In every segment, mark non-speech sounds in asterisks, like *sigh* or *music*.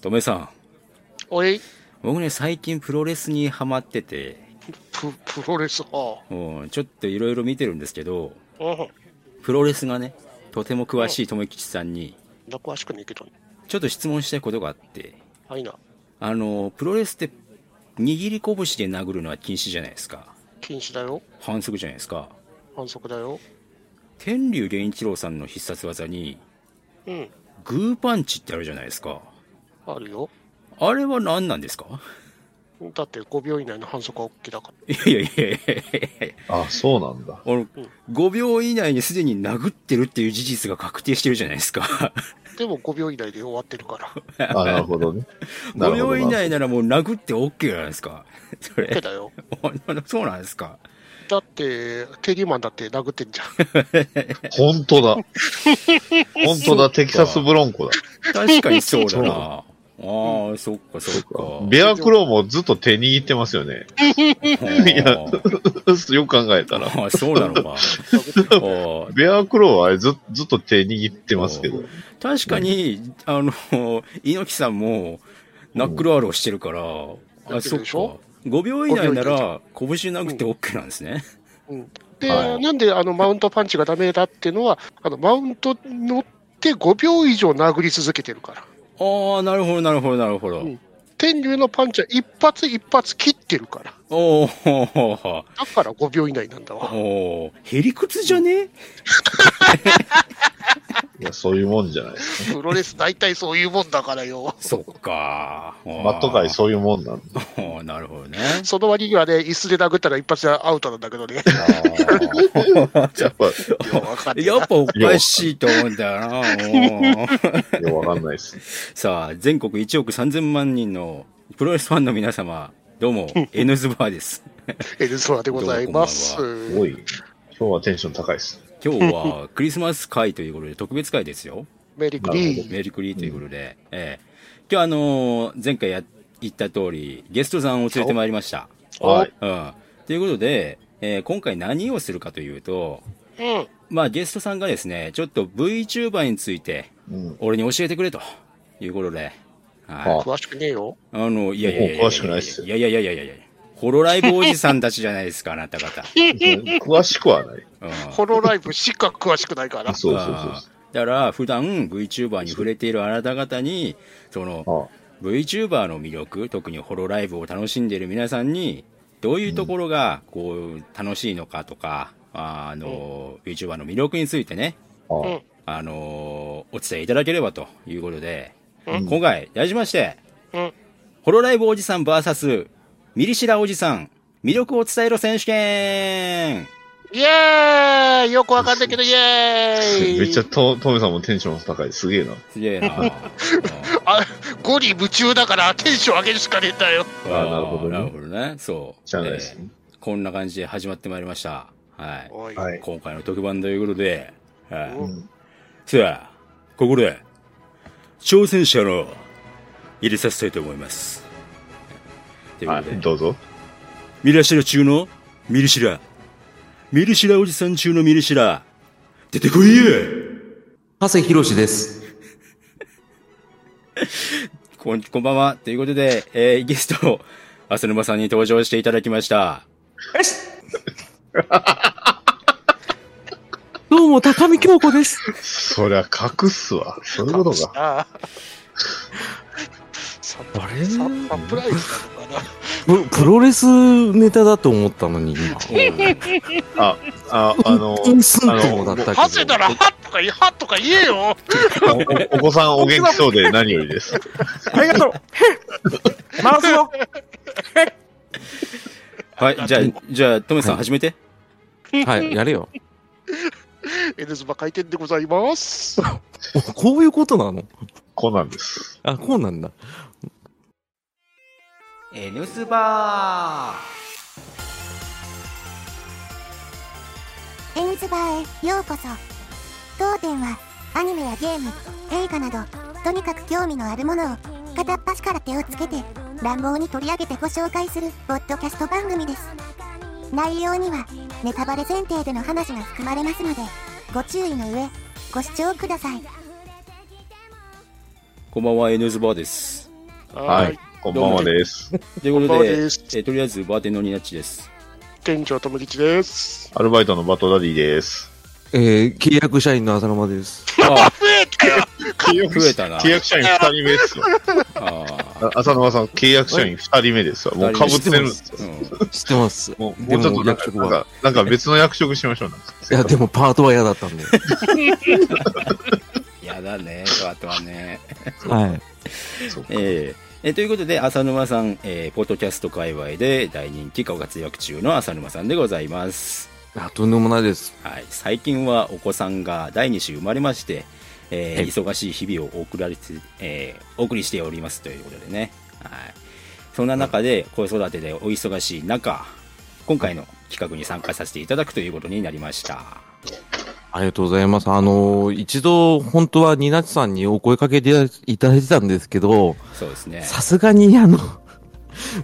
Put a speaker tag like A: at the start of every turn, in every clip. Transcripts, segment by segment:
A: ともえさん、
B: おい、
A: 僕ね、最近プロレスにハマってて、
B: ププロレスは。
A: うんちょっといろいろ見てるんですけど、
B: うん。
A: プロレスがね、とても詳しいともきちさんに、
B: な詳しくねえけどね。
A: ちょっと質問したいことがあって、
B: はいな。
A: あの、プロレスって、握り拳で殴るのは禁止じゃないですか。
B: 禁止だよ。
A: 反則じゃないですか。
B: 反則だよ。
A: 天竜源一郎さんの必殺技に、
B: うん。
A: グーパンチってあるじゃないですか。
B: あるよ。
A: あれは何なんですか
B: だって5秒以内の反則は OK だか
A: いやいやいやいやいやいや
C: あ、そうなんだ。
A: あの、5秒以内にすでに殴ってるっていう事実が確定してるじゃないですか。
B: ら。でも5秒以内で終わってるから。
C: あ、なる
A: *laughs*
C: ほどね。な
A: 5
C: るほ
A: 秒
C: ど
A: 以
C: な。
A: 内ならもう殴って OK じゃないですか。そ
B: OK
A: れ、
B: だよ。
A: そうなんですか。
B: だって、テリーマンだって殴ってんじゃん。
C: 本
A: *laughs*
C: 当だ。本当だ、テキサスブロンコだ。
A: 確かにそうだ
C: そう
A: な。ああ、そっかそっか。
C: ベアクローもずっと手握ってますよね。 *laughs* いや
A: あ
C: よく考えたら。
A: ああ、そうなのか。
B: 殴っ
A: あ
B: て
A: あ
C: ベアクローはあれずずっと手握ってますけど。
A: 確かに、あの、猪木さんも、ナックルアローしてるから、
B: や
A: あ、
B: って
A: そっか
B: るでしょ。
A: 5秒以内な
B: 5秒以
A: ら、拳殴って OK なんですね。
B: うん、で、
C: はい
B: なんであのマウントパンチがダメだっていうのは、あのマウント乗って5秒以上殴り続けてるから。
A: ああ、なるほど、なるほど、なるほど。
B: うん天竜のパンチは一発一発切ってるから。
A: おおほうほうほ
B: だから5秒以内なんだ
A: う
B: わ。
A: おおへりくつじゃね
C: いや、そういうもんじゃない。
B: プロレス大体そういうもんだからよ。
A: そっか。マ
C: マット界そういうもんなんだ。
A: う。なるほどね。
B: その割にはね、椅子で殴ったら一発でアウトなんだけどね。
C: やっぱ、
B: よくわかんねえ
A: や
B: な
A: っぱおかしいと思うんだよな。おー
C: いやわかんないです。
A: さあ、全国1億3000万人のプロレスファンの皆様、どうも、N ズバーです。
B: エルソラでございます。
A: ど
C: すごい。今日はテンション高いです。
A: 今日はクリスマス会ということで特別会ですよ。
B: メリークリーン。
A: メリクリーということで。ええ今日あのー前回や言った通り、ゲストさんを連れてまいりました。
C: はい。
A: うん。ということで、えー今回何をするかというと、
B: うん。
A: まあゲストさんがですね、ちょっと VTuber について、
C: うん。
A: 俺に教えてくれということで、はい。
C: は
B: 詳しくねえよ。
A: あの、いやいやいやいや。
C: もう詳しくないっすよ
A: いやいやいやいやいやいや。ホロライブおじさんたちじゃないですか、あなた
C: *laughs*
A: 方。
C: 詳しくはない。
A: うん。
B: ホロライブしか詳しくないから。
C: そうそうそう
A: あーだから、普段 VTuber に触れているあなた方に、その、
C: そう。は
A: VTuber の魅力、特にホロライブを楽しんでいる皆さんに、どういうところが、こう、楽しいのかとか、ああの、VTuber の魅力についてね、
C: あはあ
B: うん。
A: あの、お伝えいただければということで、
B: うん
A: 今回、題しまして、
B: うん。
A: ホロライブおじさん VS、ミリシラおじさん、魅力を伝えろ選手権
B: イエーイよくわかんないけど、イエーイ
C: *laughs* めっちゃトトメさんもテンション高い。すげえな。
A: すげえ
B: *laughs*
A: なうん
B: あ、ゴリ夢中だからテンション上げるしかねえんだよ。
C: あーなるほどね
A: なるほどね。そう。
C: じゃないです
A: え
C: ね。
A: ーこんな感じで始まってまいりました。はい。
B: おい。
C: は
B: はい。
C: い。
A: 今回の特番ということで、はい。
B: う
C: ん
A: そや、ここで、挑戦者の、入れさせたいと思います。というこ
C: は
A: とで
C: い。、どうぞ。
A: ミリシラ中のミリシラ。ミリシラおじさん中のミリシラ。出てこいや
D: 長谷博士です。
A: こん、こんばんは。ということで、えー、ゲスト、浅沼さんに登場していただきました。
D: どうも、高見京子です。
C: そりゃ隠すわ。そういうこと
B: あ
C: か。
B: ーサプ
D: あれ
B: ササプライズなのかな
D: ププロレスネタだと思ったのに、今。
C: あ、あ、あの、
D: インスントだったけど。
B: ハセならハとか、ハとか言えよ
C: おお子さんお元気そうで何よりです。
E: ありがとう。回すよ。
A: はい、じゃあ、じゃあ、トメさん始めて。
D: はい、やれよ。
B: *laughs* エルズバ回転でございます。
D: おこういうことなの
C: こうなんです。
D: あ、こうなんだ。
A: N スバー
F: エンズバーへようこそ当店はアニメやゲーム映画などとにかく興味のあるものを片っ端から手をつけて乱暴に取り上げてご紹介するポッドキャスト番組です内容にはネタバレ前提での話が含まれますのでご注意の上ご視聴ください
A: こんばんは、N ズバーです。
B: は
C: はいい。。こんばんはです。
A: という
B: こ
A: こ
B: んばん
A: と
B: は
A: で、え
B: です
A: ーとりあえずバーテンのニナッチです。
B: 店長ともきちです。
C: アルバイトのバトダディです。
D: えー、契約社員の浅沼です。
A: あ
B: 増えたよ
C: 契約
A: 増えたな
C: 契約社員2人目ですよ。
A: あ
C: あ浅沼さん、契約社員2人目ですよ。もう被ってるんですよ。
A: ー、
D: 知ってます。
C: もう、
D: で
C: もうちょっ
D: も
C: となん
D: 役
C: か、
D: 職
C: なん
D: は。
C: かなんか別の役職しましょう。なんか
D: いや、でもパートは嫌だったんで。
A: うん。やだね、あとはね。
D: はい。
C: そうか
A: えーえーということで、浅沼さん、えーポッドキャスト界隈で大人気、ご活躍中の浅沼さんでございます。
D: あ、とんでもないです。
A: はい、最近はお子さんが第2子生まれまして、えー
D: はい
A: 忙しい日々を送られて、えーお送りしておりますということでね、はい、そんな中で子育てでお忙しい中今回の企画に参加させていただくということになりました
D: ありがとうございます。あのー一度、本当はニナチさんにお声かけていただいてたんですけど、
A: そうですね、
D: さすがに、あの、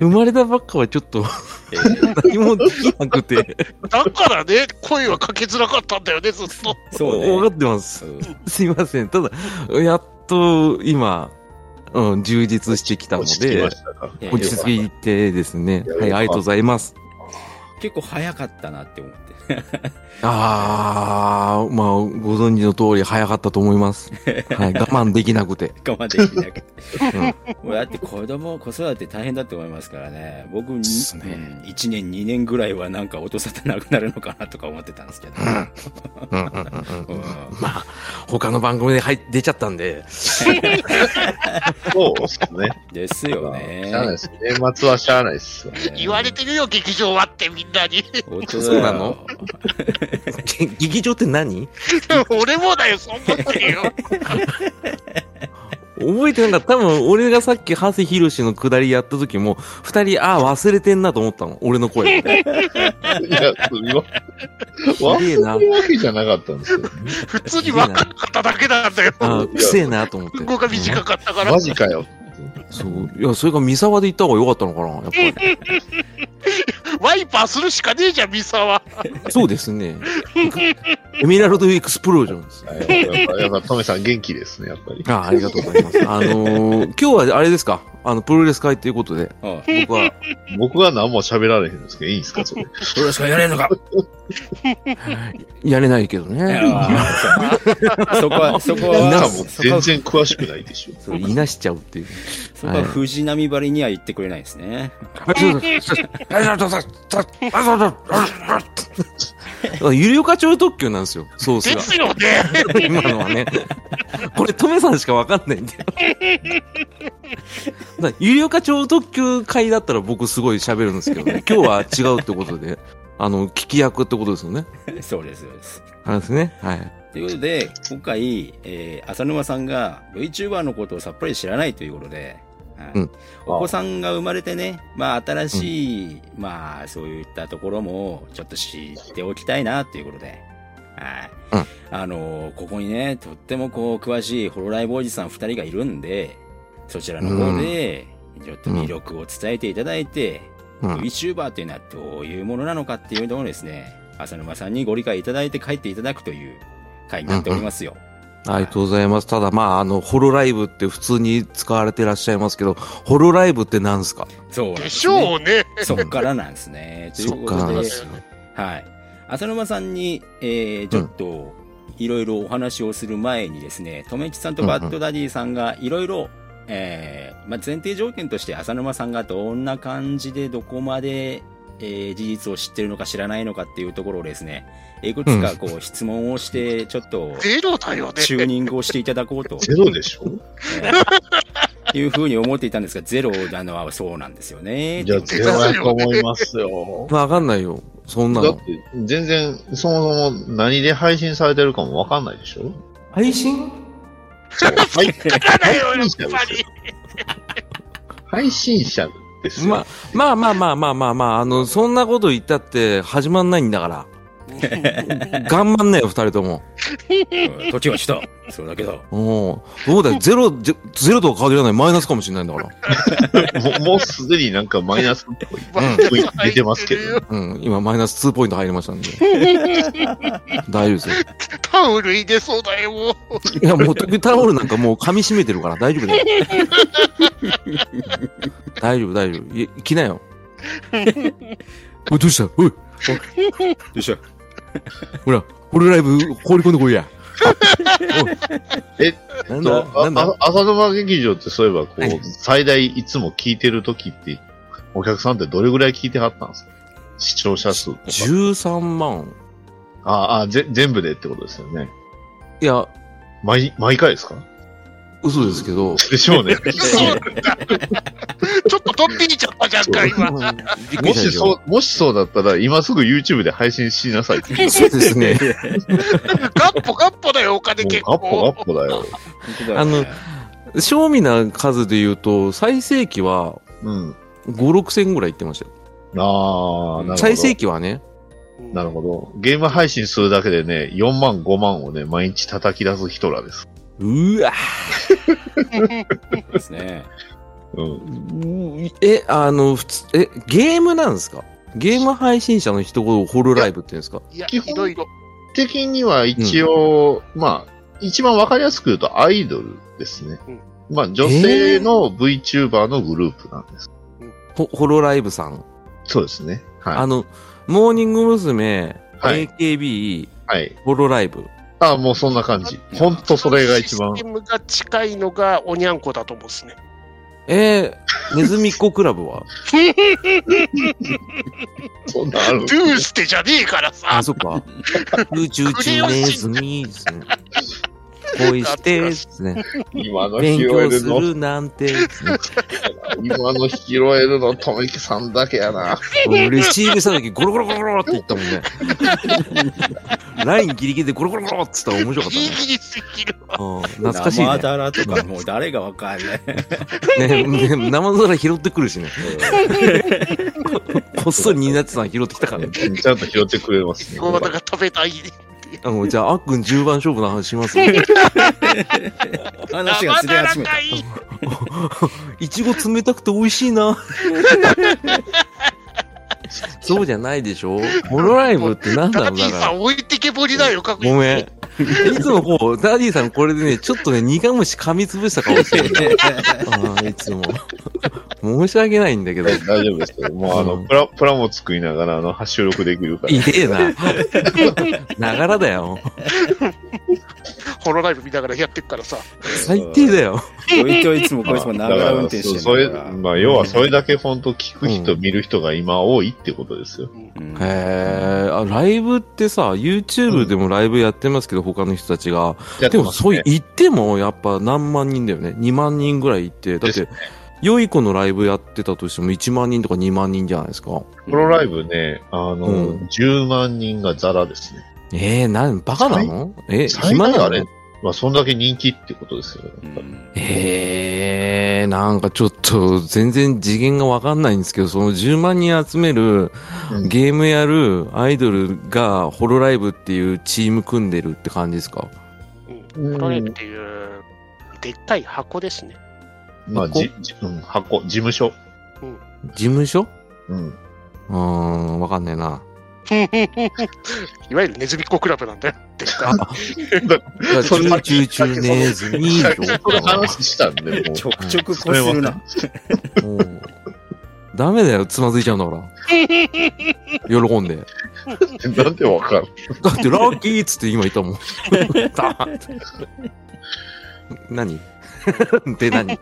D: 生まれたばっかはちょっと
A: えー
D: 何もできなくて、
B: だからね、声はかけづらかったんだよね、ずっと。
A: そうね
D: 分かってます。
A: うん
D: すいません。ただ、やっと今、うん、充実してきたの
C: 落ち着き
D: で
C: まし、たか
A: えー
D: 落ち着いてですね。
C: や
D: はい、ありがとうございます。
A: 結構早かったなって思って
D: あー、まあ、ご存知の通り早かったと思います。はい、我慢できなくて。
A: 我慢できなくて、 *laughs* もうだって子供子育て大変だと思いますからね僕に、
D: すね
A: うん1年2年ぐらいはなんか音沙汰なくなるのかなとか思ってたんですけど、
D: うんうんうんう
A: *laughs* う
D: ん
A: ん
D: まあ、他の番組で入っ出ちゃったんで、
C: そうですね。
A: ですよね
C: しゃあないです。年末はしゃあないです。
B: 言われてるよ、劇場はってみんなに。 *laughs*
A: 本当だよ
D: そうなのげ *laughs* 劇場って何
B: 俺もだよ、そう思ってるよ。
D: 覚えてなんかった多分俺がさっき、長谷博の下りやった時も、二人、ああ、忘れてんなと思ったの。俺の声。
C: いや、すみま
D: すげえな
C: 忘れるわけじゃなかったんですよね。
B: 普通に分かんなかっただけなんだよ。
D: ああ、くせえなと思って。
B: 語が短かったから。
C: マジかよ。
D: そう。いや、それが三沢で行った方が良かったのかな、やっぱり。
B: ワイパーするしかねえじゃん、ミサは。
D: そうですね。エメラルドエクスプロージョンです。
C: あやっぱ、やっぱ、トメさん元気ですね、やっぱり。
D: ああ、ありがとうございます。あのー今日はあれですかあの、プロレス会ということで、
A: うんプ
D: 僕は、
C: 僕は何も喋られへんんですけど、いいんですか、
D: *laughs*
C: それ。
A: ロレスがやれんのか
D: やれないけど
A: いや
D: ね。
A: ーそこはそこ
D: なん
A: は
D: か
C: も
A: そ
C: う
A: こ
C: 全
A: は
C: 然詳しくないでし
D: *laughs*
C: ょ。
D: そう、いなしちゃうっていう。
A: そこは藤波張りには言ってくれないですね
D: *laughs* ゆりおか超特急なんですよ、ソース
B: で
D: が。
B: すよね。
D: *laughs* 今のはね。これ、トメさんしかわかんないんだよ。だからゆりおか超特急会だったら僕すごい喋るんですけどね。今日は違うってことで、あの、聞き役ってことですよね。
A: そうですそうです
D: あれですね。はい。
A: ということで今回、えー浅沼さんが VTuber のことをさっぱり知らないということで、はい
D: うん
A: お子さんが生まれてね、まあ、新しい、まあ、そういったところもちょっと知っておきたいなということで、はい
D: うん
A: あのーここにねとってもこう詳しいホロライブおじさん2人がいるんでそちらの方で、ちょっと魅力を伝えていただいて、
D: うん。
A: VTuber っていうのはどういうものなのかっていうのをですね、浅沼さんにご理解いただいて帰っていただくという回になっておりますよ。
D: ありがとうございます。ただ、まあ、あの、ホロライブって普通に使われてらっしゃいますけど、ホロライブって何すか
A: そうなん
B: ですしょうね。
A: そっからなんです
D: *laughs*
A: ね。とい
D: そっ
A: うこ
D: か
A: と
D: ら
A: で、
D: で
B: です
D: すね。
A: はい。浅沼さんに、えー、ちょっと、いろいろお話をする前にですね、とめきちさんとバッドダディさんがいろいろ、えーまあ、前提条件として浅沼さんがどんな感じでどこまで、えー事実を知ってるのか知らないのかっていうところをですね、いくつか
B: *laughs*
A: こう質問をして、ちょっと、
B: ゼロだよね。
A: チューニングをしていただこうと、
C: *laughs* ゼロでしょ
A: えーいうふうに思っていたんですが、ゼロなのはそうなんですよね。
C: じゃあ、ゼロやと思いますよ。
D: わかんないよ。そんな
C: だっ
D: の
C: て。、全然、そもそも何で配信されてるかもわかんないでしょ
D: 配信
C: はい。
B: だからよ、やっぱり。
C: 配信者ですよ。 *laughs*
D: まあ、まあまあまあまあまあまあ、あの、そんなこと言ったって始まんないんだから。頑張んねよ、二人とも。
A: うん時はした。それだけだ。
D: おうどうだよ、ゼロ、ゼゼロとは限らない、マイナスかもしれないんだから。
C: もうもうすでになんかマイナスっぽい。
B: う
D: *laughs*
C: うん出てますけど。
D: うん、今、マイナス2ポイント入りましたんで。大丈夫ですよ。
B: タオル入れそうだよ、もう。
D: いや、もう、特にタオルなんかもう噛み締めてるから、大丈夫だよ。大丈夫、大丈夫。い来なよ。おい、どうしたおい、
A: よいしょ。
D: ほら、俺ライブ放り込んでこいや。
C: え
D: おい、なんだ、なんだ
C: ああ浅沼劇場ってそういえば、こ、
D: はいう
C: 最大いつも聞いてる時って、お客さんってどれぐらい聞いてはったんですか視聴者数とか。
D: ?13 万。
C: ああ、ぜ全部でってことですよね。
D: いや、
C: 毎、毎回ですか
D: 嘘ですけど。
C: でしょうね。
B: *laughs* そう *laughs* ちょっと飛んでいっちゃったじゃんか、今。
D: びっく
C: も
D: りした
C: し
D: でょ
C: そう、もしそうだったら、今すぐ YouTube で配信しなさ
B: *laughs*
C: いって。も
D: そうで
A: *laughs*
D: すね。
B: ガッポガッポだよ、お金
C: う
B: 結
C: ガッポガ
B: 構。
C: ッポだよ。
D: あの賞味な数で言うと、最盛期は
C: うん。
D: 5、6千ぐらい行ってましたよ。
C: ああ、なるほど。
D: 最盛期はね。
C: なるほど。ゲーム配信するだけでね、4万、5万をね、毎日叩き出す人らです。
D: うわ
A: ですね。
C: うん。
D: え、あの、普通、え、ゲームなんですかゲーム配信者の人をホロライブって言うんですか
B: いや、
C: 基本
B: いろいろ。
C: 的には一応、まあ、一番わかりやすく言うとアイドルですね
B: うん。
C: まあ、女性の VTuber のグループなんです。
D: ホホロライブさん。
C: そうですね。は
D: あの、モーニング娘。
C: はい
D: AKB、
C: い。はい。
D: ホロライブ。
C: ああ、もうそんな感じ。ほんとそれが一番
B: シス。テムが近いのがおにゃんこだと思うんですね。
D: えー、ネズミっ子クラブは
C: そんなある
B: ド。ゥーステじゃねえからさ
D: あ、。そっか。宇宙中ネズミですね。恋してで
C: *laughs*
D: すね。
C: 今の
D: 勉
C: 拾え
D: 強
C: る
D: す
C: の、
D: るなんてですね。
C: 今の拾えるの、とめきさんだけやな。
D: 俺レシーブした時ゴロゴロゴロゴロって言ったもんね。 *laughs* ラインギリギリでゴロゴロゴロって言ったら面白かっ
B: ギリギリすぎる。
D: たね。うん懐かしいね
A: 生。だらとかもう誰がわかんない。
D: ねね生空拾ってくるし *laughs* ね。こっそりニーナッチさん拾ってきたからね。
C: ちゃんと拾ってくれますね。
B: ゴーダが食べたい。
D: あのじゃあ、あっくん10番勝負の話します。 *laughs*
A: 話がすれ始めた。
B: い。
D: いちご冷たくて美味しい *laughs* な。そうじゃないでしょホロライブってなんだ
B: ダ
D: ろ
B: デ
D: う
B: ィ
D: だ
B: さ
D: から。
B: ん置いてけぼりだよ、過去
D: ごめん。いつもこう、ダディさんこれでね、ちょっとね、苦虫噛みつぶした顔してる。ああ、いつも。申し訳ないんだけど。
C: 大丈夫ですよ。もうあの、
D: うん
C: プラ、プラも作りながら、あの、発収録できるから。
D: いえな。ながらだよ。
B: ホロライブ見ながらやってくからさ。
D: 最低だよ。
A: こいつはいつもこいつもながら運転して
C: そう
A: る
C: い
A: から。
C: う、まあ、要はそれだけ本当聞く人、見る人が今多いってことですよ。
A: うん
D: へえ、あライブってさ、YouTube でもライブやってますけど、他の人たちが。
C: やって
D: でも、
C: ます
D: そうい
C: ね
D: う、行っても、やっぱ何万人だよね。2万人ぐらい行って。だっ
C: です
D: て、良い子のライブやってたとしても、1万人とか2万人じゃないですか。
C: プロライブね、あの、
D: うん
C: 10万人がザラですね。
D: ええなん、バカなのえ、
C: 最大
D: 暇な
C: あ
D: の
C: れ、まあ、そんだけ人気ってことですよ。
A: うん
D: ええなんかちょっと、全然次元がわかんないんですけど、その10万人集める、
C: うん
D: ゲームやる、アイドルが、ホロライブっていうチーム組んでるって感じですか
B: うんホロライブっていう、でっかい箱ですね。
C: まあ、じ、じうん、箱、事務所。
D: 事務所
C: うん。
D: うーん、わかんねえな。
B: いわゆるネズミっ子クラブなんだよ。でっかい。
C: *laughs* それ
D: 中中中ネズミー
C: *laughs*
D: でし
C: これ話したん
D: *laughs*
C: で、も
A: ち
C: う。
A: ょくちょくこするな。
D: ょもうダメだよ、つまずいちゃうん
C: *laughs*
D: だから。喜んで。
C: なんでわかる
D: だってラッキーっつって今言った *laughs* もん。ダーンって何 *laughs* で何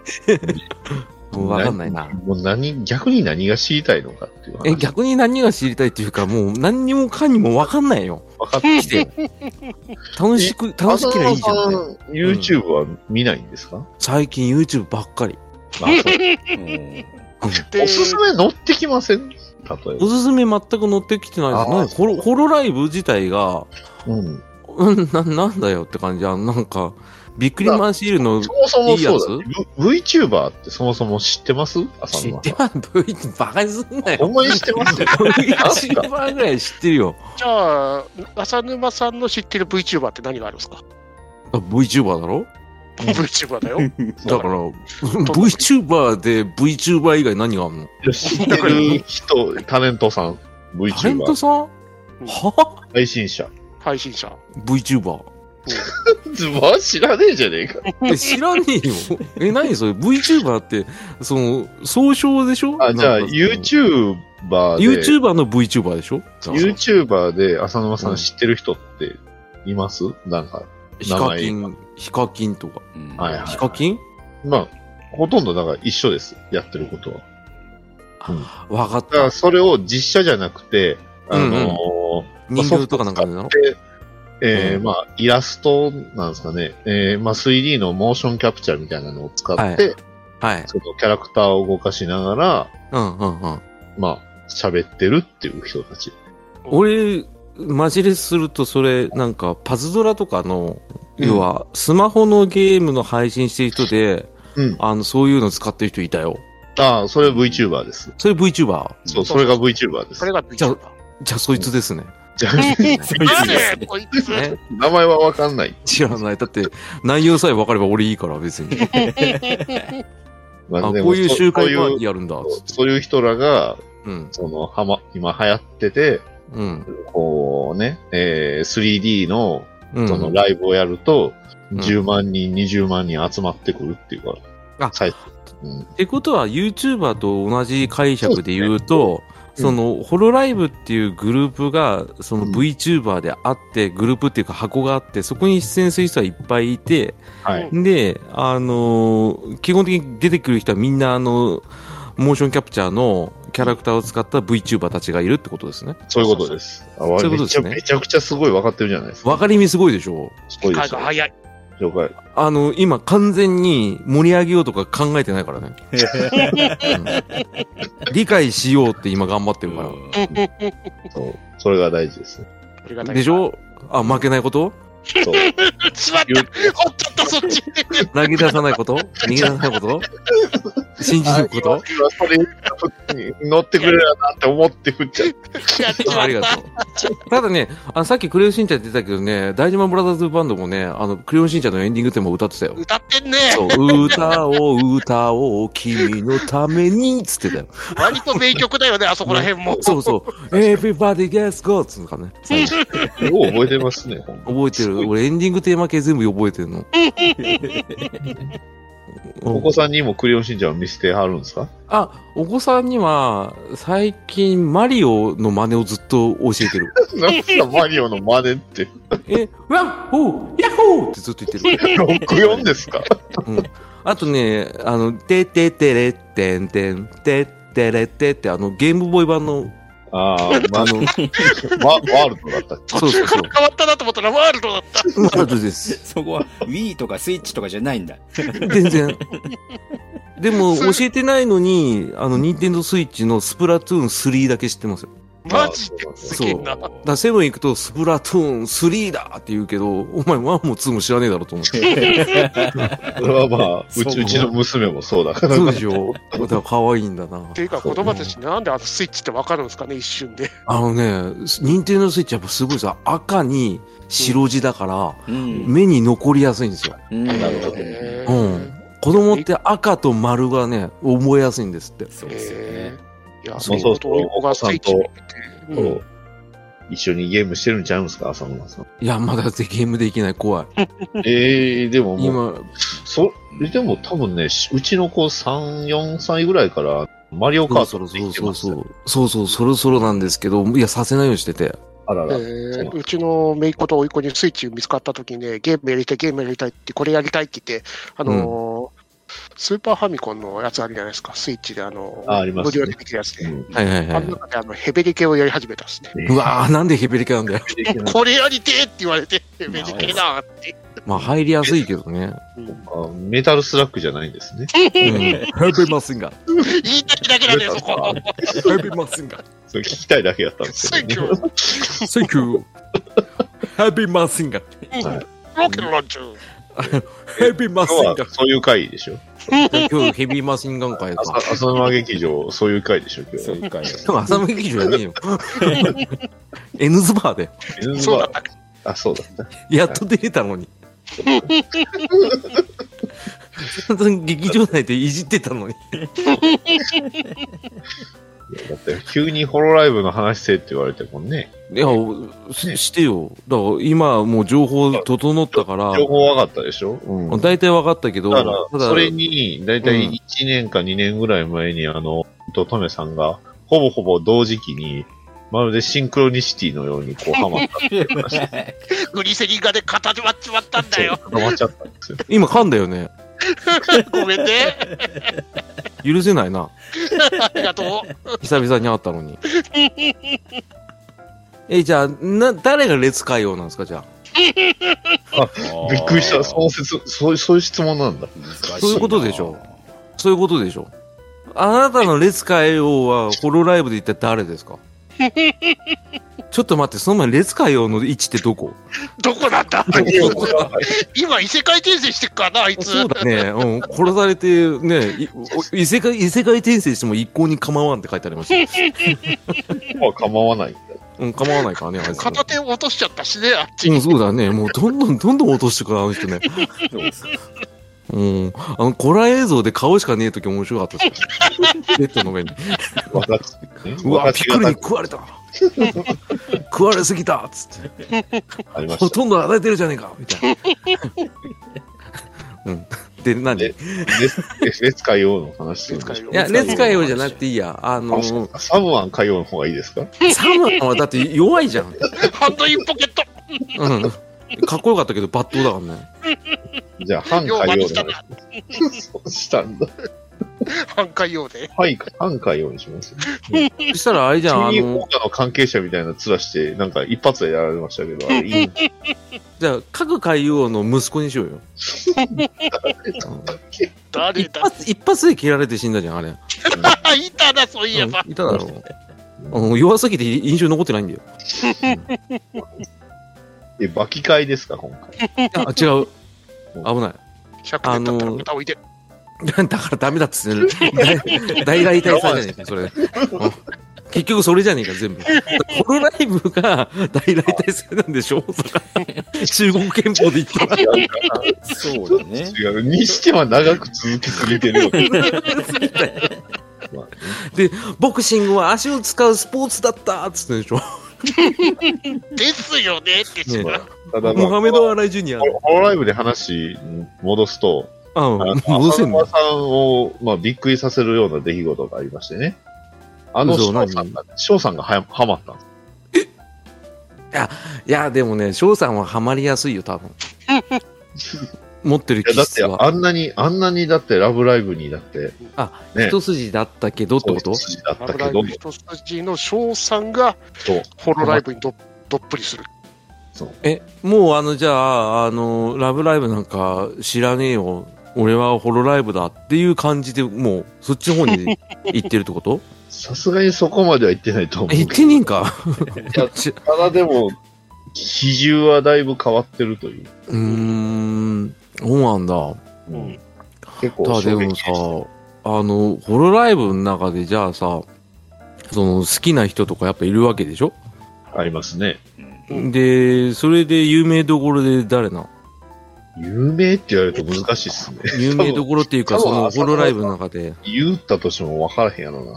D: わかんないな。
C: もう何、逆に何が知りたいのかっていう話。
D: え、逆に何が知りたいっていうか、もう何にもかにもわかんないよ。
C: わかってきて。
D: 楽しく、楽しけりゃいいじゃん、ね。
C: ん。YouTube は見ないんですか、
D: 最近 YouTube ばっかり。
C: まあそう
A: うん
B: で
C: おすすめ乗ってきません例えば
D: お。すすめ全く載ってきてないです。
C: あー
D: なんかホロホロライブ自体が、
C: うん。
D: うん、な、なんだよって感じ。あの、なんか、ビックリマンシールの、
C: そもそもそう
D: い
C: だ。V- VTuber ってそもそも知ってます浅
D: 知
C: 沼
D: っ
C: さ
D: て
C: ん。
D: ます ?V ってバカにすんな
C: ほ
D: よ。
C: んまに知ってます
D: VTuber ぐらい知ってるよ。
B: じゃあ、浅沼さんの知ってる VTuber って何があるんですか
D: あ VTuber だろ
B: ?VTuber だよ。
D: だから、VTuber で VTuber 以外何があるの
C: 知ってる人、タレントさん、
D: タレント
C: VTuber、
D: さんは
C: 配信者。
B: 配信者。
D: ?VTuber。
C: ズボン知らねえじゃねえか。
D: え、知らねえ
C: *laughs*
D: よ。え、何それ ?VTuber って、その、総称でしょ
C: あ、じゃあ、
D: なんかその
C: YouTuber で、
D: YouTuber の VTuber でしょ
C: YouTuber で浅沼さ
D: うん
C: ん知ってる人っていますなんか、
D: ヒカキン、ヒカキンとか。
A: うん
C: はいはい
D: ヒカキン
C: まあ、ほとんどなんか一緒です。やってることは。
D: わかっ
C: だから、
D: た。
C: それを実写じゃなくて、あのー
D: 人形とかなんかあるの
C: で、えー
D: うん
C: まあ、イラストなんですかね、えーまあ、3D のモーションキャプチャーみたいなのを使って、
D: はいはい。
C: そのキャラクターを動かしながら、
D: うんうんうん。
C: まあ、喋ってるっていう人たち。
D: 俺、マジレスするとそれ、なんか、パズドラとかの、
C: うん
D: 要は、スマホのゲームの配信してる人で、
C: うん
D: あの、そういうの使ってる人いたよ。
C: ああ、それ VTuber です。
D: それ VTuber?
C: そう、それが VTuber です
B: そ。れが
D: じゃあ
B: VTuber。、
D: じゃあそいつですね。
C: じゃあ
B: 誰こいつ
D: ね
C: *laughs* 名前はわかんない。
D: 知らない。だって、内容さえ分かれば俺いいから、別に。
C: ま
D: あ、こう
C: でも
D: いう
C: そ
D: 集会
C: そ
D: パ
C: う
D: ー
C: い
D: ティ
C: う
D: ーやるんだ。
C: そういう人らが、
D: うん。
C: その、はま、今流行ってて、
D: うん。
C: こうね、えー、3D の、
D: うん。
C: その、ライブをやると、
D: うん
C: 10万人、20万人集まってくるっていうから。
D: あ
C: サイトうん
D: ってことは YouTuber と同じ解釈で言うと、
C: そうですね
D: そのホロライブっていうグループがその
C: うん
D: VTuber であって、グループっていうか箱があってそこに出演する人はいっぱいいて
C: はい。
D: であのー基本的に出てくる人はみんなあのモーションキャプチャーのキャラクターを使った VTuber たちがいるってことですね
C: そういうことです。あわ
D: そういうこと
C: め
D: で
C: ち
D: す
C: ゃ
D: ね
C: めちゃくちゃすごい分かってるじゃないですか。
D: 分かりみすごいでしょ
C: すごいで
B: 回
C: す
B: が
C: よ。
B: 早い。
C: 了解。
D: あの今完全に盛り上げようとか考えてないからね、うん理解しようって今頑張ってるから、
C: そう。それが大事ですね。
B: ありがたい
D: でしょあ、負けないこと
C: そう。
B: しまったほっとった、そっち。
D: 投げ出さないこと逃げ出さないこと信じ抜くこ
C: 今それ言った時に乗ってくれるなって思って振っちゃう。
B: やっちまっ
D: と
B: た
D: ありがとう。ただね、あさっきクレヨンしんちゃんって言ってたけどね、大島ブラザーズバンドもね、あの、クレヨンしんちゃんのエンディングテーマを歌ってたよ。
B: 歌ってんね。
D: そう、歌おう、歌おう、君のために、つってたよ。
B: 割と名曲だ
D: *laughs*
B: よね、あそこら辺も。
D: そうそう、Everybody Guess Go! つうのかね。
B: うん
C: よう覚えてます
D: *laughs*
C: ね、ほんま
D: 覚えてる。俺エンディングテーマ系全部覚えてるの。
C: お子さんにもクレヨンしんちゃんを見せてはるんですか
D: *laughs* あ、お子さんには、最近、マリオの真似をずっと教えてる。
C: なんかマリオの真似って。 *laughs*
D: え、 *laughs* ワッホーヤッホーってずっと言ってる。
C: 64ですか
D: あとね、あの、てててれってんてん、てってれってって、あの、ゲームボーイ版の、
C: ああ、ま
D: *laughs*
C: *laughs*
D: あ
C: あ
D: の、
C: ワワールドだったっけ
D: そうそうそ
B: 変わったなと思ったらワールドだ
D: *laughs*
B: った。
D: う、ワールドです。
A: そこは Wii とか Switch とかじゃないんだ。
D: 全然。でも、教えてないのに、あの、ニンテンドスイッチのスプラトゥーン3だけ知ってますよ。
B: マジで
C: ああそう
B: すげえな。
D: だからセブン行くと、スプラトゥーン3だって言うけど、お前1も2も知らねえだろと思って。
C: それはまあ、う
A: そう
C: ちうちの娘もそうだから。
D: そうでしょだから可愛いんだな。
B: っていうか子供たちなんであのスイッチってわかるんですかね、一瞬で。
D: あのね、任天堂スイッチやっぱすごいさ、赤に白地だから、
A: うん。
D: 目に残りやすいんですよ。
A: うん
C: なるほど
B: へ
D: う
B: ー
D: ん。子供って赤と丸がね、覚えやすいんですって。
A: そうですよ
B: へ
A: ね。
B: ーいや、
C: そ
B: そうう
C: そう
B: そう
C: そう
B: そう。子がスイッチ見てて
C: そ
B: うん
C: う一緒にゲームしてるんちゃうんですか浅沼さん。
D: いや、まだぜゲームできない、怖い。
C: ええでももう、
D: 今、
C: そ、でも多分ね、しうちの子3、4歳ぐらいから、マリオカー
D: そ
C: ト
D: ろ
C: で
D: そ
C: き
D: ろ
C: て
D: そ
C: ま
D: う
C: す
D: そ
C: よ。
D: う、そうそう、そろそろなんですけど、いや、させないようにしてて。
C: あらら。
B: えーうちの姪っ子と甥っ子にスイッチ見つかった時にね、ゲームやりたい、ゲームやりたいって、これやりたいって言って、あのースーパーファミコンのやつあるじゃないですか、スイッチで、あのー
C: あありますね
B: 無料でできるやつで。
C: うん
D: はいはい
B: あ
D: は
B: の中
D: い。
B: であのヘベリ系をやり始めたんですね。
D: うわーなんでヘベリケな
C: *laughs*
D: んだよ。
B: これやりてえって言われて、ヘベリ系だって。
D: まあ、入りやすいけどね。
C: あメタルスラックじゃないんですね。
D: うん。ヘベマスンガ。
B: 言いたいだけなんだよ、そこ。
D: ヘベマスンガ。
C: それ聞きたいだけやったんです
B: ス
C: け
B: イ
C: ど
B: ッチ
C: ね。
B: を
D: Thank you. ヘビーマシンガン。
B: ロケのランチュー。
D: ヘビー
C: 今
D: マシン
C: 日
D: ガ
C: はそういう回でしょ。
D: ン。今日ヘビーマシンガン会
C: 朝
D: か。
C: 朝沼劇場、そういう回でしょ、今
A: そうい
C: 日。
A: う *laughs* 回
D: 今日は朝向劇場やねえよ。N ズバーで。
B: そうだった。
C: あ、そうだった。
D: やっと出れた
C: *laughs*
D: のに。散々劇場内でいじってたのに。
C: いやだって急にホロライブの話せって言われてもね、
D: いや、ししてよ。だから今もう情報整ったから、
C: 情報わかったでしょ。うん
D: 大体分かったけど、
C: だか
D: た
C: ら、
D: だ
C: それに、だいたい
D: うん
C: 1年か2年ぐらい前に、あの、とトメさんが、ほぼほぼ同時期に、まるでシンクロニシティのように、こう、ハマ
D: *laughs*
C: った。
B: グリセリンがで固まっちまったんだよ。
C: ハマっちゃったんですよ。
D: 今噛んだよね。
B: ごめんね。
D: 許せないな。
B: ありがとう。
D: 久々に会った
C: *laughs*
D: のに。え、じゃあ、な、誰が列海王なんですか、じゃあ。
C: びっくりした。その説、そうそういう質問なんだ。
D: そういうことでしょそういうことでしょ。あなたの列海王は、ホロライブで一体誰で
C: *laughs*
D: すかちょっと待って、その前に列海王の位置ってどこ
B: どこなんだ今、異世界転生してっからな、あいつ
D: そう。だね。うん。殺されて、ね、いお異世界、異世界転生しても一向に構わんって書いてありました。
C: は構わないんだ。
D: うん、構わないからね、
B: *laughs*
D: あいつ。
B: 片手を落としちゃったしね、あっち
D: う
B: に
D: ん、。そうだね。もうどんどんどんどん落としてくる、あの人ね。うん。あの、コラ映像で顔しかねえとき面白かったですよ。ベッドの上に。
C: 私ね
D: うわ、ピ
C: 私
D: クル
C: が
D: に食われた。食われすぎたっつって。
C: ありま
D: ほ
C: した。
D: とんど与えてるじゃねえかみたいな。うん。で、何
C: で
D: い
C: レスレス海王の話するんです
D: や、熱海王じゃなくていいや。あの、
C: かサムワン海王の方がいいですか
D: サムはだって弱いじゃん。
B: ハンドインポケット。
D: うん。かっこよかったけど、抜刀だからね。
C: じゃあ、反海
B: よう
C: 王
B: 真
C: の
B: 似した
C: 話
B: な。
C: そうしたんだ。
B: 半壊用で。
C: はい、反海王にします。
D: そしたらあれじゃん、あ
C: 急に
D: の
C: 効、果の関係者みたいな面して、なんか一発でやられましたけど、あれいいんだ
D: じゃあ、各海王の息子にしようよ。
C: っけ
B: 誰
D: 一
B: だ
D: 発、一発で切られて死んだじゃん、あれ。
B: いたな、そういえば。
D: うんいただろう。うん弱すぎて印象に残ってないんだよ。
C: え、バキ会ですか、今回。
D: あ、違う。危ない。 *laughs*
B: 100年経ったら歌おいで。
D: だからダメだっつってね。大大体さんじゃねえか、それ。うん結局それじゃねえか、全部。このライブが大来体制なんでしょと *laughs* か、中国憲法
C: *laughs*
D: で言ったら。
A: そうだね。
C: 違う。にしては長く続きすぎて
D: *laughs*
C: るよ。まあね
D: ボクシングは足を使うスポーツだったっつってんでしょ。
B: ですよねってしまう。
C: ただ、まあ
D: モハメド・アライ・ジュニア
C: ホ。ロホロライブで話に戻すと、
D: あ、
C: あの
D: 戻せんの
C: 浅沼さんを、まあ、びっくりさせるような出来事がありましてね。あの、
D: 嘘
C: 翔さんが、翔さんがははまったんです。
D: いや、でもね、翔さんはハマりやすいよ、多分。持ってる
C: いや、だっ
D: 気質
C: て、
D: は。
C: あんなに、あんなに、だって、ラブライブにだって、ね
D: 一筋だったけどってこと
C: 一筋だっ
B: ラ
C: た
B: ブラ
C: け
B: イ
C: ど
B: ブ、一筋の翔さんが
C: そう、
B: ホロライブにどどっぷりする。
C: そう。
D: え、もうあの、じゃあ、あの、ラブライブなんか知らねえよ。俺はホロライブだっていう感じで、もう、そっちの方に行ってるっ
C: *laughs*
D: てこと
C: さすがにそこまでは行ってないと思うけ
D: え、行
C: ど。
D: ってねえんか。 *laughs* ち
C: ただでも、比重はだいぶ変わってるという。
D: うーん、そうなんだ。
C: うん、結構
D: ただで
C: 衝撃
D: も
C: で
D: さ
C: した、
D: あの、ホロライブの中でじゃあさ、その好きな人とかやっぱいるわけでしょ
C: ありますね。
D: で、それで有名どころで誰な
C: 有名って言われると難しいっすね。 *laughs*
D: 有名どころっていうか、
C: 多分
D: そのホロライブの中で。
C: 言ったとしても分からへんやろな、
A: うん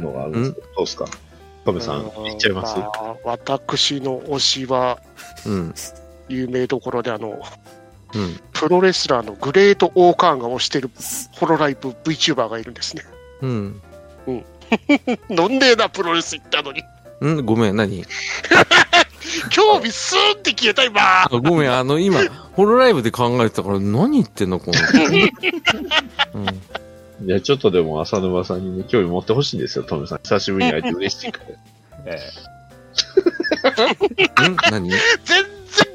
C: のがあるんですけど、どうですかトメさん、言っちゃいます
B: あー私の推しは、
D: うん。
B: 有名どころで、あの、
D: うん。
B: プロレスラーのグレート・オーカーンが推してるホロライブ VTuber がいるんですね。
D: うん。
B: 飲んでえな、プロレス行ったのに。
D: うん、ごめん、何 *laughs*
B: 興味スーンって消えた、今。
D: あごめん、あの、今、ホロライブで考えてたから、何言ってんの、この
B: *laughs*
D: 人。うん
C: いや、ちょっとでも浅沼さんにね、興味持ってほしいんですよ、トメさん。久しぶりに会えて嬉しいから。
A: え
D: ん何
B: 全然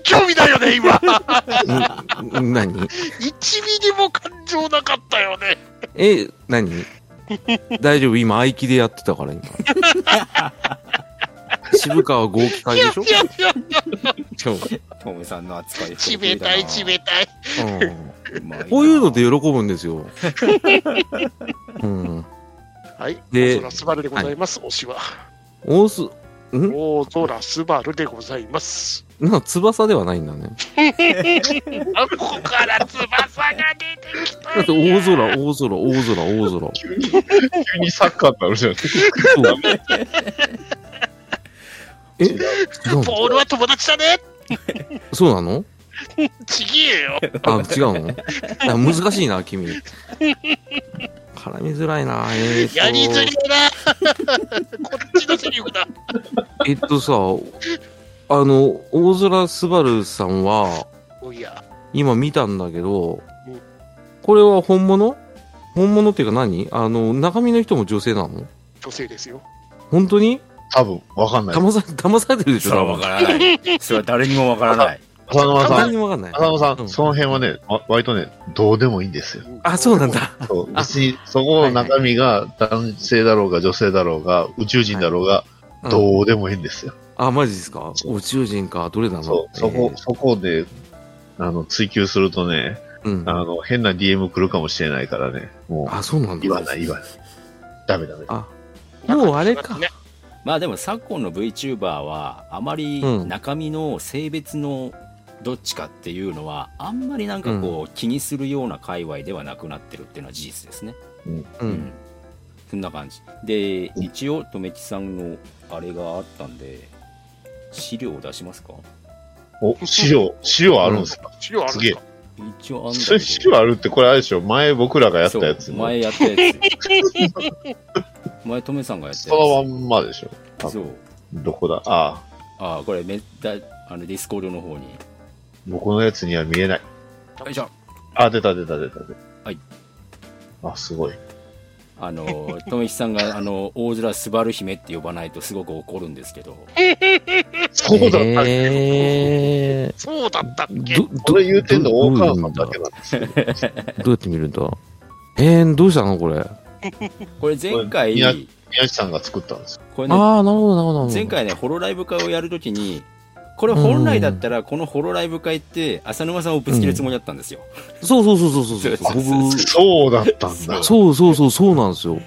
B: 興味ないよね、今。 *laughs*
D: ん何
B: 1ミリも感情なかったよね。
D: え、何大丈夫今、合気でやってたから、今。 *laughs* 渋川豪気会でしょ
B: いやいやいや
D: しかも
A: トメさんの扱い。
B: 地べたい、地べたい。
D: うん
A: た
D: こういうので喜ぶんですよ。うん。
B: はい。
D: で
B: 大空すばるでございます、推しは。
D: 大須、ん
B: 大空すばるでございます。
D: なんか翼ではないんだね。
B: あここから翼が出てきた。
D: だって大空、大空、大空、大空。
C: 急に、 *laughs* 急にサッカーってあるじゃん。
D: そうえ違うの
B: ボールは友達だね。
D: そうなの
B: ちぎえよ。
D: あ、違うのあ難しいな、君。絡みづらいな。えーと
B: やりづれえな。 *laughs* こっちのセリフだ。
D: えっとさ、あの、大空すばるさんは、
B: おや。
D: 今見たんだけど
B: うん、
D: これは本物本物っていうか何あの、中身の人も女性なの
B: 女性ですよ。
D: 本当に
C: 多分、わかんない。
D: 騙さ、騙されてるでしょ
A: それはわから *laughs* ない。それは誰にもわからない。
C: 浅沼さ
D: 誰
C: ん、
D: にもわかんない。
C: 浅沼さ
D: うん
C: ん、その辺はね、わ割とね、どうでもいいんですよ。
D: あ、そうなん。だ。
C: そう別に、そこの中身が男性だろうが女性だろうが宇宙人だろうが、
D: う
C: *laughs*
D: ん
C: どうでもいいんですよ。
D: あ、マジですか宇宙人か。どれなの
C: そう、そこ
D: え、ー
C: そこで、あの、追求するとね、
D: うん
C: あ。の、変な DM 来るかもしれないからね、もう、
D: あ、そうなんだ。
C: 言わない言わない。ダメダメ。
D: あ、もうあれか。
B: ね
A: まあでも昨今の VTuber はあまり
D: うん
A: 中身の性別のどっちかっていうのはあんまりなんかこう気にするような界隈ではなくなってるっていうのは事実ですね。
D: う。
A: うんそんな感じ。で、一応とめきさんのあれがあったんで資料を出しますか
C: お、資料、資料あるんですか
B: 資料あるんですか
A: 一応あんだけ
C: そ
A: ど
C: れ資料あるってこれあれでしょ前僕らがやったやつ
A: そう
C: の
A: 前やったやつ *laughs* 前とめさんがやったやつ
C: そのまんまでしょま
A: そう
C: どこだああ、
A: ああこれめだあのディスコードの方に
C: 僕のやつには見えない。
A: よいしょ
C: あ、出た出た出た出た。
A: はい。
C: あ、すごい。
A: あの、とめきさんが、あの、大空すばる姫って呼ばないとすごく怒るんですけど、
C: そうだったっけ、
D: えー
B: そうだったっけ
D: ど、
C: これ言うてんの大川
D: ど
C: さん
D: ど
C: だけなんですよ。
D: どうやって見るんだえー、どうしたのこれ。あ
A: これ前回
C: い、や宮地さんが作ったんですよ。
A: これ
D: ー、
A: ね、
D: なるほど、なるほど。なるほど
A: 前、回ね、ホロライブ会をやるときに、これ本来だったら、このホロライブ会って、浅沼さんをぶつけるつもりだったんですよ。
D: そうそうそうそうそうそう。僕、
A: *laughs*
C: そうだったんだ。
D: そうそうそう、そうなんですよ。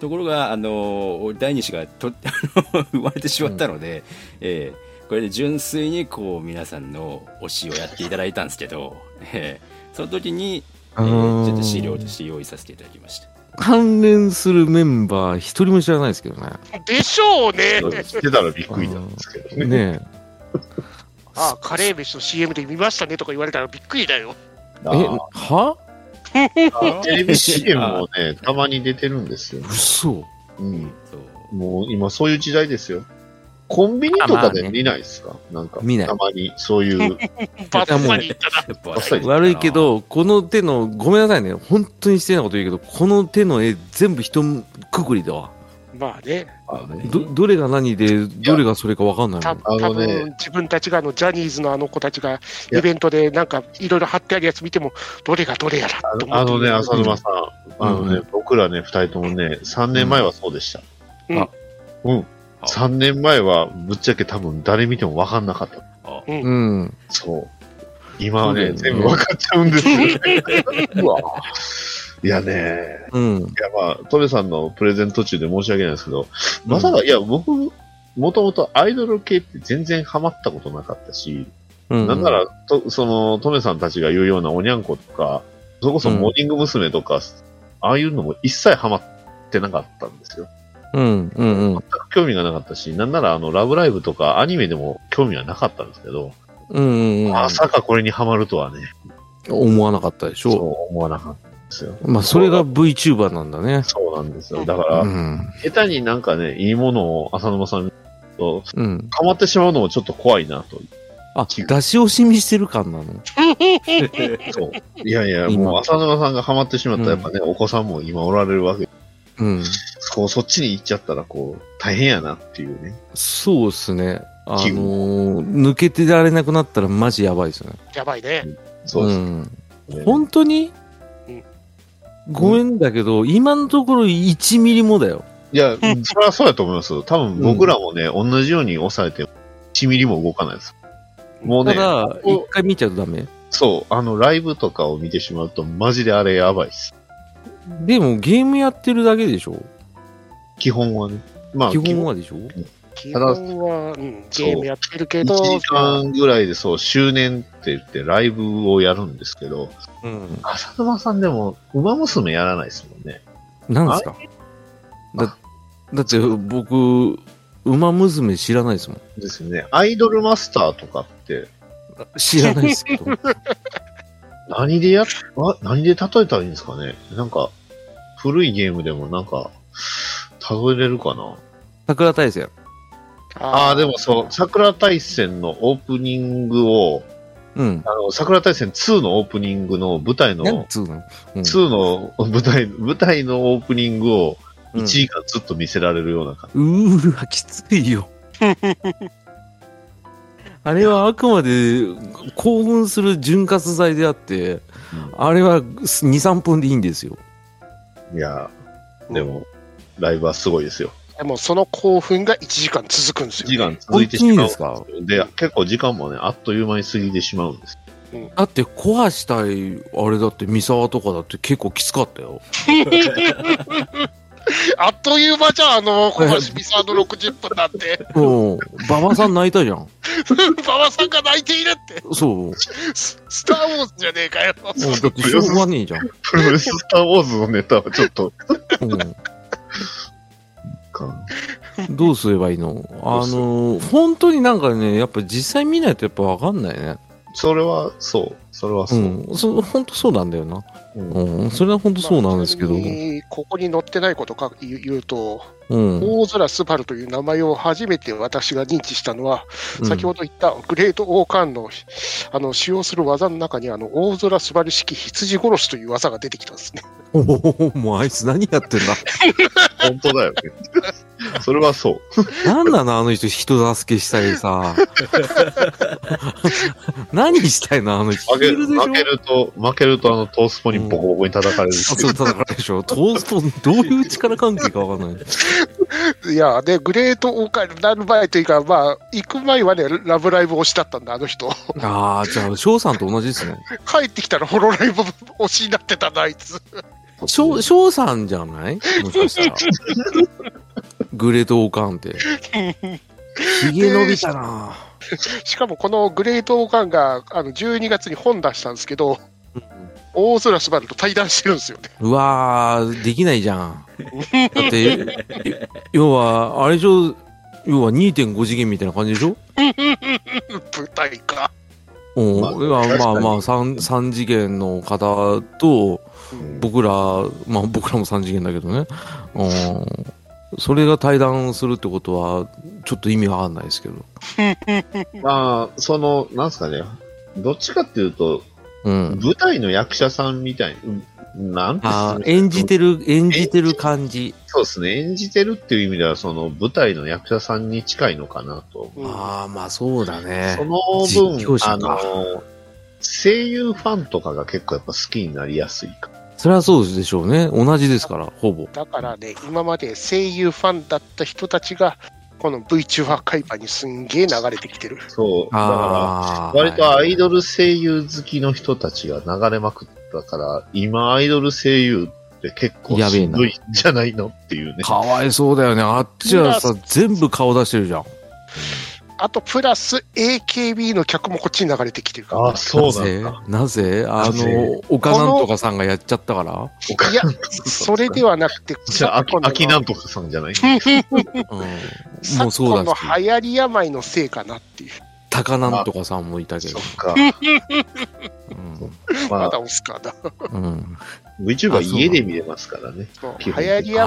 A: ところが、あの、第二子がと *laughs* 生まれてしまったので、えーこれで純粋に、こう、皆さんの推しをやっていただいたんですけど、えーその時に、えーちょっと資料として用意させていただきました。
D: 関連するメンバー一人も知らないですけどね。
B: でしょうね。
C: 知ってたらびっくりなんですけどね。
D: ね
B: あ、カレー飯の CM で見ましたねとか言われたらびっくりだよ。
D: え。え、
C: あ
D: は
C: あテレビ
A: *laughs*
C: CM もね、たまに出てるんですよ。
D: 嘘。
C: うん。
A: そう
C: もう今そういう時代ですよ。コンビニとか
D: あまあね
C: で見ないですか、なんか。
D: 見ない
C: たまにそう
D: *laughs*
C: いう。
B: バッサリ言ったな。
A: やっぱ
C: 遅い
D: 悪いけ、ど、この手の、ごめんなさいね。本当に失礼なこと言うけど、この手の絵全部一くくりだわ。
B: まあね、
C: あのね
D: ど、どれが何で、どれがそれかわかんないも
B: た
D: ん。
C: あ
B: 多
C: のね
B: 分自分たちがあのジャニーズのあの子たちが
C: いや
B: イベントでなんかいろいろ貼ってあるやつ見ても、どれがどれやらと思
C: あ
B: って
C: のね、浅沼さん。あのね、
D: う
C: 僕らね、二人ともね、3年前はそうでした。
B: うん
C: あうん。3年前は、ぶっちゃけ多分誰見ても分かんなかった。
D: うん。
C: そう。今はね、
D: そうだよ
C: 全
D: ね
C: 部分かっちゃうんですよ、ね。
D: *laughs*
C: うわいやね、
D: うん。
C: いやまあ、トメさんのプレゼント中で申し訳ないですけど、まさか、いや、僕、もともとアイドル系って全然ハマったことなかったし、
D: うん。
C: なんなら、と、その、トメさんたちが言うようなおにゃんことか、それこそモーニング娘。とか、ああいうのも一切ハマってなかったんですよ。
D: うん、うん、うん。
C: 全く興味がなかったし、なんならあの、ラブライブとかアニメでも興味はなかったんですけど、
D: うん、うん。うん
C: まさかこれにハマるとはね、
D: 思わなかったでし
C: そ
D: ょ。
C: う思わなかったんですよ。
D: まあ、それが VTuber なんだね。
C: そうなんですよ。だか
D: う
C: ら、
D: ん。
C: 下手になんかね、いいものを浅沼さんと、
D: うん。
C: ハマってしまうのもちょっと怖いなと。
D: あ、出し惜しみしてる感なの。 *laughs*
C: そう。いやいや、
D: 今
C: もう浅沼さんがハマってしまったら、やっぱね、お子さんも今おられるわけ
D: うん。
C: こう、そっちに行っちゃったら、こう、大変やなっていうね。
D: そうですね。あの
C: 器
D: ー抜けてられなくなったらマジやばいですね。
B: やばいね。
C: そうです
D: ん。
C: ね。
D: 本当に
B: うん
D: ごめんだけど、今のところ1ミリもだよ。
C: いや、それはそうやと思います。多分僕らもね、同じように抑えて、1ミリも動かないです。もう
D: た
C: ね、
D: だ、一回見ちゃうとダメ。
C: そう、あの、ライブとかを見てしまうと、マジであれやばいです。
D: でも、ゲームやってるだけでしょ
C: 基本はね。まあ、
D: 基本はでしょ
B: 基本は、うん、ゲームやってるけど、
C: 1時間ぐらいでそう、周年って言ってライブをやるんですけど、
D: うん。
C: 浅沼さんでも、馬娘やらないですもんね。
D: なんですかだだって、僕、馬娘知らないですもん。
C: ですよね。アイドルマスターとかって、
D: 知らないですけ
C: *laughs*
D: ど。
C: 何でやっ、あ何で例えたらいいんですかねなんか、古いゲームでもなんか、例えれるかな
D: 桜大戦。
C: ああー、でもそう、桜大戦のオープニングを、
D: うん。
C: あの、桜大戦2のオープニングの舞台
D: なん
C: の、
D: つうの、うん、
C: 2の舞台、舞台のオープニングを
D: うん
C: 1時間ずっと見せられるような感じ。
D: うーわ、きつ
C: *laughs*
D: いよ。あれはあくまで興奮する潤滑剤であって、あれは2、3分でいいんですよ。
C: いやー、でも、ライブはすごいですよ。
B: でもその興奮が1時間続くんですよ。
C: 時間続いてし
D: 本当に
C: まう
D: ですか
C: んですよ。で、結構時間もね、あっという間に過ぎてしまうん
D: *laughs*
C: です。
D: だって壊したい、あれだって三沢とかだって結構きつかっ
C: *laughs*
D: たよ。
B: あっという間じゃん、あの、小橋美さんの60分なんて、 *laughs*
D: うん。馬場さん泣いたじゃん。
B: 馬場さんが泣いているって、
D: そう。
B: ススター・ウォーズじゃねえかよ。
D: もうだってしょうがねえじゃん。
C: プロレススターウォーズのネタはちょっと、
D: う
C: か
D: ん、どうすればいいのあの、本当になんかね、やっぱ実際見ないとやっぱわかんないね。
C: それはそう。それは
D: う
C: そう。
D: ん。そ本当そうなんだよな。
C: うん
D: うん。それは本当そうなんですけど。
B: まあちなみにここに載ってないことか言う言うと、
D: うん。
B: 大空スバルという名前を初めて私が認知したのは、
D: うん
B: 先ほど言ったグレート・オーカーンのあの使用する技の中に、あの大空スバル式羊殺しという技が出てきたんですね。 *laughs*
D: おお、もうあいつ何やってんだ
C: 本当だよね。 *laughs* それはそう。
D: 何なのあの人人助けしたり
B: *laughs*
D: さ。何したいのあの人。
C: 負け
D: ヒールでしょ
C: 負けると、負けるとあのトースポにボコボコに叩かれるし、
D: そう、戦いでしょ。トースポン、どういう力関係かわかんない。
B: いや、で、グレート・オーカーンになる前というか、まあ、行く前はね、ラブライブ推しだったんだ、あの人。 *laughs*
D: ああ、じゃあ、翔さんと同じですね。
B: 帰ってきたらホロライブ推しになってたな、あいつ。
D: 翔、翔さんじゃないもしかした
B: *laughs*
D: ら。グレートオーカーンって。ひげ伸びたな
B: しかもこのグレート・オーカーンがあの12月に本出したんですけど、大空スバルと対談してるんですよね。
D: うわー、できないじゃ
C: *laughs*
D: ん。だって、要は、あれでしょ、要は2.5次元みたいな感じでしょ
B: 舞台か。
D: うん、
C: ま
D: ま
C: あ
D: あ、まあ
C: 確かに
D: まあ 3, 三次元の方と
B: うん
D: 僕ら、まあ僕らも3次元だけどね、うん、それが対談するってことはちょっと意味わかんないですけど、
C: まあ、その、なんすかね、どっちかっていうと、
D: うん、
C: 舞台の役者さんみたい、うんなんて
D: あー演じて
C: る。
D: る演じてる感じ
C: そうですね、演じてるっていう意味では、その舞台の役者さんに近いのかなと。
D: ああまあそうだね
C: その
D: 実況
C: 分、
D: 者
C: あ
D: か
C: の、声優ファンとかが結構やっぱ好きになりやすいか。
D: それはそうでしょうね同じですからほぼ
B: だからね、今まで声優ファンだった人たちが、この VTuber 海パにすんげえ流れてきてる。
C: そう。だから、
D: ああ
C: 割とアイドル声優好きの人たちが流れまくったから、今アイドル声優って結構
D: やべ
C: し
D: え
C: ん
D: な
C: どいんじゃないのっていうね。
D: かわいそうだよねあっちはさ全部顔出してるじゃん
B: あと、プラス AKB の客もこっちに流れてきてるか
C: ああ、そうなんだ。
D: なぜなぜあ
C: なぜ
D: の岡なんとかさんがやっちゃったから
B: ら。
D: *laughs*
B: いや、それではなくて、
C: じゃあ、
B: 昨
C: 秋
B: 今の
C: 秋なんとかさんじゃない
D: うんもう
B: 昨
D: そ
B: 今
D: うだ
B: の
D: し、
B: 流行り病のせいかなっていう。
D: 高なんとかさんもいたけ
C: そ
D: ど。
C: っか。
D: う
B: ま
C: ま
B: だ
C: あ、
B: オスカーだ。
D: ん。うん、
C: VTuber
D: あそう
C: 家で見れますからね。
B: そう
C: 基
B: 流
C: 本的
B: 行り病のせいで、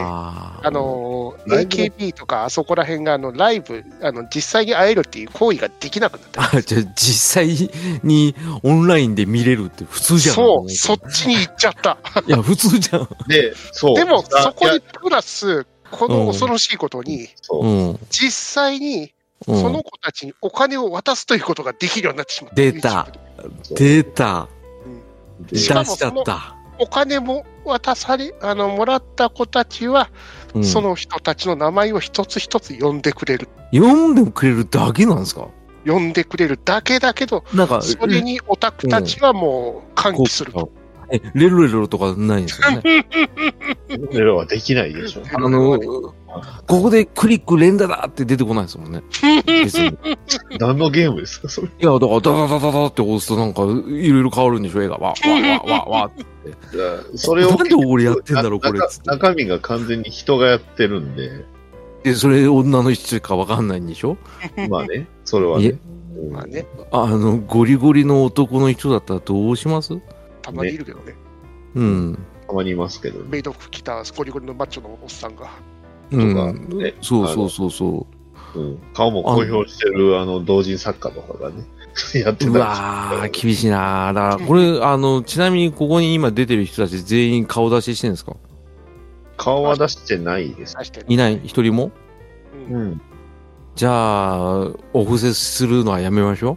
D: あー
B: あ、のー
C: ライブ
B: AKB とかあそこら辺があのライブあの実際に会えるっていう行為ができなくなった。
D: あじゃあ実際にオンラインで見れるって普通じゃん。
B: そう、そっちに行っちゃった。
D: いや、普通じゃん。
C: で、そう。
B: でも、
C: あ
B: そこ
C: い
B: に
C: や
B: プラス、この恐ろしいことに、
C: そうう。
D: ん。うん
B: 実際にその子たちにお金を渡すということができるようになってしまった。
D: 出た。出た。
C: で
D: 出しちゃった。
B: お金も渡され、あの、もらった子たちは、
D: うん
B: その人たちの名前を一つ一つ呼んでくれる。
D: 読んでもくれるだけなんですか
B: 呼んでくれるだけだけど、
D: なんか、
B: それにオタクたちはもう歓
D: こう
B: 喜すると。
D: え、レロレロとかないんですよね。
C: 俺らはできないでしょ。
D: あの、ここでクリック連打だって出てこないですもんね。別に。い
C: 何のゲームですかそれ。
D: や、だから、ダダダダダって押すとなんか、いろいろ変わるんでしょ、絵が。わ、わ、わ、わ、わって。
C: それを。
D: なんで俺やってんだろうこれ
C: な
D: つって
C: 中身が完全に人がやってるんで、
D: で、それ女の人かわかんないんでしょ
C: まあね、それはいね
D: え。
C: うん
B: まあね、
D: あの、ゴリゴリの男の人だったらどうします
B: たまにいるけどね。
D: うん。
C: たまにいますけどね。
B: メイド服着たゴリゴリのマッチョのおっさんが。
D: う
C: とか
D: ん
C: ね。
D: そうそうそうそ
C: うん顔も公表してる、あの、同人作家とかがね、 *laughs* やってたりして
D: う。うわー、厳しいなーだから、これ、あの、ちなみにここに今出てる人たち全員顔出ししてるんですか
C: 顔は出してないです。
B: 出してる
D: いない一人も
B: うん
C: うん。
D: じゃあ、お布施するのはやめましょ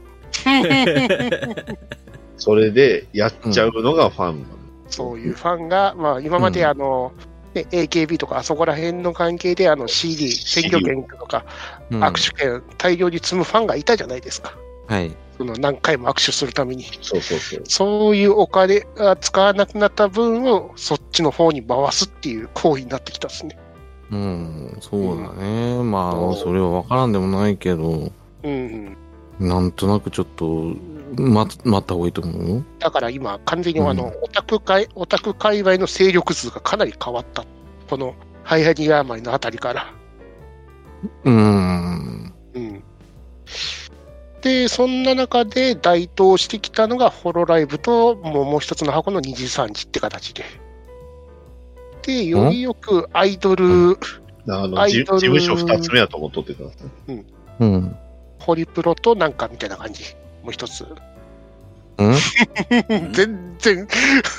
C: それで、やっちゃうのがファンなの。
B: そういうファンが、まあ、今ま
D: う
B: で
D: ん
B: あの、ね、AKB とかあそこら辺の関係であの CD、選挙権とか
D: う。うん
B: 握手券大量に積むファンがいたじゃないですか。
D: はい。
B: その何回も握手するために。
C: そうそうそう。
B: そういうお金が使わなくなった分をそっちの方に回すっていう行為になってきたですね。
D: うん、そうだね。ま
C: うん
D: あ、それは分からんでもないけど、
B: うん。
D: なんとなくちょっと、待つ待った方がいいと思うよ。
B: だから今、完全に
D: うん
B: あの、オタク界、オタク界隈の勢力図がかなり変わった。この、ハイハニヤーマイのあたりから。
D: うーん。
B: うん。で、そんな中で台頭してきたのが、ホロライブと、もうもう一つの箱の二次三次って形で。で、よりよくアイドル、
C: あの、
B: アイ
C: じ事
B: ドル
C: 務所二つ目やと思っとってください。
D: うん。ん
B: ホリプロとなんかみたいな感じ。もう一つ。全然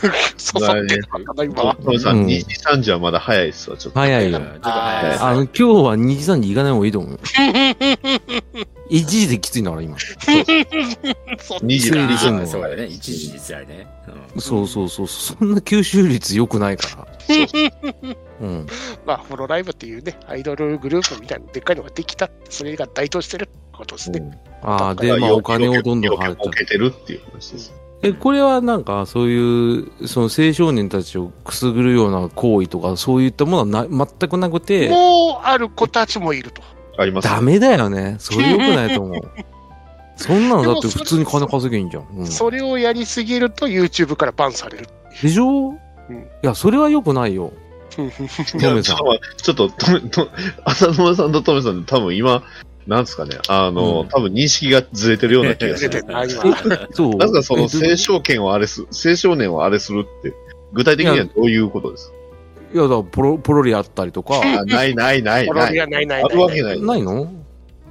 B: *laughs* 刺さってなかったな、今は。
C: トムさ、
D: うんん
C: 2時、3時はまだ早いっすわ、ちょっと。 *laughs*
D: 早
A: ち
D: い
A: ょ
D: よ
A: っ。と早いです
D: あの、今日は2時3時行かない方がいいと
C: *laughs*
D: 思うよ。一時できついんだから、今。
B: そ
C: 2時
D: 推理するの
A: そうだよね。一時実際ね。うん
D: そうそうそう。そんな吸収率良くないから。うん。
B: まあ、ホロライブっていうね、アイドルグループみたいなでっかいのができた、それが台頭してるってことですね。
D: ああ、で、まあ、お金をどんどん払っちゃう
C: 儲。けてるっていう話です。
D: え、これはなんか、そういう、その青少年たちをくすぐるような行為とか、そういったものはな全くなくて、
B: もうある子たちもいると。
C: あります
D: ダメだよね。それ良くないと思う。そんなのだって普通に金稼げんじゃん。うん、
B: それをやりすぎると YouTube からバンされる。
D: でしょ、
B: うん
D: いや、それは良くないよ。
C: いや
D: トメ
C: *laughs*
D: さん
C: ちょっとちょっと、トメ、トメ浅沼さんとトメさんで多分今、なんですかね、あの、
D: うん
C: 多分認識がずれてるような気がす
B: 出て
C: る。
B: んな、今。
D: そう。
C: なぜかその
D: えっと
C: 青少年をあれす、青少年をあれするって、具体的にはどういうことです
D: いや、だからポロ、ポロリあったりとか、
C: かあないないない
B: ホ
C: な
B: ロリ
C: い。
B: はないな
C: あ
B: いない
C: るわけ
B: ない。
C: ない。
D: ないの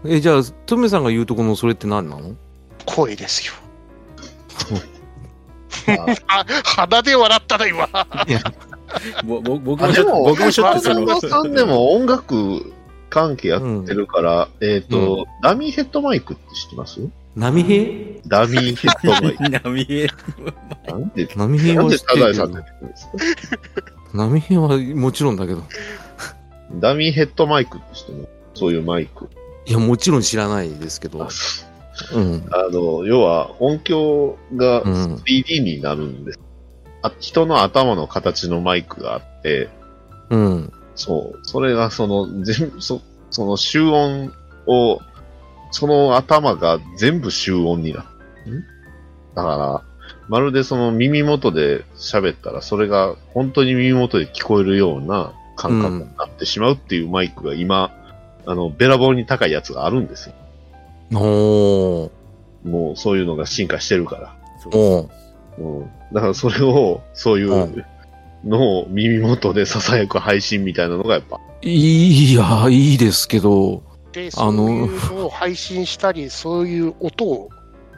D: え、じゃあ、トメさんが言うとこのそれって何なの
B: 声ですよ。
C: あ
B: あ、鼻で笑ったな、今。
A: ぼぼ僕
C: あ
A: もち
C: で
A: ょっと、
C: も、
A: 僕もちょっとそ
C: 浅
A: の
C: 沼さんでも音楽関係やってるから、えっと、ダミーヘッドマイクって知ってます
D: 波平
C: ダミーヘッドマイク。
A: 波江
C: なんで、
D: 波平
C: なん
D: は
C: で
D: 知って
C: サザエ
D: るけ
C: さ
D: ど
C: ん出てくるんですか
D: 波平はもちろんだけど。
C: ダミーヘッドマイクって知ってますそういうマイク。
D: いや、もちろん知らないですけど。うん。
C: あの、要は音響が
D: うん
C: 3D になるんです。あ人の頭の形のマイクがあって、
D: うん。
C: そう、それがその、全部、そその集音を、その頭が全部集音になる。んだから、まるでその耳元で喋ったら、それが本当に耳元で聞こえるような感覚になってしまうっていうマイクが今、あの、べらぼうに高いやつがあるんですよ。
D: おー。
C: もうそういうのが進化してるから。
D: おー。
C: うん。だからそれを、そういううのを耳元で囁く配信みたいなのがやっぱ、
D: いや、いいですけど。
B: で、そ
D: あ
B: う
D: の
B: いうのを配信したり、そういう音を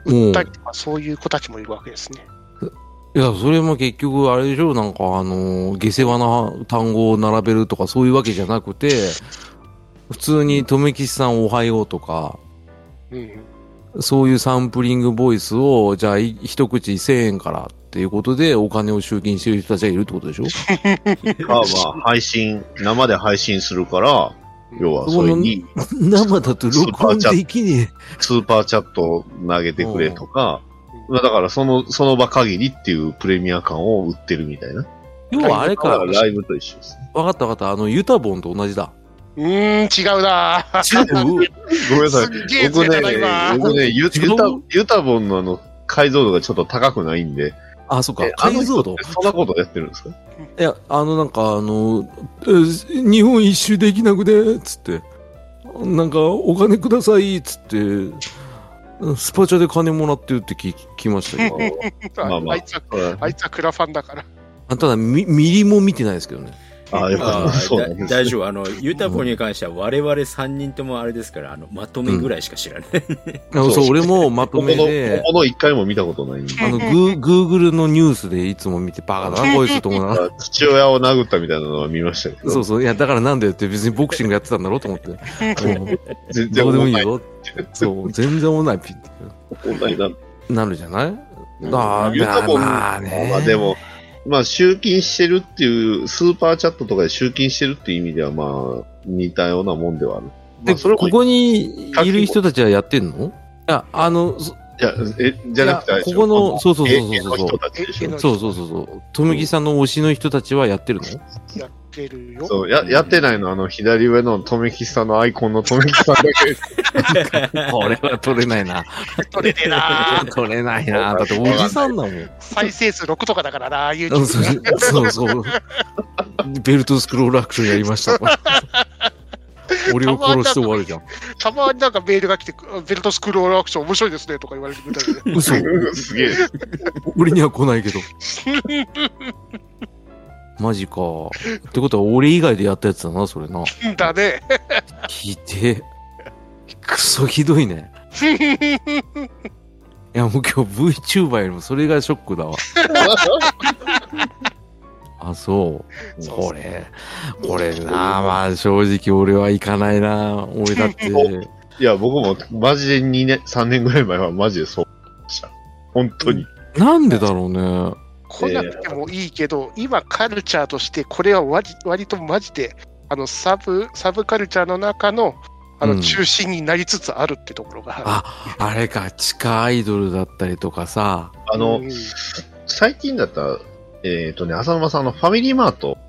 D: うん。
B: 売
D: い
B: った
D: や
B: り、とか、そういう子たちもいるわけですね。、
D: それも結局、あれでしょなんか、あの、下世話な単語を並べるとか、そういうわけじゃなくて、普通に、とめきしさんおはようとか、
B: うん。
D: そういうサンプリングボイスを、じゃあ、い一口1000円からっていうことで、お金を集金してる人たちがいるってことでしょ
C: まあまあ、配信、生で配信するから、要はそれに
D: *laughs* 生だと録音できね
C: スーパーチャットを投げてくれとか、まあだからその、その場限りっていうプレミア感を売ってるみたいな。
D: え。要はあれか、わ
C: だらライブと一緒ですね。
D: かったわかった、あの、ユタボンと同じだ。
B: うーん、違うなぁ。
D: 違う
C: ごめんなさい
B: す。っげえ
C: 僕
B: ずれた
C: ね
B: な、今。
C: 僕ね、ユ
D: 自分
C: ユタユタボンのあの、解像度がちょっと高くないんで、
D: あ、そうか
C: え、あの
D: 解像度。
C: そんなことやってるんです
D: *laughs*
C: か
D: いや、あの、なんか、あの、えー日本一周できなくて、つって、なんか、お金ください、つって、スパチャで金もらってるって聞き聞きましたけど、
C: まあまあ
B: あいつは、あいつはクラファンだから。
D: あただ、みミリも見てないですけどね。
C: ああ、よか
A: あ
C: っ
A: ー
C: た。*laughs* そうな
A: だ
C: んですね
A: 大丈夫。あの、ユタボに関しては我々3人ともあれですから、あの、まとめぐらいしか知らない。
D: あの
C: そう
D: そう、俺もまと
C: ここ
D: め
C: の、
D: で
C: *laughs* こ、この一回も見たことないんで。
D: あの、ググーグルのニュースでいつも見て、バカだな、こいつと思うな。
C: 父親を殴ったみたいなのは見ましたけど、
D: そうそう、いや、だからなんだよって、別にボクシングやってたんだろうと思って。うん
C: 全然
D: どうでもいい
C: 重た
D: よ。そう、全然おもんない、ピッ
C: 重たいな。
D: てなるじゃないあー
C: ユタボン
D: まあね
C: まあでも、まあ集金してるっていう、スーパーチャットとかで集金してるっていう意味では、まあ、似たようなもんではある。ま
D: で、
C: あ、それも
D: ここにいる人たちはやってんのいや、あの、そ
C: いやえじゃなくてあれでしょ、
D: ここのそうそうそうそう
C: あの
D: そう
C: 絵の人たちでしょ
B: 絵の
D: そうそうそうそう、とむぎさんの推しの人たちはやってるの
B: やってるよ。
C: そうや、やってないの、あの、左上のとめきさんのアイコンのとめきさんだけ。
D: *laughs* これは取れないな。
B: 取れてえなぁ
D: 取れないな。だっておじさんだもん。
B: 再生数6とかだからなぁ、
D: そう
B: YouTube。
D: そうそう。ベルトスクロールアクションやり
C: *laughs*
D: ました。俺を殺して終わるじゃん。
B: たまになんかメールが来て、ベルトスクロールアクション面白いですねとか言われてくれたりね
D: 嘘。
C: すげえ。
D: 俺には来ない
C: *laughs*
D: けど。マジか。ってことは俺以外でやったやつだな、それな。
B: だね。
D: ひでえ。クソひどいね。いや、もう今日 VTuber よりもそれがショックだわ。あ、そう。これ、これなあ、まあ正直俺は行かないな俺だ *laughs* って。
C: いや、僕もマジで2年、3年ぐらい前はマジでそうでした。本当に。
D: なんでだろうね。
B: 来なくてもいいけど、今カルチャーとして、これは割割とマジで、あのサブ、サブカルチャーの中の、あ
D: う
B: の、
D: ん
B: 中心になりつつあるってところが。
D: あ、あれか、地下アイドルだったりとかさ。
C: あの、
B: うん
C: 最近だったら、えっ、とね、浅沼さんのファミリーマート、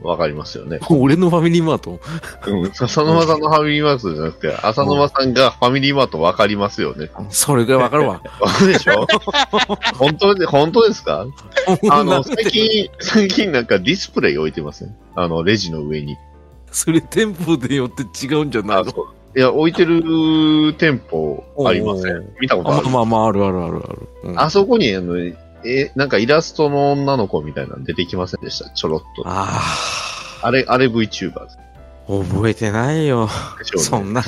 C: わかりますよね。
D: 俺のファミリーマート。
C: うん、浅沼さんのファミリーマートじゃなくて、浅沼さんがファミリーマートわかりますよね。
D: それぐらいわか *laughs* るわ。
C: わかるでしょ本当で、本当ですかあ
D: な
C: の、
D: んで
C: 最近、最近なんかディスプレイ置いてませんあの、レジの上に。
D: *laughs* それ店舗でよって違うんじゃないの
C: いや、置いてる店舗ありませ
D: お
C: ん見たことあ
D: あ
C: る。
D: まあまあ、あるあるあるある。うん
C: あそこに、あの、え、なんかイラストの女の子みたいなの出てきませんでしたちょろっと。
D: あ
C: あれ、あれ VTuber
D: ー覚えてないよ。
C: でしょ
D: そう
C: ね。
D: んな。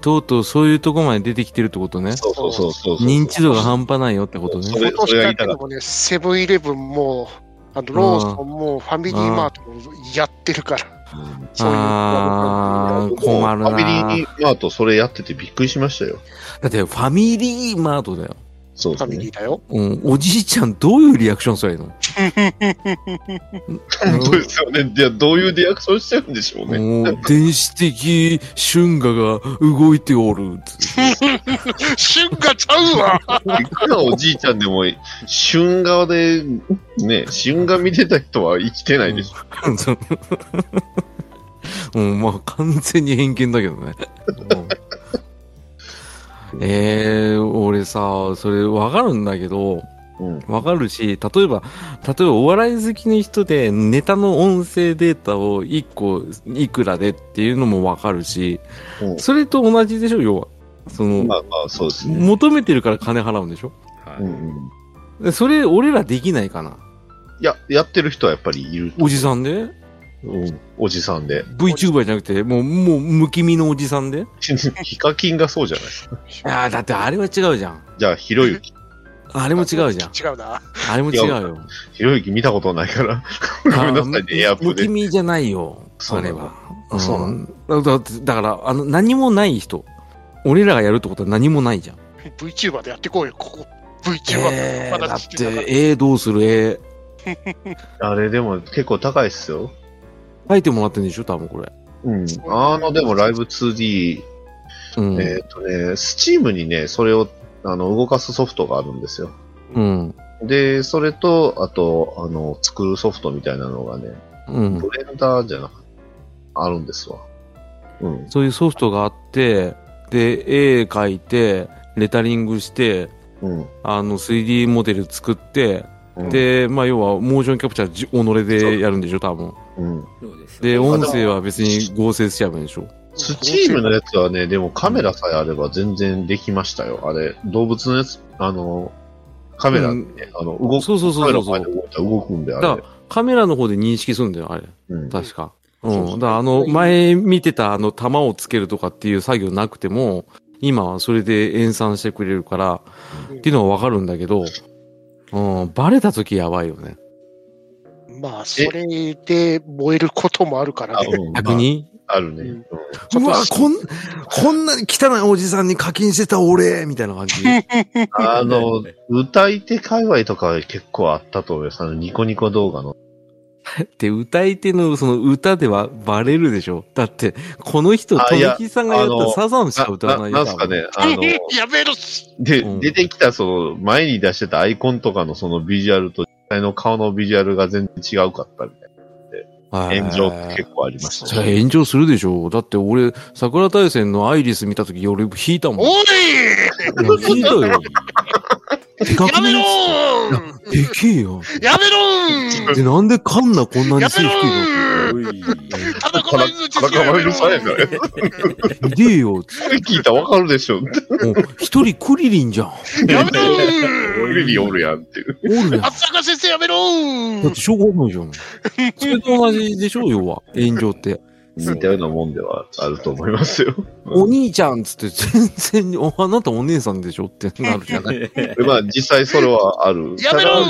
D: とうとうそういうとこまで出てきてるってことね。
C: そうそうそうそうそう。
D: 認知度が半端ないよってこと
C: そ
D: ね。
C: れ
B: 今
C: そ
B: 年
C: れが言
B: だ
C: い
B: けで
C: たかった
B: もね、セブンイレブンも、あのローソンも、ファミリーマートもやってるから、
C: うん
B: そういう。
D: あー
C: 僕も
D: 困るな
C: ファミリーマート、それやっててびっくりしましたよ。
D: だってファミリーマートだよ。
C: そう
B: フ
C: で
B: ァ
C: す
B: ミ
C: ね
B: リー。だよ。
D: うん、おじいちゃんどういうリアクションすればいいの
C: 本当ですよね。いや、どういうリアクションしてるんでしょうね。
D: もう電子的春画が動いておる。 *laughs*
B: 旬がちゃうわ
C: いくらおじいちゃんでも、春画で、ね、春画見てた人は生きてないでしょ。
D: うん、まあ完全に偏見だけどね。
C: *laughs*
D: うんえー、俺さ、それわかるんだけど、
C: うん。
D: わかるし、例えば、例えばお笑い好きの人でネタの音声データを1個いくらでっていうのもわかるし、
C: うん
D: それと同じでしょ、要は。その、
C: まあまあ、そうですね。
D: 求めてるから金払うんでしょ
A: はい
C: うんうん。
D: でそれ、俺らできないかない
C: や、やってる人はやっぱりいる。
D: おじさんで
C: うん。おじさんで。
D: ?VTuber じゃなくて、もう、もう、むきみのおじさんで
C: ヒカキンがそうじゃないですか。
D: ああ、だってあれは違うじゃん。
C: じゃあ、ひろゆき。
D: あれも違うじゃん。
B: 違うな。
D: あれも違うよ。
C: ひろゆき見たことないから。 *laughs* ごめんなさいね、エアップ
D: むき
C: で。
D: みじゃないよ。
C: そ
D: あ
C: うな
D: れ
C: の
D: は。
C: そうな
D: うんだだだから、あの、何もない人。俺らがやるってことは何もないじゃん。
B: VTuber でやってこうよ、ここ。
D: え
B: VTuber
D: ー、
B: の
D: だっ
B: 話して
D: て
B: たから、
D: えー、どうするえ
C: あれでも結構高いっすよ。
D: ー、書いてもらってんでしょ多分これ。
C: うん。あの、でもライブ 2D、
D: うん。
C: えっ、とね、スチームにね、それをあの動かすソフトがあるんですよ。
D: うん。
C: で、それと、あと、あの、作るソフトみたいなのがね、
D: うん
C: ブ。レンダーじゃなくあるんですわ。うん。
D: そういうソフトがあって、で、絵描いて、レタリングして、
C: うん。
D: あの、3D モデル作って、
C: うん、
D: で、まあ、要は、モーションキャプチャーじ、己でやるんでしょ多分。
C: うん。
A: そうです
D: で、音声は別に合成しちゃえばいいんでしょ
C: スチームのやつはね、でもカメラさえあれば全然できましたよ。あれ、動物のやつ、あの、カメラ、
D: うん
C: あの、動く、
D: そうそうそ
C: カ
D: う
C: メ
D: そ
C: ラ
D: う
C: 前
D: そ
C: で
D: う。
C: 動いたら動くんで、あ
D: だ
C: れ。
D: から、カメラの方で認識するんだよ、あれ。
C: うん。
D: 確か。
C: そうそう
D: うん。だから、あの、前見てた、あの、弾をつけるとかっていう作業なくても、今はそれで演算してくれるから、っていうのはわかるんだけど、うん、バレた時やばいよね。
B: まあ、それで燃えることもあるから
C: あ
B: ね。
C: うん
D: 逆に、
C: まああるね。
B: う
C: うんん
D: うわ、
B: 今
D: こん、こんなに汚いおじさんに課金してた俺みたいな感
C: *laughs*
D: じ。
C: あの、歌い手界隈とか結構あったと思います。あの、ニコニコ動画の。
D: *laughs* で、歌い手のその歌ではバレるでしょ。だって、この人、
C: あ
D: と
C: いや
D: めきさんがやっ
C: あ
D: た
C: の
D: サザンしか歌わないよ
C: ななんすか。ね、あの、
B: やめろ
C: で、
D: うん
C: 出てきた、その、前に出してたアイコンとかのそのビジュアルと、実際の顔のビジュアルが全然違うかったみたい
D: 多分
C: な。炎上って結構ありました
D: それ炎上するでしょ。だって俺、桜大戦のアイリス見た時俺引いたもん。
B: おい
D: 引いたよ。
B: やめろ
D: でけえよ。
B: やめろ
D: で、なんでカンナこんなに
B: や
D: 背低
B: め
D: い
B: ろ
A: おい
B: ただこの命しかやめろ
D: のひでえよ。
C: それ聞いたらわかるでしょ。
D: もう一人クリリンじゃん。
B: やめろ
C: テレビおるやんっていう。
D: おるやん。だ
B: あっさか先生やめろ
D: ってしょうがないじゃん。それと同じでしょ、要は。炎上って。
C: 似たようなもんではあると思います
D: *laughs*
C: よ。
D: お兄ちゃんっつって全然、おあなたお姉さんでしょってなるじゃない。
C: でまあ実際それはある。
B: やめろ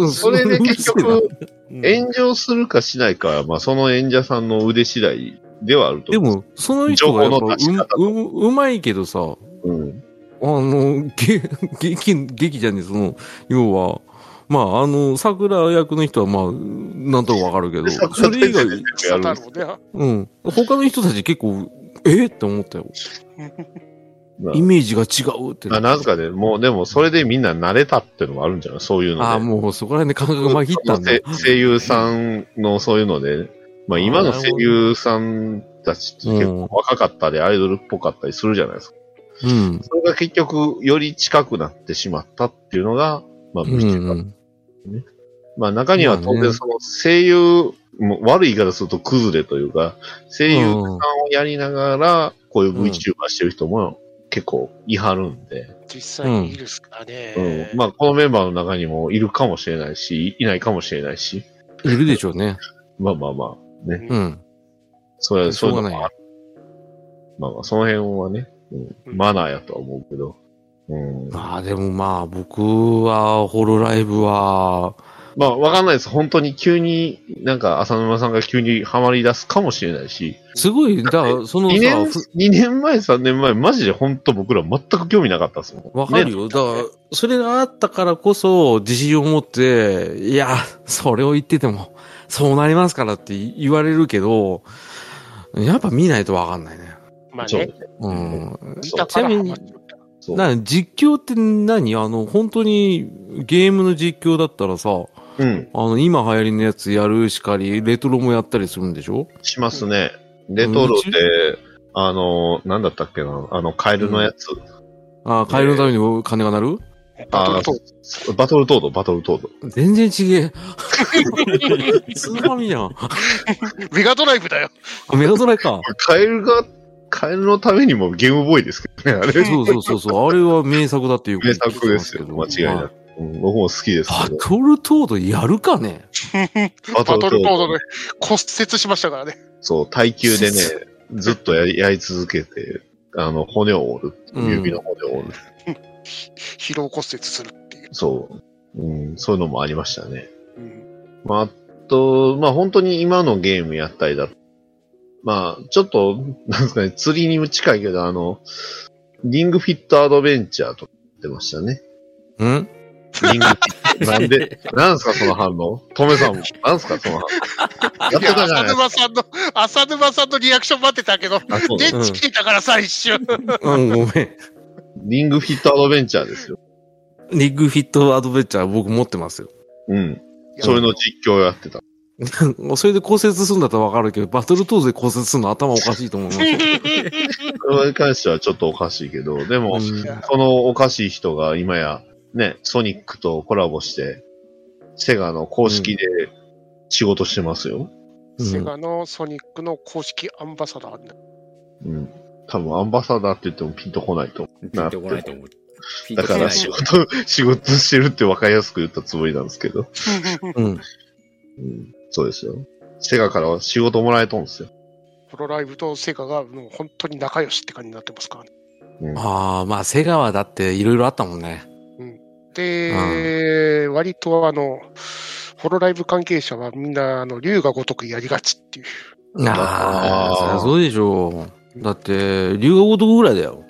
D: うん
C: それで結
D: うる
C: 局、
D: せえな
C: 炎上するかしないかは、まあその演者さんの腕次第ではあると
D: で
C: 思う。
D: も、その人がやっぱ
C: 情報の出し方と
D: う、う、うまいけどさ、あ
C: でも、うん。
D: の、げ、劇、劇じゃねえ、その、要は、まあ、あの、桜役の人は、まあ、なんとかわかるけど、それ以外、
B: やめろ
D: うん。他の人たち結構、えって
C: *laughs*
D: 思ったよ。
C: まあ
D: イメージが違うってな
C: あなぜかね、もうでもそれでみんな慣れたってのもあるんじゃないそういうので。
D: ああ、もうそこら辺で感覚がまひったんだ。
C: せ声優さんのそういうので、まあ今の声優さんたちって結構若かったりアイドルっぽかったりするじゃないですか。
D: うん。
C: それが結局より近くなってしまったっていうのが、まあ、
D: うんうん。
C: まあ中には当
D: まあね
C: 然その声優、もう悪い言い方すると崩れというか、声優さんをやりながら、こういう VTuber してる人も結構いはるんで、
B: 実際にいるっすからね
C: うん。まあこのメンバーの中にもいるかもしれないし、いないかもしれないし、
D: いるでしょうね。
C: まあまあまあ、ね。
D: うん。
C: それは、
D: しょ
C: そう
D: う
C: い
D: が
C: う
D: な
C: の
D: い
C: もある。まあまあ、その辺はね、う
B: うん
C: ん、マナーやとは思うけど。うん、ま
D: まあでもまあ僕は、ホロライブは、
C: あ、わかんないです。本当に急に、なんか、浅沼さんが急にハマり出すかもしれないし、
D: すごい、だからその
C: 2年
D: さ、、
C: 二年前、3年前、マジで本当僕ら全く興味なかったですもん。
D: わかる
C: ね
D: よ。だから、それがあったからこそ、自信を持って、いや、それを言ってても、そうなりますからって言われるけど、やっぱ見ないとわかんないね。
B: まあ
C: そう
B: ね、
D: うん。
B: 見たからハマっちゃった。
C: そう
D: だから実況って何あの、本当にゲームの実況だったらさ、
C: うん、
D: あの、今流行りのやつやるしかり、レトロもやったりするんでしょ
C: しますね。レトロで、あの、なんだったっけな、あの、カエルのやつ。
D: ああ、カエルのためにも金が鳴る、
B: バトル
C: バトルトード、バトルトード。
D: 全然ちげ *laughs* え。スーファミじゃん。
B: トメガドライブだよ。
D: あメガドライか。
C: カエルが、カエルのためにもゲームボーイですけどね、あれ。
D: そうそうそうそう。あれは名作だっていう
C: 名作ですよ、間違いな
D: く。
C: く。うん僕も好きです
D: バ
C: けど。
D: トルトードやるかね
B: バ
C: バ
B: トル
C: ト
B: コー
C: と
B: ドで骨折しましたからね。
C: そう、耐久でね、ずっとやりやり続けて、あの、骨を折る。
D: うん
C: 指の骨を折る。
B: 疲労骨折するっていう。
C: そう、うん。そういうのもありましたね。
B: うん
C: まあ、あと、まあ本当に今のゲームやったりだまあ、ちょっと、なんですかね、釣りに近いけど、あの、リングフィットアドベンチャーとか言ってましたね。
D: うん
C: リングフィット。なん
D: *laughs*
C: で、なんすかその反応トメさんも。なんすかその反応。やってたじゃ
B: 浅
C: ない
B: 沼さんの、浅沼さんのリアクション待ってたけど、
C: あそう
B: 電池切れたからさ、一瞬。
D: うん、ごめん。
C: リングフィットアドベンチャーですよ。
D: リッグフィットアドベンチャー僕持ってますよ。 *laughs*
C: うん。 *laughs* それの実況やってた。
D: それで骨折するんだったらわかるけど、バトルトーズで骨折するの頭おかしいと思いますよ。
C: それに関してはちょっとおかしいけど、でも、
D: うん
C: *laughs* そのおかしい人が今や、ね、ソニックとコラボして、セガの公式で仕事してますよ。
D: うん
B: セガのソニックの公式アンバサダーね。
C: うん。多分アンバサダーって言ってもピンとこないと思う。
A: ピンとこないと思う。ピン
C: だ
A: とこ
C: か
A: な
C: ら
A: い
C: 仕事、 *laughs* 仕事してるって分かりやすく言ったつもりなんですけど。
D: *laughs* うん。
C: うん。そうですよ。セガからは仕事もらえとんですよ。
B: プロライブとセガがもう本当に仲良しって感じになってますからね。
C: うん。
D: ああ、まあ、セガはだっていろいろあったもんね。
B: で、割とあの、ホロライブ関係者はみんな、あの、竜が如くやりがちっていう。
D: ああ、
C: あー
D: そりゃそうでしょう。だって、留学男ぐらいだよ。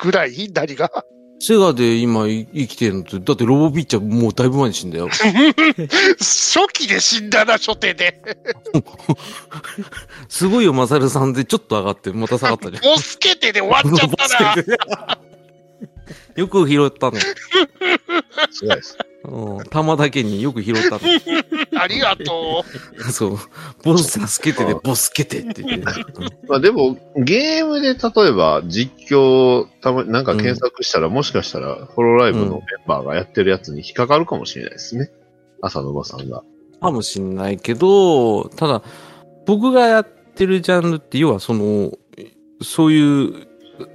B: ぐらい、ダリが。
D: セガで今い生きてるのって、だってロボピッチャーもうだいぶ前に死
C: *laughs*
D: んだよ。
B: 初期で死んだな、初手で。
D: すごいよ、マサルさんでちょっと上がって、また下がったじゃん。
B: ボスケテで終わっちゃったな。
D: よく拾った
C: *laughs*
D: ね。
C: すご
A: *laughs*
C: いです。
D: うん、玉だけによく
C: *laughs*
D: 拾ったね。
B: ありがとう。
D: そう。ボス助けてで、ボスケてって言って。
C: まあでも、ゲームで例えば実況、たまなんか検索したら、もしかしたら、ホロライブのメンバーがやってるやつに引っかかるかもしれないですね。浅沼さんが。
D: かもしんないけど、ただ、僕がやってるジャンルって、要はその、そういう、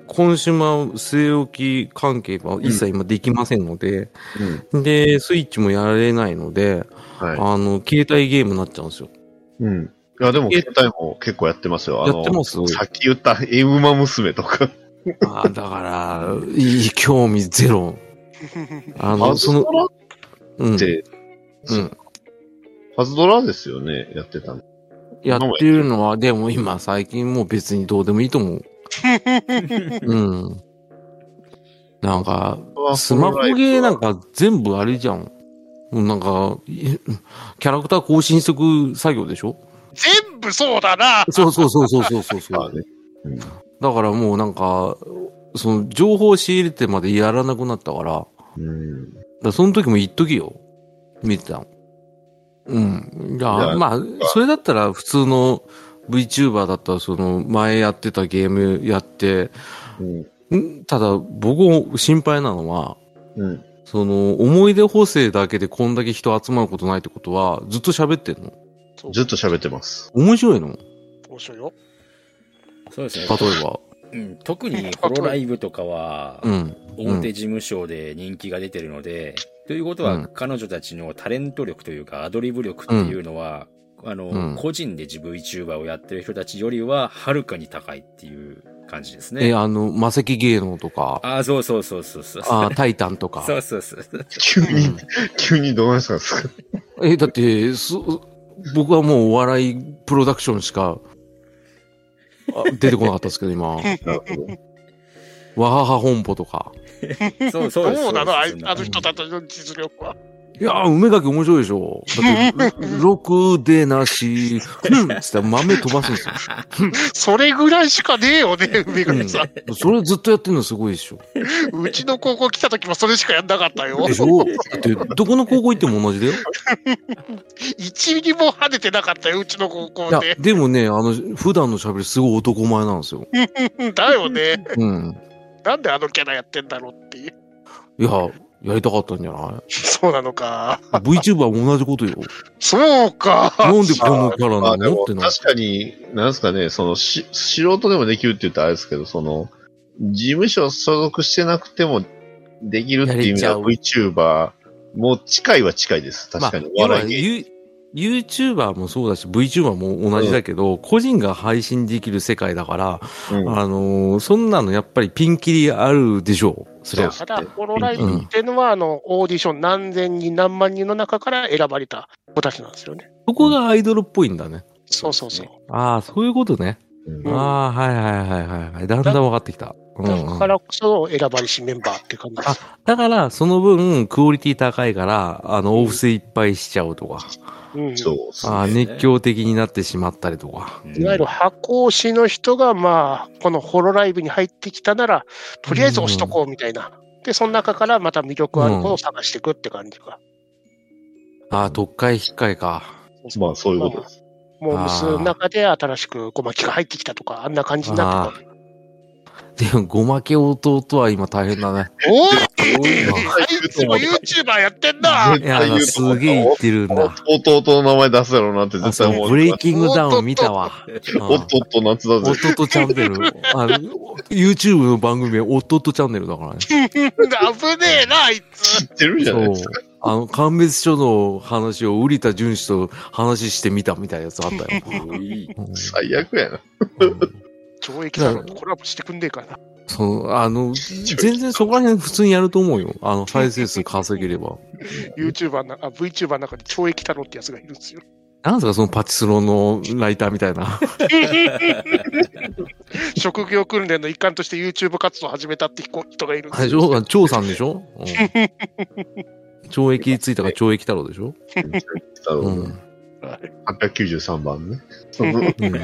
D: コンシューマー据え置き関係は一切今できませんので、
C: うん。
D: で、スイッチもやれないので、
C: はい。
D: あの、携帯ゲームになっちゃうんですよ。
C: うん。いや、でも、
D: え
C: 携帯も結構やってますよ。あの、
D: やってます
C: さっき言った、エウマ娘とか。
D: あーだから、いい興味ゼ
C: *laughs*
D: ロ。あの、
C: パズ
D: そ
C: ド
D: の、
C: ラ
D: うん
C: っ、て、
D: うん。
C: パズドラですよね、やってたの。
D: やってるのは、でも今最近もう別にどうでもいいと思 *laughs* う。うん。なんか、スマホゲーなんか全部あれじゃん。もうなんか、いキャラクター更新してく作業でしょ
B: 全部そうだな。
D: そうそうそうそうそうそうそ
C: まあ
D: う。
C: ね。
D: *laughs* だからもうなんか、その情報を仕入れてまでやらなくなったから、だか
C: うん。
D: らその時も一時よ。見てたの。うん。じ
C: い
D: ゃあ、
C: や
D: まあ、それだったら普通の VTuber だったらその前やってたゲームやって、
C: うん。
D: んただ僕心配なのは、
C: うん。
D: その、思い出補正だけでこんだけ人集まることないってことは、ずっと喋ってんの
B: そう
C: ずっと喋ってます。
D: 面白いの例
B: 面白いよ。
A: そうですね
D: え。ば。
A: うん特にホロライブとかは
D: う、ん。
A: 表事務所で人気が出てるので、ということ
D: う
A: は
D: ん
A: 彼女たちのタレント力というかアドリブ力っていうのは、あの、
D: うん
A: 個人で自分 VTuber をやってる人たちよりははるかに高いっていう感じです
D: え、
A: ね。
D: あの、魔石芸能とか、
A: ああ、そうそうそうそうそう。
D: あタイタンとか。
A: そうそうそう。
C: 急
D: う
C: に、 *laughs* 急にどうしたんですか *laughs*
D: んえ、だって、そ僕はもうお笑いプロダクションしか、あ出てこなかったですけど、 *laughs* 今。
C: なるほど。
D: わはは本舗とか。
A: そうそう
B: ど
A: です
B: うなのあい
A: そうです
B: あの人たちの実力は。
D: いやー、梅だけ面白いでしょ。だ *laughs* って、ろくでなし、 *laughs* うんっつって豆飛ばすんですよ。
B: それぐらいしかねえよね、梅
D: う
B: 谷さん。
D: ん。 *laughs* それずっとやってるのすごいでしょ。
B: うちの高校来た時もそれしかやんなかったよ
D: で。しょだって、どこの高校行っても同じだ *laughs* よ。
B: 一ミリも跳ねてなかったよ、うちの高
D: い
B: 校
D: や
B: で、。
D: でもね、あの、普段の喋りすごい男前なんですよ。
B: だよね。
D: *laughs* うん。
B: なんであのキャラやってんだろうっていう。
D: いや、やりたかったんじゃな
B: そうなのか。
D: い ?VTuber も同じこと *laughs* よ。
B: そうか。
D: なんでこのキャ
C: ま
D: ラ
C: あ
D: な
C: で
D: の
C: も、
D: ってな。
C: 確かに、なんですかね、その、し、素人でもできるって言ったらあれですけど、その、事務所所属してなくてもできるっていう意味では
D: や
C: VTuber、もう近いは近いです。
D: まあ
C: 確かに。、お
D: 要は
C: 笑い芸人。
D: ユー YouTuber もそうだし、VTuber も同じだけど、個人が配信できる世界だから、
C: うん
D: あのーそんなのやっぱりピンキリあるでしょう。そりゃ
C: そ
B: ただ、ホロライブっていうのは、あの、オーディション何千人、何万人の中から選ばれた子たちなんですよね。
D: そこがアイドルっぽいんだね。
B: そうそうそう。
D: ああ、そういうことね。
C: うん
B: うん
D: ああ、はいはいはいはいはい。だんだん分かってきた。うんうん
B: だからこそ選ばれしメンバーっていう感じです。
D: だから、その分、クオリティ高いから、あの、オフセいっぱいしちゃうとか、
B: うん、
C: そう
B: い
C: っすね
D: あー熱狂的になってしまったりとか。
A: うん
B: わゆる箱推しの人が、まあ、このホロライブに入ってきたなら、とりあえず押しとこうみたいな。で、その中からまた魅力あることを探していくって感じか。
D: ああ、特会引っかいか。
C: まあ、そういうことです。
B: もう無数の中で新しくゴマキが入ってきたとか、あんな感じになってくる。
D: でも、ごまけ弟は今大変だね。
B: おい
C: あ
B: あいつも YouTuber やってん *laughs* な
D: うんいや、すげえ言ってるんだ。
C: 弟の名前出すだろうなって
D: あ
C: 絶対
D: そう
C: 思
D: ブ
C: う
D: レ。イキングダウン見たわ。
C: おっとっと夏だ
D: うん
C: ぜ。
D: 弟チャンネル。あの YouTube の番組は弟チャンネルだからね。
B: 危ねえな、あい
C: 知
B: つ。
C: ってるじゃない
D: そ
C: で
D: う
C: すか。。
D: あの、鑑別所の話を瓜田淳史と話してみたみたいなやつあったよ。
A: おい
D: うん
C: 最悪やな。
D: うん
B: 上益さんとコラボしてくんねえかな。
D: その、あの、全然そこら辺普通にやると思うよ。あの、再生数稼げれば。
B: YouTuber な、あ VTuber の中で懲役太郎ってやつがいるんですよ。
D: なんすか、そのパチスロのライターみたいな。 *laughs*
B: 職業訓練の一環として YouTube 活動を始めたって人がいるんで
D: あ
B: す
D: れでし
B: よ。
D: ょ張さんでしょ、うん懲役ついたから懲役太郎でしょうん。
C: 893番
D: *laughs*
C: ね。
D: うん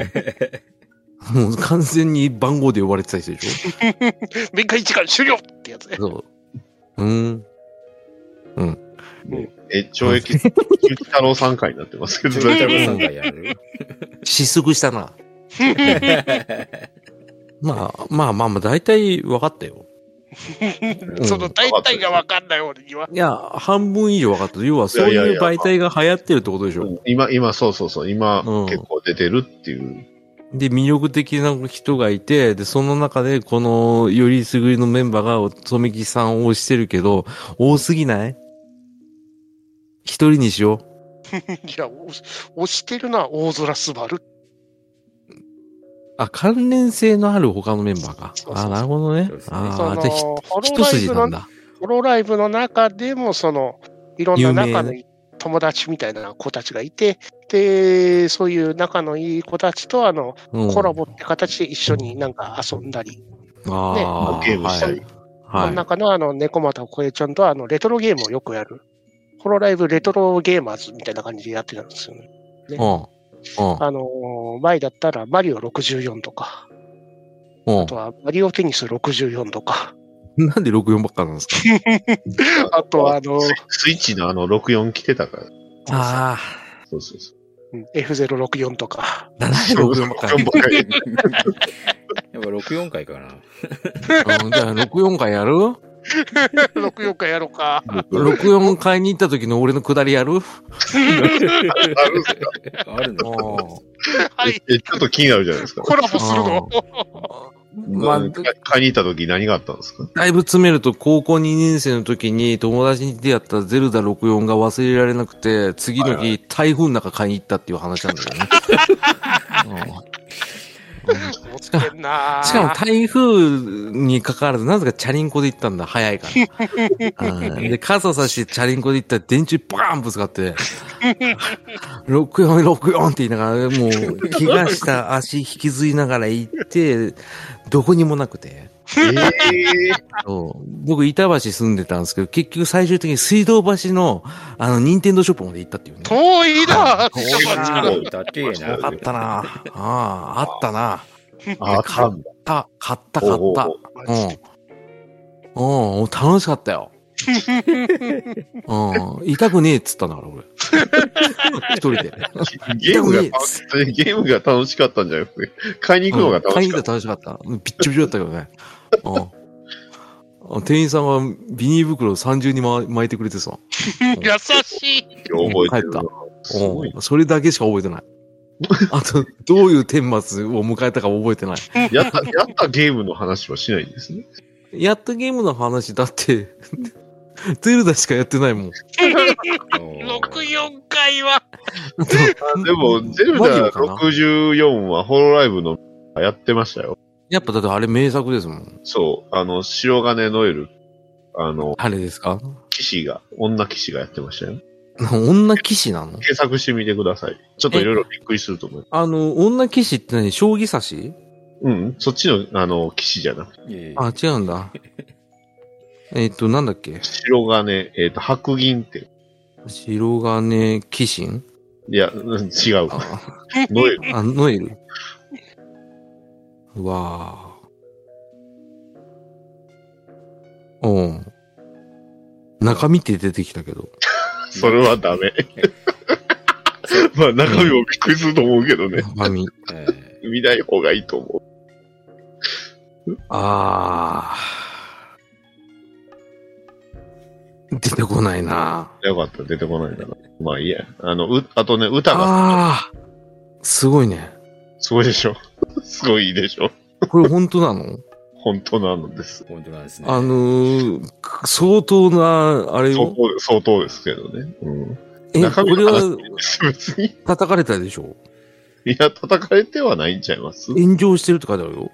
D: もう完全に番号で呼ばれてた人でし
B: 面会時間終了ってやつね。
D: ょそう。うん。
C: え、懲役、
D: *laughs*
C: ゆき太郎3回になってますけど、
A: 鶴太郎さんがやる。
D: 失速し
B: *laughs*
D: たな。まあまあまあまあ、大体分かったよ。ん
B: その大体がわかんない俺には。
D: いや、半分以上分かった。要はそう
C: いやいやい
D: いう
C: やまあ
D: 媒体が流行ってるってことでしょ。
C: 今、今、そうそうそう、今、
D: うん
C: 結構出てるっていう。
D: で、魅力的な人がいて、で、その中で、この、よりすぐりのメンバーが、富木さんを推してるけど、多すぎない一人にしよ
B: いや、押し押してるのは大空すばる。
D: う。あ、関連性のある他のメンバーか
B: そ。うそうそう
D: あ、なるほどね
A: そうです。ね
D: あ
B: そ
D: あ、
B: の
D: じゃあひ、
B: ホロ
D: 一
B: ライ
D: 筋
B: ブ
D: な
B: の
D: んだ。
B: ホロライブの中でも、その、いろんな仲のいい友達みたいな子たちがいて、で、そういう仲のいい子たちと、あの、
D: うん
B: コラボって形で一緒になんか遊んだり、
D: ああ、
C: ゲームしたり。
B: そ
D: は
B: の
D: い。はい。
B: 中のあの、猫又こえちゃんとあの、レトロゲームをよくやる。ホロライブレトロゲーマーズみたいな感じでやってたんですよね。
D: うん。うん。
B: あのー前だったらマリオ64とか、
D: う
B: あとはマリオテニス64とか、
D: ん。なんで64ばっかなんです
B: *laughs*
D: か
B: あとはあのー、
C: スイッチのあの、64来てたから。
D: あ
C: そうそう
D: *laughs*
C: そう。
B: うん F064 とか
D: あ、、だなんで64ばっかり。
C: ばっかり
A: やっぱ64回かな。
D: うんじゃあ、64回やる
B: 64回やろうか。
D: ?64 回に行った時の俺の下り
B: *laughs*
D: やる
A: あるの
B: はい。
C: え *laughs* ちょっと気になるじゃないですか。
B: コラボするの
D: まあ
C: うん買いに行った時何があったんです
D: *laughs*
C: か
D: だいぶ詰めると、高校2年生の時に友達に出会ったゼルダ64が忘れられなくて、次の日、台風の中買いに行ったっていう話なんだよね。うん
B: 持ってんな
D: しかも台風に関わらず、なぜかチャリンコで行ったんだ、早いから。うんで、傘さしてチャリンコで行ったら電柱バーンぶつかって、64、64って言いながら、もう、怪我した足引きずりながら行って、どこにもなくて。
C: え
D: そう僕、板橋住んでたんですけど、結局最終的に水道橋の、あの、任天堂ショップまで行ったっていうね。
B: 遠いな
D: 遠い
A: あ
D: な
A: るの。だけえな
D: あ。ったなああ、あったな
C: ー、あったんだ。
D: た、買った、買った。
C: おう
D: うん。うん、楽しかったよ。うん。痛くねえっつったんだから、俺。 *laughs* 一人で。
C: ゲームが楽し、ゲームが楽しかったんじゃなくて、買いに行くのが楽
D: 買い
C: し
D: に行
C: か
D: っ
C: った
D: ら楽しかった。びっちょびちょだったけどね。うん。店員さんがビニール袋を三重にま巻いてくれてさ。
B: 優しい。
C: たよ、覚えてるな
D: 帰。
C: すごい。
D: うんそれだけしか覚えてない。あと、どういう顛末を迎えたか覚えてない。
C: やった、やったゲームの話はしないんですね。
D: やったゲームの話だって、 *laughs* ゼルダしかやってないもん。
B: 64回は。
D: あと
C: でも、ゼル
D: マリ
C: ダ
D: オかな
C: 64はホロライブのやってましたよ。
D: やっぱだってあれ名作ですもん。
C: そう、あの、塩金ノエル、あの、
D: あれですか
C: 騎士が、女騎士がやってましたよ。
D: 女騎士なの
C: 検索してみてください。ちょっといろいろびっくりすると思う。
D: あの、女騎士って何将棋指し
C: うん、そっちの、あの、騎士じゃなくて。
A: えー
D: あ、違うんだ。えっと、なんだっけ
C: 白金、えっ、と、白銀って。
D: 白金騎士
C: いや、うん違う。
D: あ、
C: ノエル。 *laughs*
D: あノエル。うわあ。うん。中身って出てきたけど。
C: それはダメ。まあ、中身もびっくりすると思うけどね。
D: 中身。
A: えー
C: 見ない方がいいと思
D: ああ。出てこないな。
C: う。よかった、出てこないんだな。まあ、いいや。あの、う、あとね、歌が
D: ああ。すごいね。
C: すごいでしょ。すごいいいでしょ。
D: これ本当なの
C: 本当なのです。
A: 本当なんですね。
D: あのー、相当な、あれ
C: 相
D: よ。
C: 当、相当ですけどね。うん。
D: え、
C: 中
D: こ
C: 身
D: れ
C: の話
D: は
C: 別に。
D: 叩かれたでしょ
C: いや、叩かれてはないんちゃいます
D: 炎上してるって書いてあるよ。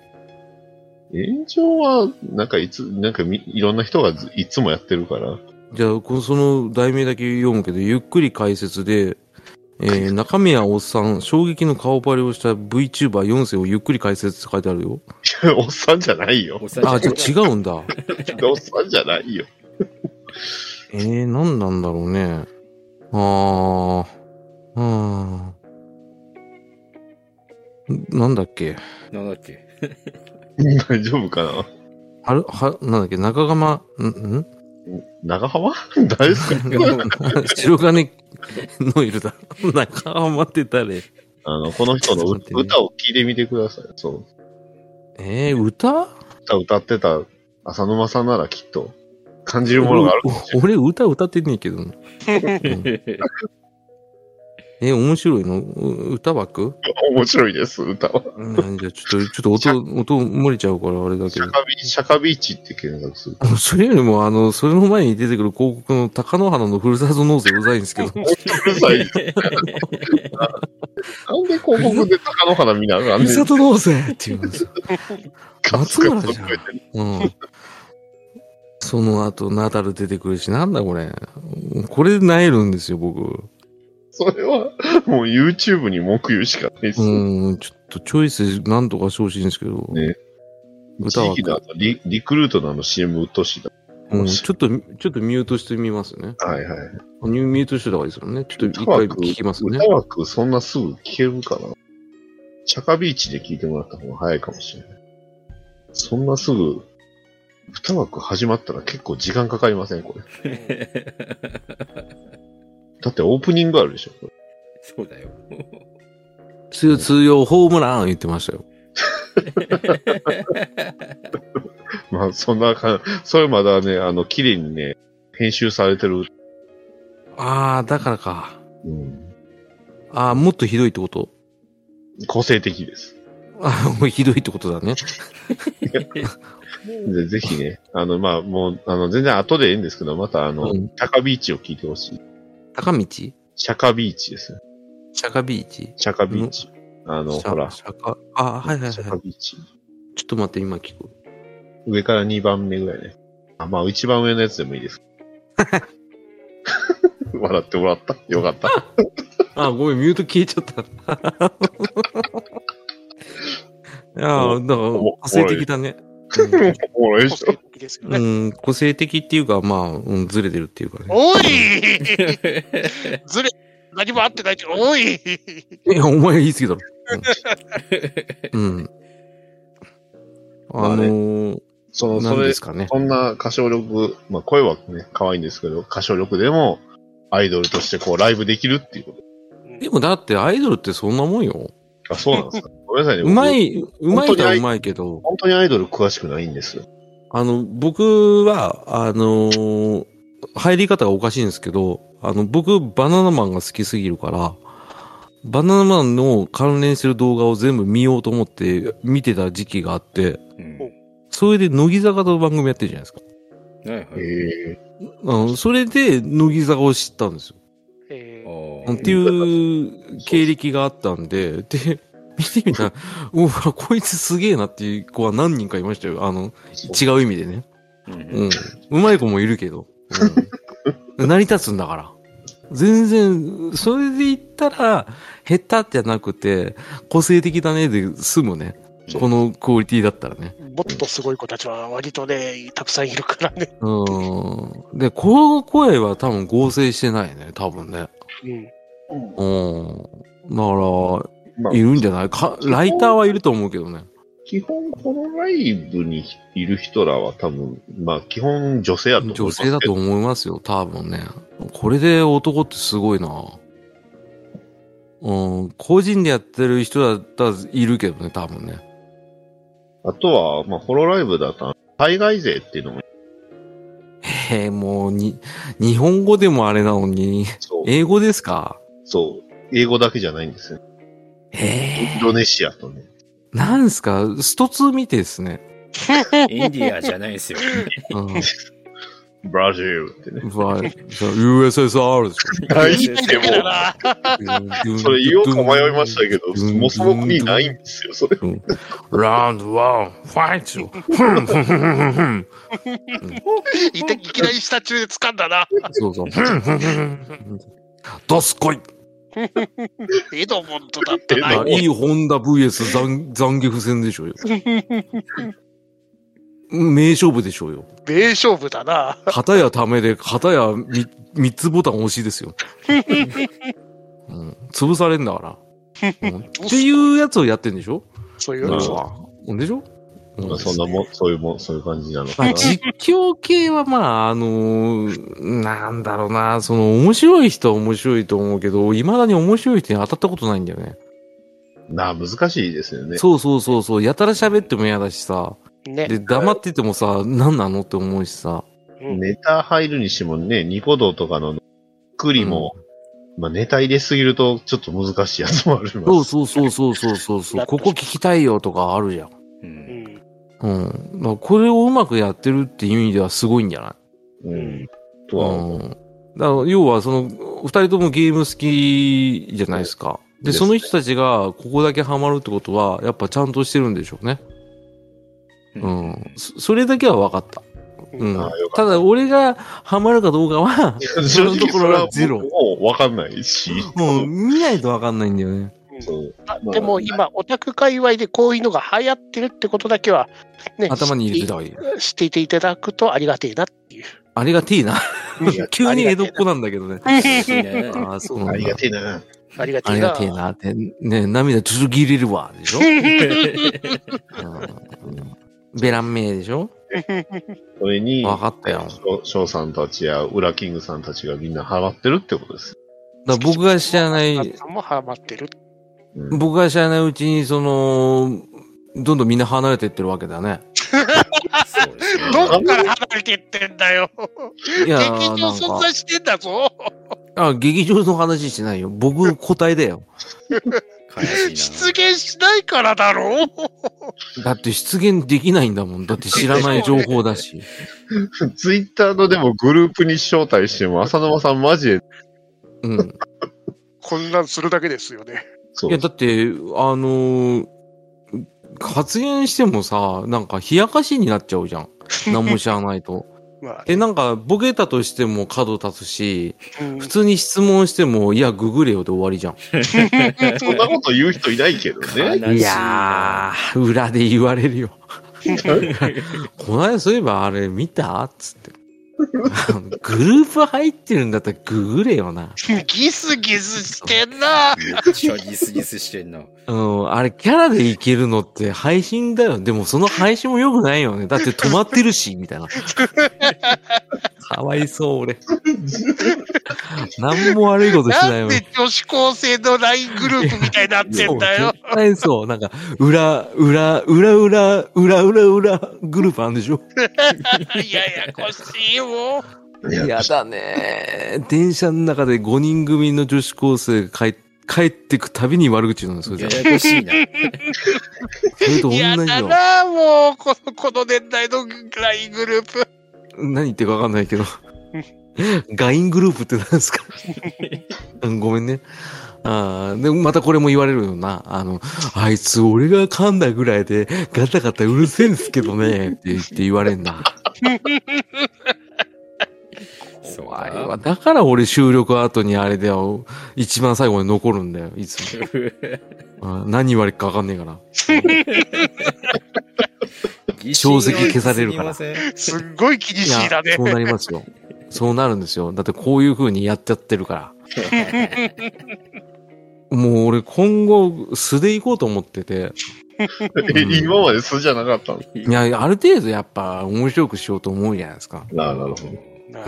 C: 炎上は、なんかいつ、なんかみいろんな人がずいつもやってるから。 *laughs*
D: じゃあ、このその題名だけ読むけど、ゆっくり解説で、えー、中宮おっさん、衝撃の顔パレをした VTuber4 世をゆっくり解説って書いてあるよ。
C: おっさんじゃないよ
A: お。っさんじゃな
D: あ、
A: い
D: じゃあ違うんだ。
C: おっさんじゃないよ。
D: えー、なんなんだろうね。あー、うーん。なんだっけ
A: なんだっけ
C: 大丈夫かな
D: はる、は、なんだっけ中釜、んん
C: 長浜大好き
D: *laughs* 白金ノイルだ。中浜って誰
C: あの、この人の
D: ちょ
C: う
D: っと待ってね
C: 歌を聴いてみてください。そう。
D: えー、歌
C: 歌歌ってた浅沼さんならきっと感じるものがある。
D: 俺、俺歌歌ってね
C: *laughs*
D: えけどな。うんえ、面白いのう歌枠、
C: 面白いです、歌は。
D: うん、じゃあちょっと、ちょっと音、音漏れちゃうからあれだけ
C: シ
D: ど
C: ャ。カビ、シャカビーチって検索する。
D: あのそれよりも、あの、それの前に出てくる広告の高野花のふるさと納税うざいんですけど。
C: うるさいです。なんで広告で高野花見ながら
D: ふ
C: ね
D: る
C: ん
D: さと納税っていうんですよ。松村じゃん。うん。その後、ナダル出てくるし、なんだこれ。これで萎えるんですよ、僕。
C: それは、もう YouTube に文句言うしかないです。
D: うん、ちょっとチョイスなんとかしてほしいんですけど。
C: ね
D: 歌
C: 地
D: 枠
C: 域のあのリリクルートのあの CM うっとうしいな。
D: うん、ちょっと、ちょっとミュートしてみますね。
C: はいはい。
D: ミュミュートしてた方がいいですもんね。ちょっと一
C: 歌
D: 回
C: 枠、
D: 聞きますね
C: 歌。枠そんなすぐ聞けるかなチャカビーチで聞いてもらった方が早いかもしれない。そんなすぐ、歌枠始まったら結構時間かかりません、これ。
D: *laughs*
C: だってオープニングあるでしょ、これ
A: そうだよ。
D: 通通用ホームラン言ってましたよ。
C: まあ、そんなか、それまだね、あの、綺麗にね、編集されてる。
D: ああ、だからか。
C: うん。
D: ああ、もっとひどいってこと
C: 個性的です。
D: ああ、もうひどいってことだね。
C: でぜひね、あの、まあ、もう、あの、全然後でいいんですけど、また、あの、
D: うん
C: チャカビーチを聞いてほしい。
D: 高道シ
C: チャカビーチですね。
D: ャカビーチ
C: チャカビーチ。あの、
D: シャ
C: ほら。
D: シャカ、ああ、はいはいはい。
C: チ
D: ち
C: ャ
D: ょ
C: カ
D: っ
C: ビーチ。
D: と待って、今聞く。
C: 上から2番目ぐらいね。あ、まあ、一番上のやつでもいい
D: *laughs*
C: です。笑ってもらった。よか
D: *laughs*
C: った。
D: ああ、ごめん、ミュート消えちゃった。いやーだから、個性的だね。
C: おもろいで
B: 個
C: し
B: 性的ですよ
D: う
B: ね。
D: ん、うん個性的っていうか、まあ、うん、ずれてるっていうかね。 *laughs*
B: おいずれ、何も合ってないけど、おい
D: いや、お前言い過ぎだろ。うん。うんあのー、
C: その、
D: な
C: そ
D: ん
C: れ
D: です、かね。
C: そんな歌唱力、まあ、声はね、可愛いんですけど、歌唱力でも、アイドルとしてこう、ライブできるっていうこ
D: でもだってアイドルってそんなもんよ。
C: と。あ、そうなんです
D: *laughs*
C: か。ごめんなさいね。
D: うま。い、うまい
C: 本当に
D: は
C: アイ
D: うまいけど、
C: 本当にアイドル詳しくないんですよ。
D: あの、僕は、あのー入り方がおかしいんですけど、あの、僕、バナナマンが好きすぎるから、バナナマンの関連してる動画を全部見ようと思って見てた時期があって、
A: うん
B: お
D: それで乃木坂の番組やってるじゃないですか。
A: はいはい。
C: え
D: あのそれで乃木坂を知ったんですよ。
B: えー
A: お
D: っ
A: ー
D: ていう経歴があったんで、で、 *laughs* 見てみたら、うわ、こいつすげえなっていう子は何人かいましたよ。あの、違う意味でね。
A: うん
D: うん。うまい子もいるけど。うん、成り立つんだから。全然、それで言ったら、下手じゃなくて、個性的だねで済むね。このクオリティだったらね。
B: もっとすごい子たちは割とね、たくさんいるからね。
D: うん。で、この声は多分合成してないね、多分ね。
B: うん。
D: うん。だか
C: まあ
D: ら、いるんじゃないか、ライターはいると思うけどね。
C: 基本、このライブにいる人らは多分、まあ、基本女性やと思い
D: 女
C: ますけ
D: 性
C: ど
D: だと思いますよ、多分ね。これで男ってすごいな。うん、個人でやってる人だったらいるけどね、多分ね。
C: あとは、まあ、ホロライブだったら、海外勢っていうのも、
D: へえ、もう、に、日本語でもあれなのに、
C: そう、
D: 英語ですか
C: そう、英語だけじゃないんですよ。イ
D: へえ
C: ン、ドネシアとね。
D: なんすか、スト2見てですね。
A: インディアじゃないですよ。
C: *laughs*
D: うん。
C: ブラジルってね。
D: わ USSR ですよ
C: ない
B: 言いたいだけだな。
C: *laughs* それ言おうか迷いましたけど、もうその国ないんですよ、それ。
D: ラウンドワン、ファイトふんふんふんふんふん
B: いていきなり下中で掴んだな。
D: そう
C: *laughs*
D: そう。ふんふんふんふんどすこい
B: エドモンドだって
C: エド
B: な
C: モン。
D: いいホンダ VS ザンザンギフ戦でしょうよ。 *laughs* 名勝負でしょうよ。
B: 名勝負だな。
D: 片やためで、片やみ三つボタン押しですよ。うん、潰されんだから、うんっていうやつをやってんでしょ
B: そういう
C: うん
B: の。
D: うんでしょ、うん
C: まあ、そんなもん、そういうもん、そういう感じなのか
D: ま
C: な。
D: あ、実況系はまあ、あのーなんだろうな、その、面白い人は面白いと思うけど、未だに面白い人に当たったことないんだよね。
C: なあ、難しいですよね。
D: そうそうそうそう、やたら喋っても嫌だしさ、
B: ね。
D: で、黙っててもさ、何なのって思うしさ。
B: うん
C: ネタ入るにしてもね、ニコ動とかのクリも、まあ、ネタ入れすぎるとちょっと難しいやつもあります。
D: そうそうそうそうそうそうそう、ここ聞きたいよとかあるじゃん。
A: う
B: うんん。
D: うん。まあ、これをうまくやってるっていう意味ではすごいんじゃない
C: うん。とは思う、
D: うん。だから要は、その、二人ともゲーム好きじゃないですか。で、
C: ですね
D: その人たちがここだけハマるってことは、やっぱちゃんとしてるんでしょうね。うん。そそれだけは分かった。うん
C: ああよ。か
D: ただ、俺がハマるかどうかは、 *laughs*
C: 正
D: そのと
C: 直そ
D: ころ
C: れ
D: は
C: は
D: ゼロ
C: 僕もうわかんないし。
D: もう見ないと分かんないんだよね。
C: そう
B: あでも今、オタク界隈でこういうのが流行ってるってことだけは、ね、
D: 頭に入れてた方がいい。
B: 知っていていただくとありがてえなっていう。
D: ありがてえな。 *laughs* 急に江戸っ子なんだけどね。
A: ですね
D: ああ、そうな
C: あ
D: ん
C: りが
D: だ。
C: てえな。
B: ありがて
D: あ
B: え
D: り
B: な。
D: がてえなって、ね、涙ちょっと切れるわ、 *laughs* でしょ、うんベランメーでしょ
C: それに、
D: 分かったよ。
C: 翔さんたちやウラキングさんたちがみんなハマってるってことです。
D: だから僕が知らない、
B: さんもハマってる。
C: うん
D: 僕が知らないうちに、その、どんどんみんな離れていってるわけだね。
A: そうですね
B: どっから離れてってんだよ。
D: い *laughs* や
B: 劇
D: ー、
B: 場
D: なん
B: 存
D: か、
B: 在してんだぞ。
D: あ、劇場の話してないよ。僕、個体だよ。
A: 悲
B: 出
A: し
B: 現しないからだろう。
D: だって出現できないんだもん。だって知らない情報だし。
C: ツイッターのでもグループに招待しても、浅沼さんマジで、
D: うん。
B: 混乱するだけですよね。
C: そ
D: いや、
C: う。
D: だって、あのー発言してもさ、なんか冷やかしになっちゃうじゃん。何も知らないと。
B: まあ、
D: で、なんか、ボケたとしても角立つし、
B: うん
D: 普通に質問しても、いや、ググれよで終わりじゃん。
C: そんなこと言う人いないけど
A: いな。
C: ね。
A: 悲しいな。
D: ー、裏で言われるよ。こないだそういえばあれ見たつって。あのグループ入ってるんだったらググれよな。
B: ギスギスしてんな。
A: めっちゃギスギスしてんの。
D: うん、あれキャラでいけるのって配信だよ。でもその配信も良くないよね。だって止まってるし、みた
B: *laughs*
D: いな。かわいそう、俺。何も悪いことしない
B: な
D: よ
B: ん。で女子高生の LINE グループみたいになってんだよ。
D: 絶対そう。なんか、裏、裏、裏、裏、裏、裏、裏、グループあるんでしょ
B: いややこしいもん。
C: いや
D: やだね。電車の中で5人組の女子高生が帰帰ってくたびに悪口言うの、それじゃ
A: や
D: ん。
A: やこしいな。
D: それと同じ
B: 嫌
D: だ
B: だ
D: よ。
B: な、もう、この、この年代の LINE グルー
D: *laughs*
B: プ。
D: 何言ってるかわかんないけど。ガイングループって何ですかうんごめんね。ああ、でもまたこれも言われるよな。あの、あいつ俺が噛んだぐらいでガタガタうるせえんですけどね、って言って言われんな。
A: そう
D: 怖いうわだから俺収録後にあれだよ。一番最後に残るんだよ、いつも。あ何言われるかわかんねえから。小石消されるから
A: すみません
B: すっごい厳しいだね
D: そう。なりま
B: *laughs*
D: すよ。そうなるんですよ。だってこういう風にやっちゃって
B: *laughs*
D: るから。もう俺今後素で行こうと思ってて。
C: え *laughs* 今まで素じゃなかったの
D: いや、ある程度やっぱ面白くしようと思うじゃないですか。
C: なるほど。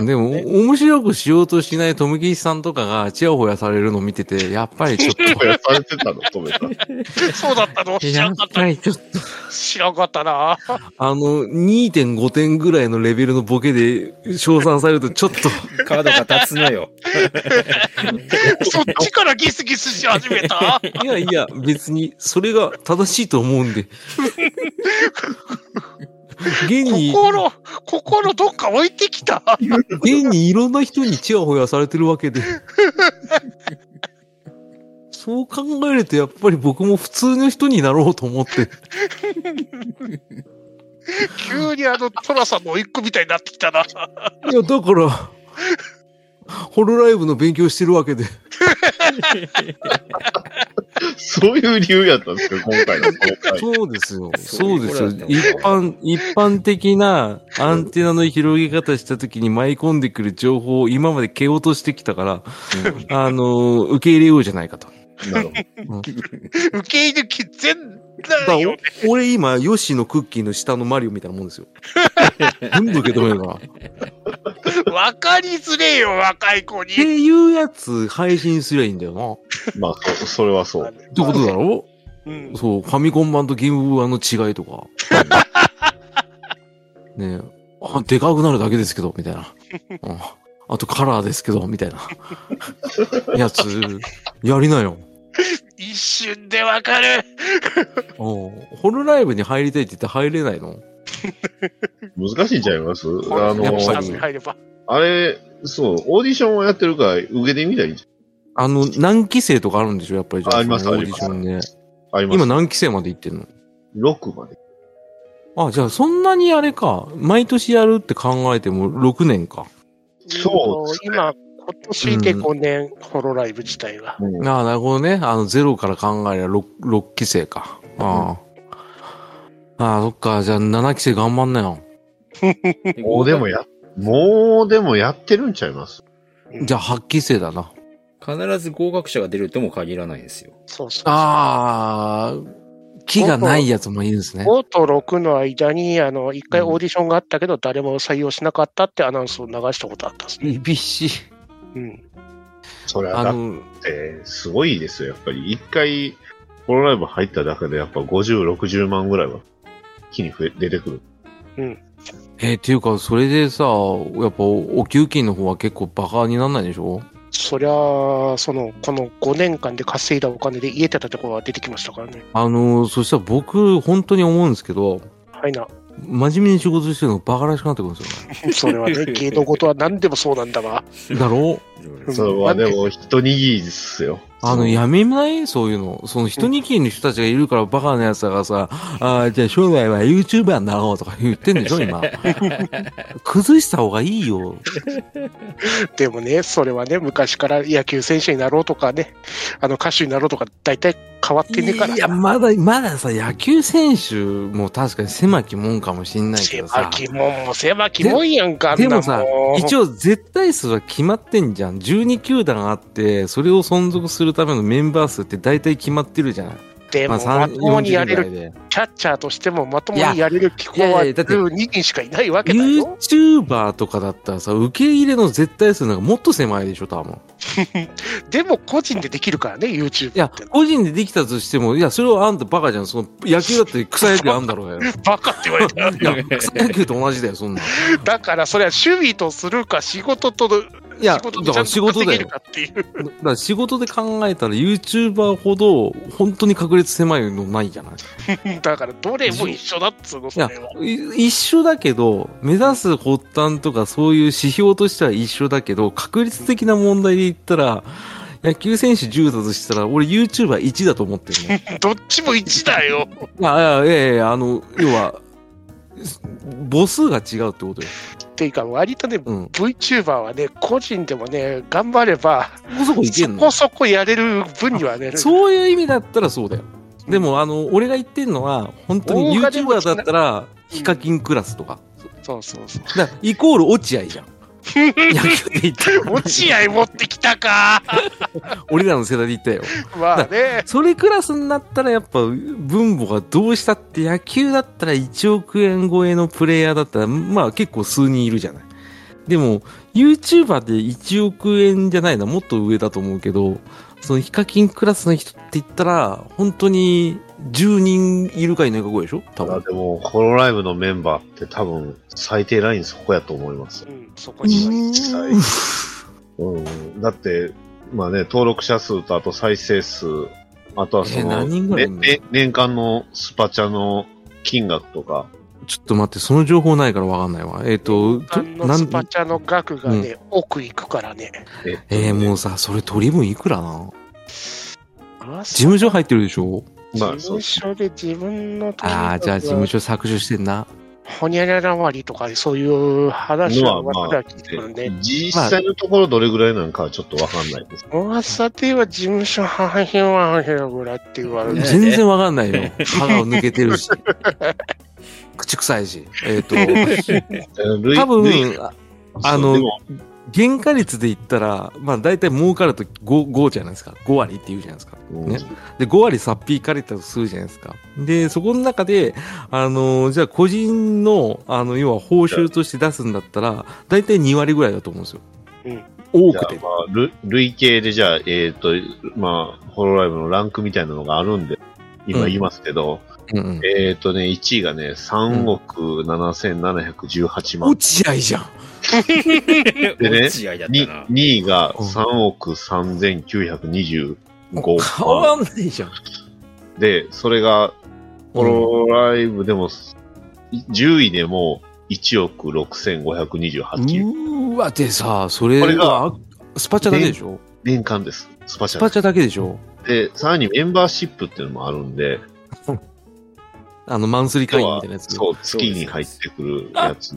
D: でも、お面白くしようとしない富木さんとかがちやほやされるの見てて、やっぱりちょっ
B: *laughs*
C: これされてたの止めた。
B: そうだったの
D: と、
B: 知ら
D: やっ
B: んかった
D: ぱ。りちょっと、
B: 知らんかった
D: *laughs*
B: な。
D: あの、2.5点ぐらいのレベルのボケで称賛されると、ちょ
B: *laughs*
D: っと、
A: カードが立つのよ。
B: そっちからギスギスし始めた。
D: いやいや、別に、それが正しいと思う
B: *laughs*
D: んで。現に、
B: 心、心どっか置いてきた。
D: 現にいろんな人にチヤホヤされてるわけ *laughs* で。そう考えると、やっぱり僕も普通の人になろうと思って。
B: 急にあの、トラさんの甥っ子みたいになってきたな。
D: いや、だから、ホロライブの勉強してるわけで。
C: そういう理由やったんですか、今回の公開。
D: そうですよ。
A: そ
D: そうう
A: いう
D: で
A: こ
D: す
A: と
D: よ。
A: だったの
D: 一般、一般的なアンテナの広げ方した時に舞い込んでくる情報を今まで蹴落としてきたから、あの、受け入れようじゃないかと。
C: なるほど。
B: 受け入れき全然よ。
D: お俺今、ヨッシーのクッキーの下のマリオみたいなもんですよ。全部受け止めるから。っ
B: わかりづれえよ、若い子
D: て
B: に。
D: いうやつ配信すりゃいいんだよな。っ
C: まあ、そそれはそう。
D: てことだろ
B: うん
D: *laughs* そう、ファミコン版とゲーム版の違いとか。 *laughs* ねえ、あ、でかくなるだけですけど、みた
C: *laughs*
D: いな。うんあとカラーですけど、みたいな。 *laughs* やつ、やりなよ。
B: 一瞬でわかる。
D: おホルライブに入りたいって言って入れないの
C: 難しいんちゃいますあ
D: やっぱ
C: の、
D: り
B: 入れば。
C: あれ、そう、オーディションをやってるから、受けてみたらいいんじ
D: あの、何期生とかあるんでしょやっぱりじゃあ。
C: あります
D: そのオーディションで。
C: ゃないあり
D: 今
C: ます。
D: 何期生まで行ってんの
C: 今、6まで。
D: あ、じゃあそんなにあれか。毎年やるって考えても6年か。
C: そうですね
B: 今、今年で5年、ホロライブ自体が。
C: うん
D: ああ、なるほどね。あの、ゼロから考えりゃ 6, 6期生か。ああ。ああ、そっか。じゃあ7期生頑張んなよ。
C: もうでもや、もうでもやってるんちゃいます
D: じゃあ8期生だな。
A: 必ず合格者が出るとも限らないんですよ。
B: そうそう
D: ああ、木がないやつもいるんですね。
B: 5と6の間に、あの、一回オーディションがあったけど、誰も採用しなかったってアナウンスを流したことあったんですね。
D: 厳しい。
B: うん。
C: それは
D: あ
C: だっ
D: の、
C: て、すごいですよ、やっぱり。一回、ホロライブ入っただけで、やっぱ50、60万ぐらいは、木に増え出てくる。
D: えーっていうか、それでさ、やっぱお給金の方は結構バカになんないでしょ
B: そりゃあ、その、この5年間で稼いだお金で家建てたところは出てきましたからね。
D: あの、そしたら僕、本当に思うんですけど、
B: はいな。
D: 真面目に仕事してるのバカらしくなってくるんですよ
B: それは
D: *laughs*
B: ね、芸能事は何でもそうなんだが。
D: ね。だろう
B: うん
C: それはでも、一握りですよ。
D: あの、やめないそういうの。その人にきの人たちがいるからバカな奴らがさ、ああ、じゃあ将来は YouTuber になろうとか言ってんでし
B: *laughs*
D: ょ、今。崩した方がいいよ。
B: でもね、それはね、昔から野球選手になろうとかね、あの歌手になろうとか、大体変わってねえから。
D: いや、まだ、まださ、野球選手も確かに狭きもんかもしんないけど
B: 狭
D: さ。
B: きもんも狭きもんやんか、
D: で
B: あんな
D: もさ
B: ん、
D: 一応絶対数は決まってんじゃん。12球団あって、それを存続するためのメンバー数って大体決まってるじゃない。
B: でも、
D: 3
B: まともにやれ
D: 40
B: る、
D: ぐらいで
B: キャッチャーとしてもまともにやれる機構はい
D: やいやだって
B: 12人しかいないわけだよ。
D: YouTuber とかだったらさ、受け入れの絶対数なんかもっと狭いでしょ、多分。
B: でも、個人でできるからね、YouTube っ
D: いや
B: て、。
D: 個人でできたとしても、いや、それはあんたバカじゃん。その、野球だって草野球あんだろう
B: *laughs*
D: よ。
B: バカって言われたよ。
D: いや、草野球と同じだよ、そんなん。い
B: だから、それは趣味とするか、仕事との、
D: や、
B: 仕事
D: だ
B: と
D: から
B: ち
D: 仕
B: ゃんと
D: 事
B: で
D: だ
B: きる
D: よ。
B: かっていう。
D: だから仕事で考えたら YouTuber ほど、本当に確率狭いのないじゃない
B: だから、どれも一緒だっつうの、
D: い
B: そ
D: や
B: れは。、
D: い一緒だけど、目指す発端とかそういう指標としては一緒だけど、確率的な問題で言ったら、野球選手10だとしたら、俺 YouTuber1 だと思ってる
B: *laughs*
D: ね。
B: どっちも1だよ。
D: いや、いやいやいや、あの、要は、母数が違うってことよ。
B: っていうか、割とね、
D: うん。
B: VTuber はね、個人でもね、頑張れば、
D: そこそこいけ
B: そ
D: んの
B: こそこやれる分にはね、
D: そういう意味だったらそうだよ。でも、あの、俺が言ってんのは、本当に
B: 大金持
D: YouTuber
B: ちな
D: だったら、ヒカキンクラスとか。
B: そうそうそう。
D: だからイコール落合じゃん。
B: *laughs*
D: 野球で言ったら
B: 落合持ってきたか
D: 俺らの世代で言ったよ。
B: まあね、
D: それクラスになったらやっぱ分母がどうしたって野球だったら1億円超えのプレイヤーだったらまあ結構数人いるじゃない。でも YouTuber で1億円じゃないなもっと上だと思うけどそのヒカキンクラスの人って言ったら本当に10人いるかいないかぐらいでしょ多
C: あ
D: 分。
C: でも、ホロライブのメンバーって多分、最低ラインそこやと思います
B: う。ん、そこには
C: 実際。うん。だって、まあね、登録者数とあと再生数、あとはそ
D: え
C: の、
D: 何人ぐらいいんの
C: ねね年間のスパチャの金額とか、
D: ちょっと待ってその情報ないからわかんないわ。えっ、と、
B: あ
D: と
B: のスパ
D: ん
B: チャの額がね、奥行くからね。
C: えっと
D: えー、もうさそれ取り分いくらな
B: 事
D: 事務所入ってるでしょ
C: まあ
B: 事務所で自分のとにかく
D: ああじゃあ事務所削除してんな。
B: ほにゃらら割りとかそういう話は
C: のはまあ
B: まだ聞いてくるんで、
C: 実際のところどれぐらいなんかはちょっとわかんないです。
B: 噂では事務所半辺は半辺ぐらいって言われる
A: ね
D: 全然わかんな
C: *laughs*
D: いよ。歯が抜けてるし。口臭いし。えっ、
C: *laughs* えール
D: と、
C: イ
D: 多
C: ルイ
D: 分、ああの
C: でも
D: 原価率で言ったら、まあ大体儲かると 5, 5じゃないですか。5割って言うじゃないですか。
C: うん
D: ねで、5割さっぴいかれたとするじゃないですか。で、そこの中で、あの、じゃあ個人の、あの、要は報酬として出すんだったら、大体2割ぐらいだと思うんですよ。多
C: じゃ
D: く
C: あ
D: て。
C: まあ、ル累計でじゃあ、えっ、と、まあ、ホロライブのランクみたいなのがあるんで、今言いますけど、
D: うんうん。
C: えっ、とね、1位がね、3億7718万。
D: 落合じゃん。
C: でね
A: 落合だったな
C: 2。位が3億3925
D: 変
C: 万。
D: わんないじゃん。
C: で、それが、ホロライブでも、10位でも1億6528
D: うーわ、でさ、それ
C: これが
D: は、スパチャだけでしょ
C: 年間です。スパチ
D: ス
C: ャ
D: パ
C: です。
D: チャだけでしょ
C: で、さらにメンバーシップっていうのもあるんで、
D: あの、マンスリー
C: 今日
D: 会員み
C: は
D: たいなやつ。
C: そう、月に入ってくるやつ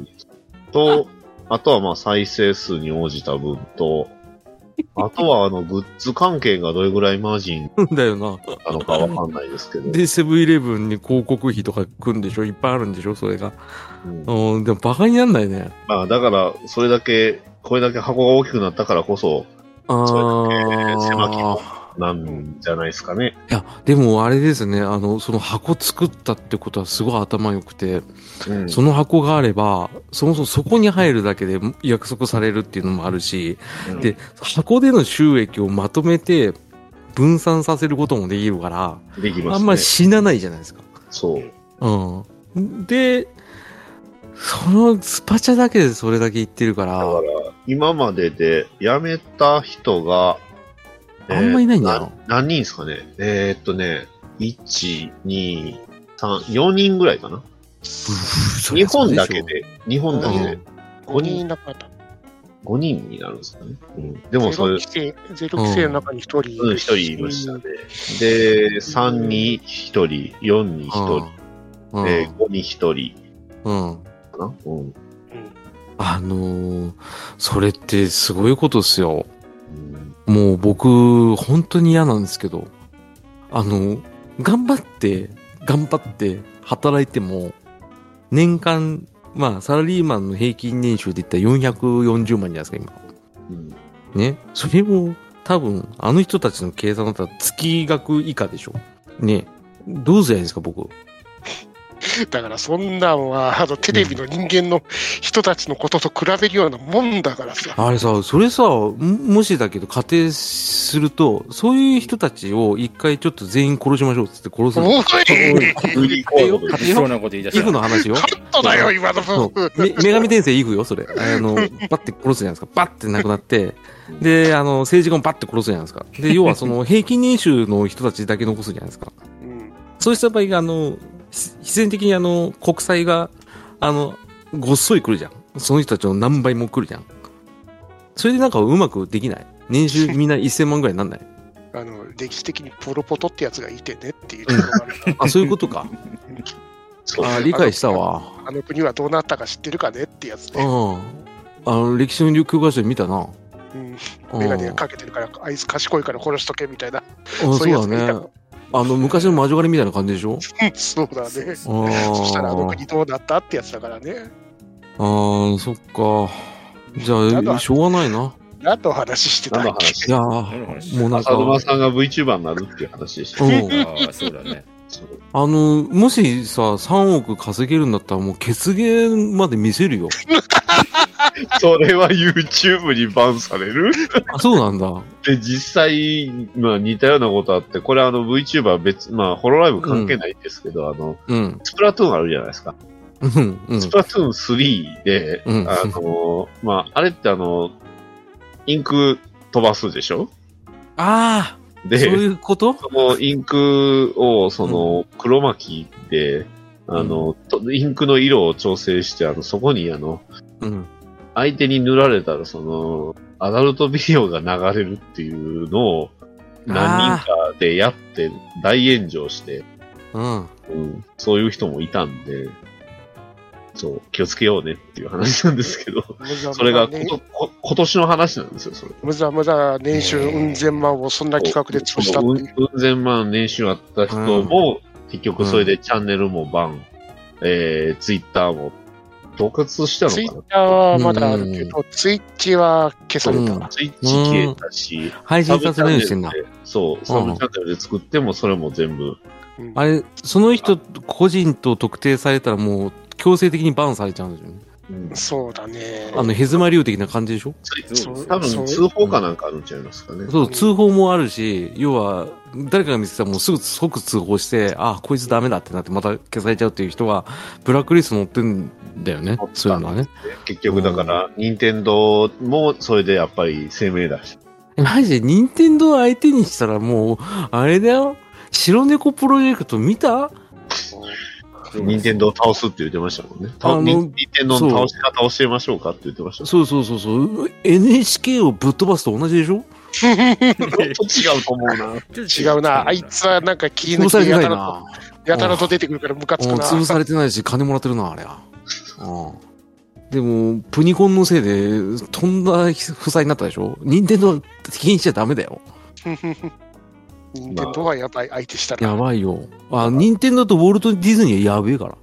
C: と、あとはまあ再生数に応じた分と、
D: *laughs*
C: あとはあのグッズ関係がどれぐらいマージン
D: だよな。
C: なのかわかんないですけど、
D: で、セブンイレブンに広告費とか来るんでしょいっぱいあるんでしょそれが。
C: うん
D: うん、でもバカになんないね。
C: まあだからそれだけ、これだけ箱が大きくなったからこそ
D: あ
C: それだけ狭き門
D: あ。
C: なんじゃないですかね。
D: いや、でもあれですね、あの、その箱作ったってことはすごい頭良くて、
C: うん
D: その箱があれば、そもそもそこに入るだけで約束されるっていうのもあるし、
C: うん
D: で、箱での収益をまとめて分散させることもできるから、
C: できますね。
D: あんまり死なないじゃないですか。
C: そう。
D: うん。で、そのスパチャだけでそれだけ言ってるから、
C: だから今までで辞めた人が、
D: あんまいないんだ
C: え
D: な
C: ー何人ですかねえーっとね、1、2、3、4人ぐらいかな。日本だけ。で、日本だけで
B: 5
C: 5
B: 人い
C: 人、
B: なかった。
C: 5人になるんですかね。うん、で
B: で
C: もそれ、
B: ゼロ規制、ゼロ規制の中に1人い
C: うん、1
B: る
C: 人いましたね。で、3に1人、4に1
D: そ
C: 人、
D: う
C: え
D: でし
C: ー
D: ょ
C: 5に1人
D: うん。うん。うん
C: かな。うん
B: うん
D: あのーそれってすごいことっすよ。
C: うん
D: もう僕、本当に嫌なんですけど、あの、頑張って、頑張って働いても、年間、まあ、サラリーマンの平均年収で言ったら440万じゃないですか、今。
C: うん
D: ね、それも多分あの人たちの計算だったら月額以下でしょ。ね、どうすりゃいいんですか、僕。
B: だからそんなんは、あの、テレビの人間の人たちのことと比べるようなもんだからさ。
D: あれさ、それさ、ももしだけど仮定すると、そういう人たちを一回ちょっと全員殺しましょうっつって殺す
B: お
D: の。
B: い *laughs* カ
C: いい声のこと
A: 勝手そうなこと言い出
D: イ
A: し
D: フ
A: た。
D: の話よ。
B: ットだよ、今の
D: そ
B: 部分。
D: う。め女神転生イフよ、それ。あの、バッて殺すじゃないですか。バッて亡くなって。で、あの、政治家もバッて殺すじゃないですか。で、要はその平均年収の人たちだけ残すじゃないですか。
B: うん
D: そうした場合が、あの、ひ必然的にあの、国債が、あの、ごっそり来るじゃん。その人たちの何倍も来るじゃん。それでなんかうまくできない年収みんな1000万ぐらい
B: *laughs*
D: になんない
B: あの、歴史的にポロポトってやつがいてねっていうのがある。
D: あ、そういうことか。
C: そう
D: あー理解したわ。
B: あの国はどうなったか知ってるかねってやつ
D: う
B: で、
D: ん。あの、歴史の教科書で見たな。
B: うん、
D: うん
B: メガネかけてるから、あいつ賢いから殺しとけみたいな、
D: うん
B: そういうやつ
D: そう
B: がいた
D: だね。あの、昔の魔女狩りみたいな感じでしょ
B: そうだね。
D: あー
B: *laughs* そしたらあの国どうなったってやつだからね。
D: あー、そっか。じ
B: なん
D: ゃあ、
B: だ
D: しょうがないな。
B: 何の話してた
C: 何
B: っ
C: の
B: け
C: 話
D: いやー
A: 何の話
D: もうなん
C: 浅
D: か、
C: 沼さんが VTuber になるっていう話でした。
D: うん。
A: ああ、そうだね。
C: そう
D: あの、もしさ、3億稼げるんだったら、もう、血芸まで見せ
C: *laughs*
D: るよ。
C: それは YouTube にバンされる
D: あ、そうなんだ。
C: で、実際、まあ似たようなことあって、これあの VTuber 別、まあホロライブ関係ないんですけど、あの、
D: うん。
C: スプラトゥーンあるじゃないですか。
D: うん。うん
C: スプラトゥーン3で、
D: うん
C: あの、まああれってあの、インク飛ばすでしょ
D: ああ、そう
C: で、
D: いうこと
C: そのインクをその黒巻きで、あの、とインクの色を調整して、あの、そこにあの、
D: うん。
C: 相手に塗られたら、その、アダルトビデオが流れるっていうのを何人かでやって大炎上して、
D: う
C: う
D: ん。
C: ん、そういう人もいたんで、そう、気をつけようねっていう話なんですけど、
B: むざむざ
C: それがこ
B: ね
C: とこ今年の話なんですよ、それ。
B: むざむざ年収うん千万をそんな企画で潰したっていう。
C: うんうん千万年収あった人も、結局それでチャンネルもバン、えー、ツイッターも、統括した
B: ツイッ
C: のか
B: ターはまだあるけど、ツイッチは消された。
D: うん
C: なツイッチ消えたし、
D: 配
C: サ
D: 信
C: ブチ
D: させ
C: ャ
D: な
C: ン
D: いよう
C: ネ
D: にしてんだ
C: ル。で、そう、サブチャンネルで作っても、それも全部、
B: うん
D: あれ、その人、個人と特定されたらもう、強制的にバンされちゃうんですよね。
B: そうだね。
D: あの、ヘズマ流的な感じでしょ
B: そう
C: 多
B: そ
C: 分
B: う
C: 通報かなんかあるんちゃいますかね。
D: そう、通報もあるし、要は、誰かが見つけたらもうすぐ即通報して、あ、こいつダメだってなってまた消されちゃうっていう人は、ブラックリスト載ってんだよね
C: 載っ。た
D: そういうのはね。
C: 結局だから、任天堂もそれでやっぱり声明出し
D: マジで、任天堂相手にしたらもう、あれだよ。白猫プロジェクト見た
C: て、任天堂を倒すって言ってましたもんね。た
D: あの
C: 任天堂の倒し方を教えましょうかって言ってましたも
D: そうそうそうそう。NHK をぶっ飛ばすと同じでしょ
C: ん。ちょっと違うと思う *laughs* な。
B: 違うな。あいつはなんか切り
D: 潰さ
B: 抜
D: れ
B: き
D: て
B: や
D: な
B: た
D: い
B: らと
D: な。
B: やたらと出てくるからムカつ
D: う
B: く
D: ん
B: な。
D: 潰されてないし、金もらってるな、あれは。うん。でも、プニコンのせいで、とんだ負債になったでしょ任天堂禁止しちゃダメだよ。
B: 任天堂はやばい相手したら。
D: やばいよ。あ、任天堂とウォルト・ディズニーはやべえから。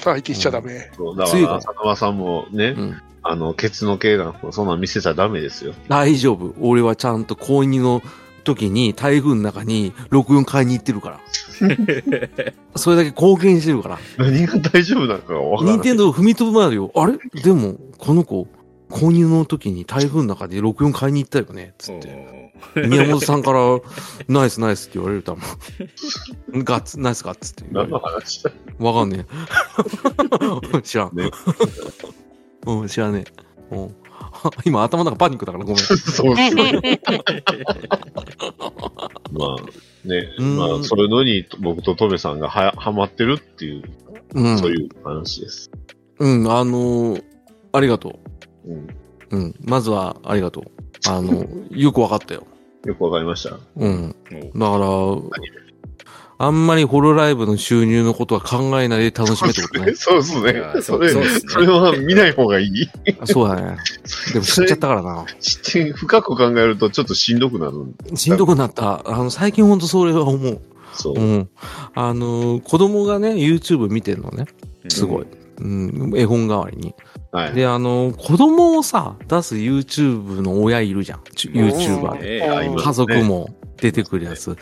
B: 相手しちゃダメ。
C: そうだか
D: 強いから
C: ら、浅沼さんもね
D: うん、
C: あの、ケツの毛が、そんなん見せちゃダメですよ。
D: 大丈夫。俺はちゃんと高2の時に台風の中に録音買いに行ってるから。それだけ貢献してるから。
C: 何が大丈夫なのかがわからな
D: 任
C: い。
D: 天堂踏みとどまるよ。あれでも、この子、購入の時に台風の中で64買いに行ったよね。つって。宮本さんから、ナイスナイスって言われるたもん。 *laughs* ガッツ、ナイスガッツって言わ
C: 何
D: れ
C: の
D: る。
C: 話だ
D: わかんねえ。 *laughs* 知らん。
C: ね
D: うん、知らねえ。うん今頭の中パニックだからごめ
C: *laughs*
D: ん。
C: そうですよ。 *laughs* まあね、
D: うん
C: まあ、それのに僕とトメさんがははまってるっていう、
D: うん。
C: そういう話です。
D: うん、あのーありがと
C: うん、
D: う。うん。まずは、ありがとう。あ
C: *laughs*
D: の、よくわかったよ。
C: よくわかりました。
D: うん。
A: う
D: だから、あんまりホロライブの収入のことは考えないで楽しめってことね。
C: *laughs* そうです
A: いや
C: ね。
A: そ
C: そうれ、
A: そうっすね
C: それは見ない方がい *laughs* い。
D: あそうだね。でも知っちゃったからな。
C: 知って深く考えるとちょっとしんどくなるんで
D: しんどくなった。あの、最近ほんとそれは思う。
C: そう
D: う。ん。あのー子供がね、YouTube 見てるのね。すごい。うん、絵本代わりに。
C: はい。
D: で、あのー子供をさ、出す YouTube の親いるじゃん。ちゅ YouTuber で。
A: ええ
B: うん
C: あ今
D: 家族も出てくるやつ。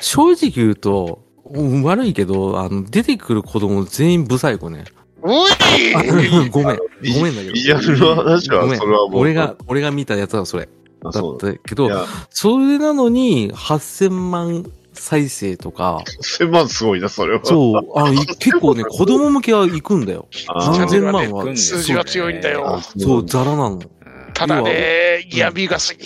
D: 正直言うと、うん悪いけど、あの、出てくる子供全員ブサイコね。
B: おい
D: あごめん。
C: ビジ
D: ごめんだけど。
C: ビジュアルの話
D: ご
C: は
D: め、ん
C: それはもう。
D: 俺が、俺が見たやつはそれ。
C: あ、
D: だ
C: そ
D: っ
C: うだ。
D: たけ
C: い
D: ど、
C: や、
D: それなのに、8000万再生とか、
C: 1000万すごいな、それは。う。
D: そう、あい結構ね、子供向けは行くんだよ。
C: あ
D: 何
C: ー
D: 千万は。
B: 数字は強いんだよ
C: あ
D: そう、ザラなの。
B: ただね、闇がす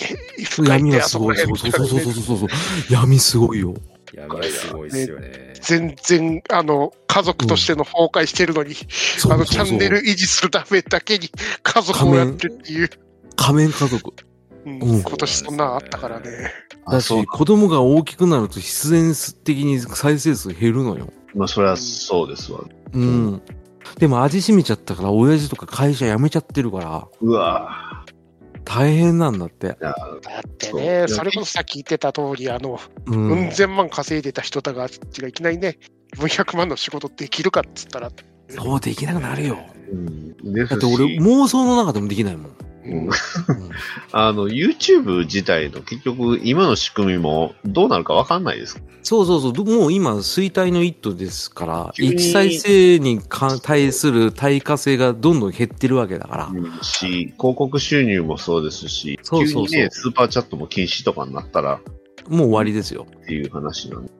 B: 深いん
D: 闇
B: だ
D: は
B: よ、
D: す
B: そ
D: ご
B: こ
D: い。そうそうそ
B: ら
D: うそうそう
B: 辺。
D: そうそう。闇すごいよ。
A: やばい、すごいっすよね。
B: 全然、あの、家族としての崩壊してるのに、
D: そう
B: あの、チ
D: そうそ
B: ャ
D: う
B: ンネル維持するためだけに家族をやってるっていう、
D: 仮面家族。
B: うん
D: うん
B: 今年そんなのあったからね。
D: だ
C: そう
D: し、子供が大きくなると必然的に再生数減るのよ。
C: まあ、そりゃそうですわ。
D: うん。でも味しみちゃったから、親父とか会社辞めちゃってるから、
C: うわ
D: 大変なんだって。
B: だってね、
C: そう
B: それこそさっき言ってた通り、あの、
D: う
B: うんん。千万稼いでた人だが、いきなりね、400万の仕事できるかっつったら、
D: そうできなくなるよ。
C: うん、です
D: だ
C: し
D: って俺、妄想の中でもできないもん。
C: うん
D: うん
C: あの、YouTube 自体の結局、今の仕組みもどうなるかわかんないです。
D: そうそうそう。もう今、衰退の一途ですから、
C: 急に
D: 一再生にか対する対価性がどんどん減ってるわけだから。
C: し、広告収入もそうですし、
D: そうそうそう
C: 急にね、スーパーチャットも禁止とかになったら
D: もう終わりですよ。
C: っていう話なんで。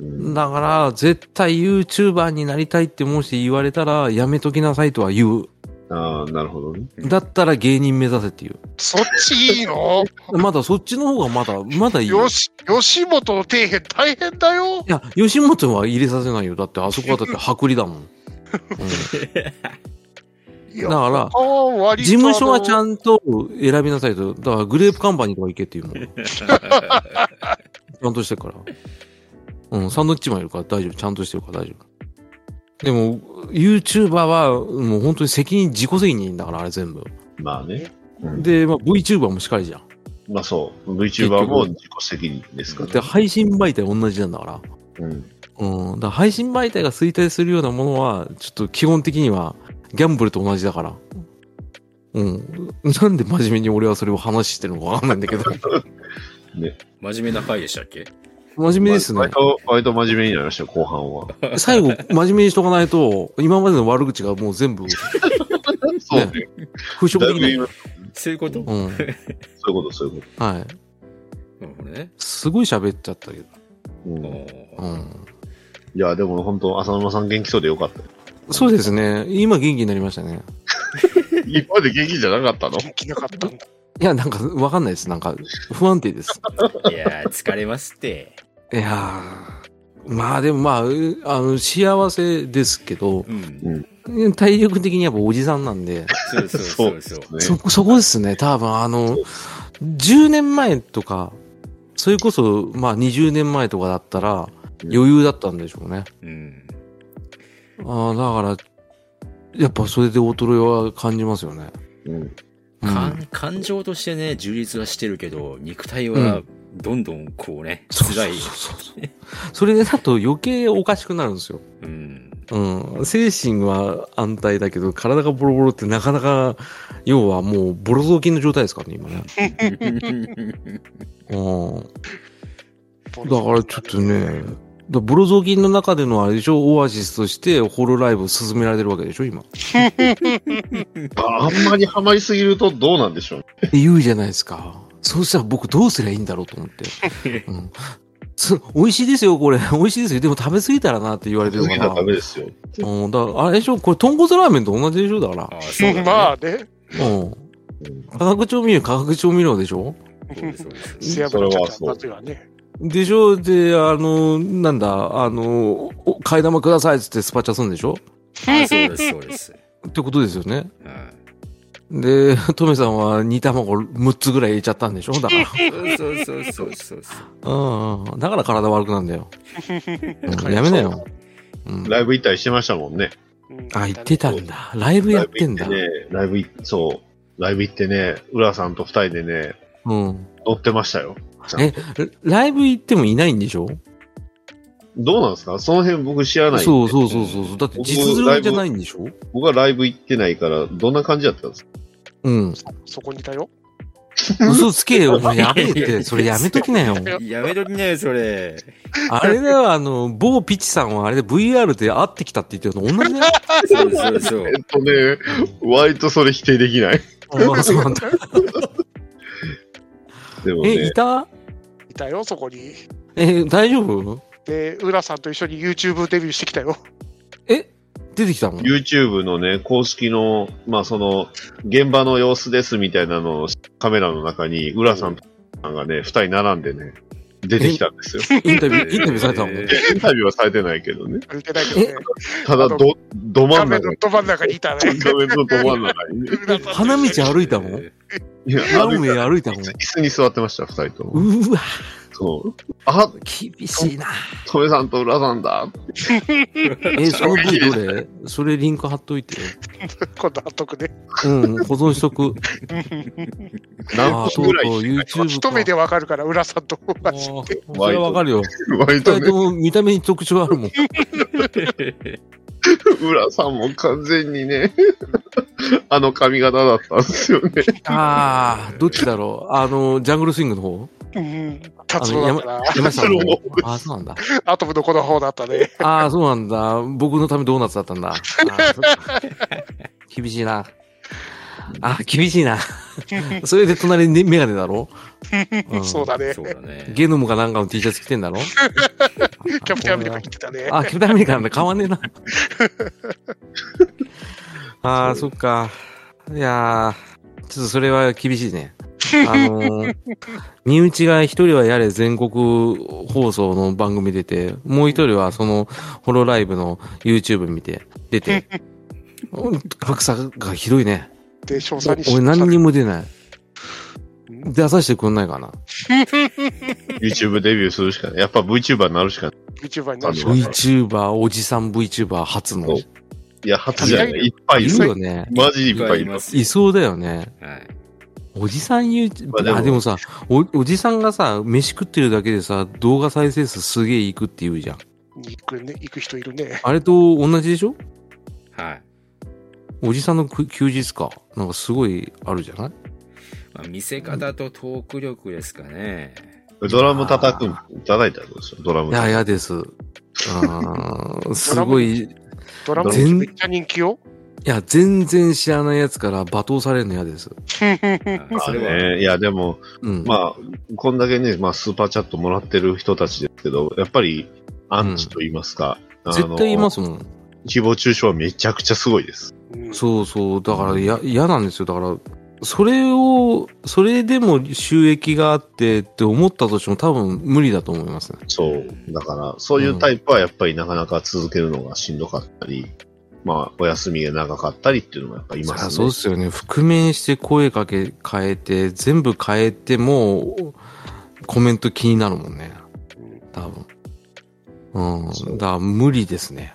C: うん
D: だから、絶対 YouTuber になりたいってもし言われたら、やめときなさいとは言う。
C: ああ、なるほどね。
D: だったら芸人目指せっ
B: *laughs*
D: ていう。
B: そっちいいの
D: まだそっちの方がまだ、まだいいよ。
B: よし、吉本の底辺大変だよ
D: い。や、吉本は入れさせないよ。だって、あそこはだって剥離
B: *laughs*
D: だもん。うん
B: い
D: だ
B: や、
D: から、
B: ああ割と
D: 事務所はち
B: ん
D: ゃんと選びなさいと。だから、グレープカンパニーとか行けっていうもん。
B: *laughs*
D: ちゃんとしてるから。うん、サンドウィッチマンいるから大丈夫。ちゃんとしてるから大丈夫。でも、YouTuber は、もう本当に責任、自己責任だから、あれ全部。
C: まあね。うん
D: で、まあ、VTuber もしっかりじゃん。
C: まあそう。VTuber も自己責任ですか
D: で、
C: ら、ね。
D: 配信媒体同じなんだから。
C: うん。
D: うん、だから配信媒体が衰退するようなものは、ちょっと基本的にはギャンブルと同じだから。うん。なんで真面目に俺はそれを話してるのかわかんないんだ
C: *laughs*
D: けど。
A: 真面目な回でしたっけ
D: 真面目ですね
C: 割。と、割と真面目になりましたよ、後半は。
D: 最後、真面目にしとかないと、今までの悪口がもう全部
C: そうね。
D: 払拭
C: だい
D: できな
C: ぶ
D: い。
C: 今、
A: そういうこと、
D: うん。
C: そういうこと、そういうこ
D: はい。
A: なるほどね。
D: すごい喋っちゃったけど。
C: と。うん。い
A: お
D: う
A: ー
D: ん。
C: や、でも本当、浅沼さん元気そうでよかった。 *laughs*
D: そうですね。今元気になりましたね。
C: 今まで元気じゃなか
D: *laughs*
C: ったの
B: 元気なかったんだ。
D: いや、なんかわかんないです。なんか不安定です。
A: いやー、疲れますって。
D: いやー。まあでもまあ、うあの、幸せですけど、
A: うん。
D: 体力的にやっぱおじさんなんで、
A: そうそうそうそう。
C: です
D: そ
C: ね。、
D: そこですね。多分あの、10年前とか、それこそ、まあ20年前とかだったら、
C: うん
D: 余裕だったんでしょうね。
A: うん。
D: ああ、だから、やっぱそれで衰えは感じますよね。
C: うん。
D: うん
A: 感感情としてね、充実はしてるけど、肉体はどんどんこうね、
D: そう
A: 辛い。
D: そうそうそうそれだと余計おかしくなるんですよ。
A: うん。
D: うん。精神は安泰だけど、体がボロボロってなかなか、要はもうボロ雑巾の状態ですからね、今ね。うん。だからちょっとね、だブロゾキンの中でのあれでしょ、オアシスとしてホロライブを進められてるわけでしょ、今。っ
C: ああんまりハマりすぎるとどうなんでしょう
D: て言うじゃないですか。そうしたら僕どうすりゃいいんだろうと思って。うんつ美味しいですよ、これ。美味しいですよ。でも食べ過ぎたらなって言われてる
C: 続 *laughs* け
D: か
C: たら
D: ら
C: ダ。メですよ。
D: うん、だからあれでしょ、これ豚骨ラーメンと同じでしょ、だか
A: ああ、そうだ、ね。
B: まあね、
D: ら。うん。化学調味料、化学調味料でしょ
A: そうですそうです
B: せや
C: それはそう
B: ちゃんはね。
D: でしょで、あの、なんだ、あの、お替え玉くださいっつってスパチャするんでしょ
A: ああそうです、そうです。
D: ってことですよね。
A: う
D: で、 *laughs* トメさんは煮卵6つぐらい入れちゃったんでしょだから。
A: ん。そうそうそうそうそう。
D: うんうん。だから体悪くなんだよ。うんやめなよ。うん、
C: ライブ行ったりしてましたもんね。
B: うん
D: あ、行ってたんだ。ライブやってんだ。
C: ライブ行ってね、ライブ、そう、ライブ行ってね、浦さんと二人でね、
D: うん。
C: 乗ってましたよ。
D: え、ライブ行ってもいないんでしょ
C: どうなんですかその辺僕知らないんで。
D: そうそうそうそうそう。だって実力じゃないんでしょ
C: 僕はライブ行ってないから、どんな感じだったんですか
D: うん。
B: そこにいたよ。
D: 嘘つけよ。お前やめて。それやめときなよ。
A: やめときなよ、それ。
D: あれだよ、あの、某ピチさんはあれで VR で会ってきたって言ってるの同じだよ。
A: そうそうそう。
C: えっとね、割とそれ否定できない。
D: あそうなん *laughs* だ
C: *laughs* でも
D: え、
C: ね
D: い、た
B: いたよ、そこに。
D: え、大丈夫
B: で、浦さんと一緒に YouTube デビューしてきたよ。
D: え、出てき *laughs* たの
C: YouTube のね、公式の、まあその、現場の様子ですみたいなのをカメラの中に、浦さんとさんがね、二人並んでね、出てきたん
D: *laughs*
C: ですよ。
D: インタビュー、インタビューされたの
A: え
C: インタビューはされてないけどね。
B: 言ってないけどね。
C: ただ、ど、ど真
B: 画
C: ん
B: 面
C: 中
B: の
C: に、
B: ど真ん中にいたね。
C: 画面のど真ん中にね。
B: 浦さん
D: 花道歩いたもん。
C: いや
D: ラーメン歩いたもん。
C: 椅子に座ってました、二人とも。
D: うわ、
C: そう。あ、
D: 厳しい *laughs* な。
C: トメさんと浦さんだ。
D: え、その V どれそれリンク貼っといて。
B: 今度は得で。
D: うん、保存しと *laughs* く。あ
C: 何
D: あ、
C: 分
D: そう
C: ぐ
D: から
C: い
D: YouTube か。
B: 一目でわかるから、浦さんと
D: あ
B: 同じ。
D: ーそれはわかる *laughs* よ。
C: 割
D: 二人
C: と
D: と
C: ね、
D: も見た目に特徴あるも *laughs* ん。
C: 浦さんも完全にね、あの髪型だったんですよね。
D: ああ、どっちだろう。あの、ジャングルスイングの方
B: うん、達郎だから、
D: 山
C: そ
D: 下の
C: れも
D: 方ああ、そうなんだ。
B: アトムのこの方だったね。
D: ああ、そうなんだ。僕のためドーナツだったんだ。あーそっか厳しいな。あー厳しいな。それで隣にメガネだろ、うん
B: そうだね。
A: そうだね。
D: ゲノムかなんかの T シャツ着てんだろ
B: キャプテンアメリカ来てた *laughs* ね。
D: あ、キャプテンアメリカなんだ。変わんねえな。ああ、そっか。いやー、ちょっとそれは厳しいね。あのー身内が一人はやれ全国放送の番組出て、もう一人はそのホロライブの YouTube 見て、出て。うん格差がひどいね。
B: で、詳細に
D: 俺何にも出ない。
B: うん
D: 出させてくんないかな。
C: YouTube デビューするしかない。やっぱ VTuber になるしかない。
B: YouTuber になるし
C: そうそう
D: VTuber、おじさん VTuber 初の。
C: そ
D: いう
C: いや、初じゃない。いっぱいい
D: る
C: る。
D: よね。
C: マジでいっぱいいる。
A: ます
D: いそうだよね。
A: はい。
D: おじさん YouTube、
C: まあでも
D: あ、でもさお、おじさんがさ、飯食ってるだけでさ、動画再生数すげえいくって言うじゃん。
B: に行くね、行く人いるね。
D: あれと同じでしょ
A: はい。
D: おじさんのく休日か。なんかすごいあるじゃない
A: まあ、見せ方とトーク力ですかね。
C: ドラム叩くん、叩いたらどうしよう。ドラム
D: いや、
C: 叩く。
D: 嫌です。あ
C: *laughs*
D: ーすごい、い
B: ドラム
D: 全
B: めっちゃ人気よ。
D: や、全然知らないやつから罵倒されるの嫌です。
A: あそれ
C: まあ
A: は、
C: ねいや、でも、
D: うん。
C: まあ、こんだけね、まあ、スーパーチャットもらってる人たちですけど、やっぱり、アンチと言いますか、あの
D: 絶対いますもん。
C: 誹謗中傷はめちゃくちゃすごいです。
B: うん
D: そうそう。だから、や、嫌なんですよ。だから、それを、それでも収益があってって思ったとしても多分無理だと思いますね。
C: そう。だから、そういうタイプはやっぱりなかなか続けるのがしんどかったり、まあ、お休みが長かったりっていうのもやっぱいま
D: あ
C: す
D: そう
C: ね
D: で。すよね。覆面して声かけ、変えて、全部変えても、コメント気になるもんね。多分。。
C: そううん
D: だから無理ですね。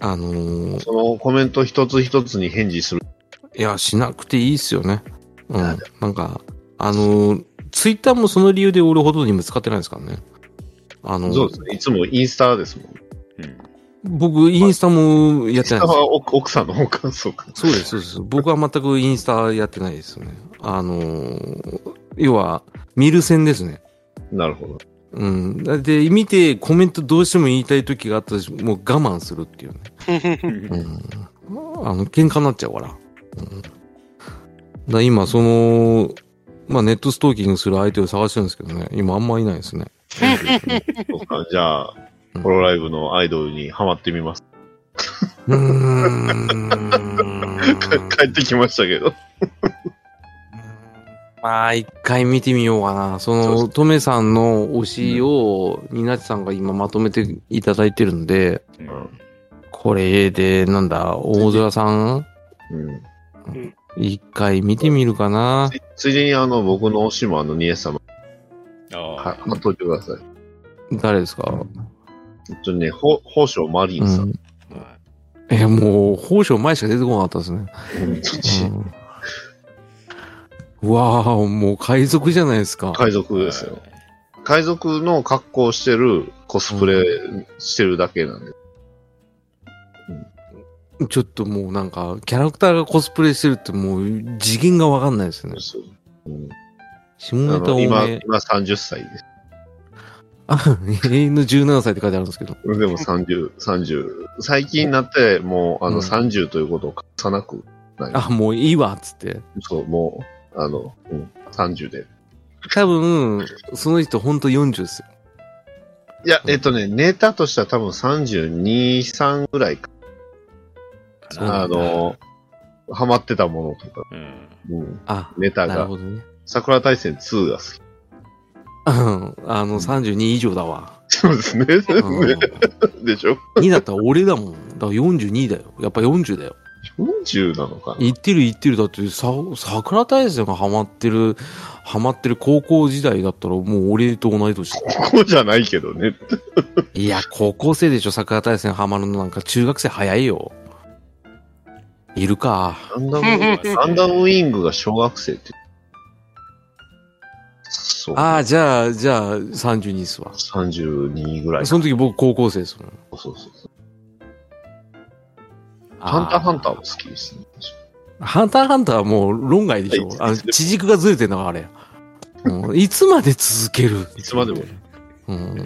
D: あのー
C: そのコメント一つ一つに返事する。
D: いや、しなくていいっすよね。うん
C: な。
D: なんか、あのーツイッターもその理由で俺ほとんど今使ってないですからね。あのー
C: そうですね。いつもインスタですもん。
A: うん。
D: 僕、インスタもやってない
C: 下
D: んです
C: は
D: よ。
C: 奥奥さんの方感想か。
D: そうです、そうです。僕は全くインスタやってないですよね。あのー要は、見る線ですね。
C: なるほど。
D: *laughs* うん。で、見てコメントどうしても言いたい時があったら、もう我慢するっていうね。うん。あの、喧嘩になっちゃうから。うん。だから今、その、まあ、ネットストーキングする相手を探してるんですけどね。今あんまいないですね。
C: そうか。じゃあ
D: う、ん
C: ホロライブのアイドルにハマってみます。。
D: うーん
C: 帰ってきましたけど。
D: まあ、一回見てみようかな。その、トメさんの推しを、ニナチさんが今まとめていただいてるんで、
A: うん
D: これで、なんだ、大空さん
C: うん
D: 一回見てみるかな。
C: ついでに、あの、僕の推しも、あの、ニエ様、は、
A: あ
C: 貼っといてください。
D: 誰ですか
C: 本当にね、ほ宝生マリ
D: う
C: ンさん。
D: ん。
A: あ。は
D: え、もう、宝生前しか出てこなかったですね。
C: 本当に
D: うん、うわあ、もう海賊じゃないですか。
C: 海賊
A: い
C: ですよ。。海賊の格好をしてる、コスプレしてるだけなんで。
D: ちょっともうなんか、キャラクターがコスプレしてるってもう次元がわかんないですね。
C: そううん
D: 下
C: あ
D: ネタ多
C: の今、
D: め。
C: 今30歳です。
D: あ、永遠の17歳って書いてあるんですけど。
C: でも30、30。最近になって、もう、あ
D: うん
C: の、30ということを隠さなくない。
D: *laughs* あ、もういいわ、っつって。
C: そう、もう、あの、うん、30で。
D: 多分、その人ほんと40ですよ。
C: いや、
D: うん
C: えっとね、ネタとしては多分32、3ぐらいか。
A: か
D: そうな
A: な。
C: あの、ハマってたものとか、
A: うん。
C: うん、
D: あ、
C: ネタ
D: なる
C: が。
D: ほど *laughs* ね。
C: 桜大戦2が好き。
D: うんあの、32以上だ *laughs* わ。
C: そうですね。*laughs*
D: うん、
C: でしょ
D: 2だったら俺だもん。だから42だよ。やっぱ40だよ。
C: 40なのかな
D: 言ってる言ってる。だってさ、桜大戦がハマってる、ハハマってる高校時代だったら、もう俺と同い年。
C: ここじゃないけどね。
D: いや、高校生でしょ、サッカー対戦ハマるのなんか中学生早いよ。いるか。
C: ガンダムウィング、ガンダムウィングが小学生って。そう。
D: ああ、じゃあ、じゃあ、32っすわ。
C: 32ぐらいか。
D: その時僕高校生ですもん。
C: そうそうそう。ハンターハンターも好きですね。
D: ー。ハンターハンターはもう論外でしょ。あの、地軸がずれてんのがあれ。うんいつまで続ける
C: いつまでも。
D: うん。もう、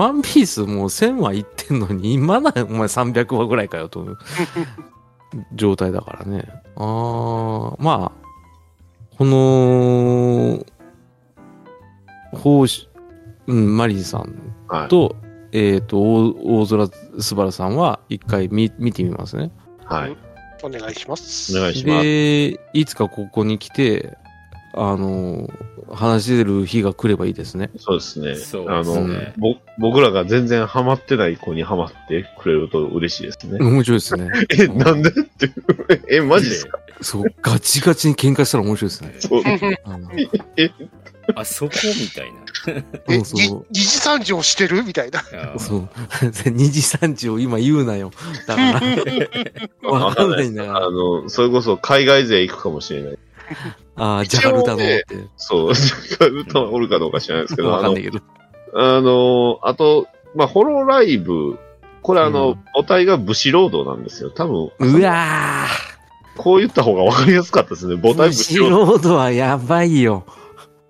D: ワンピースもう1000話いってんのに、今だよお前300話ぐらいかよと思う状態だからね。ああ、まあ、この、奉仕、うん、マリーさん
C: はい。
D: と、えっ、と、大大空すばらさんは一回見見てみますね。
C: はい。
B: お願いします。
C: お願いします。
D: で、いつかここに来て、あの、話せる日が来ればいいですね。
C: そうですね。
A: そう
C: あ
A: です
C: の、
A: ね
C: ぼ僕らが全然ハマってない子にハマってくれると嬉しいですね。
D: 面白いで
C: *laughs*
D: すね。
C: え、なんでって。 *laughs* え、マジですか
D: そう、ガチガチに喧嘩したら面白いですね。
C: そう。
D: あの
A: あそこみたいな。
B: え、
D: うん
B: に
D: そ
B: 二次三条してるみたいな。
A: あ
D: う。
A: ー
D: そう。 *laughs* 二次三次を今言うなよ。だから、わかんないんだか
C: あ
D: ら。
C: の、それこそ海外勢行くかもしれない。
D: ああ、ジャカルタのって。 *laughs*
C: そう、ジャカルタはおるかどうか知らないですけど、
D: わ
C: あ
D: かん
C: の
D: な、いけど。
C: あの、あと、まあ、ホロライブ、これあの、
D: うん
C: 母体が武士労働なんですよ。多分、
D: うわ
C: こう言った方がわかりやすかったですね。母
D: ー
C: 体
D: 武
C: 武士
D: 士
C: 労働。
D: ロードはやばいよ。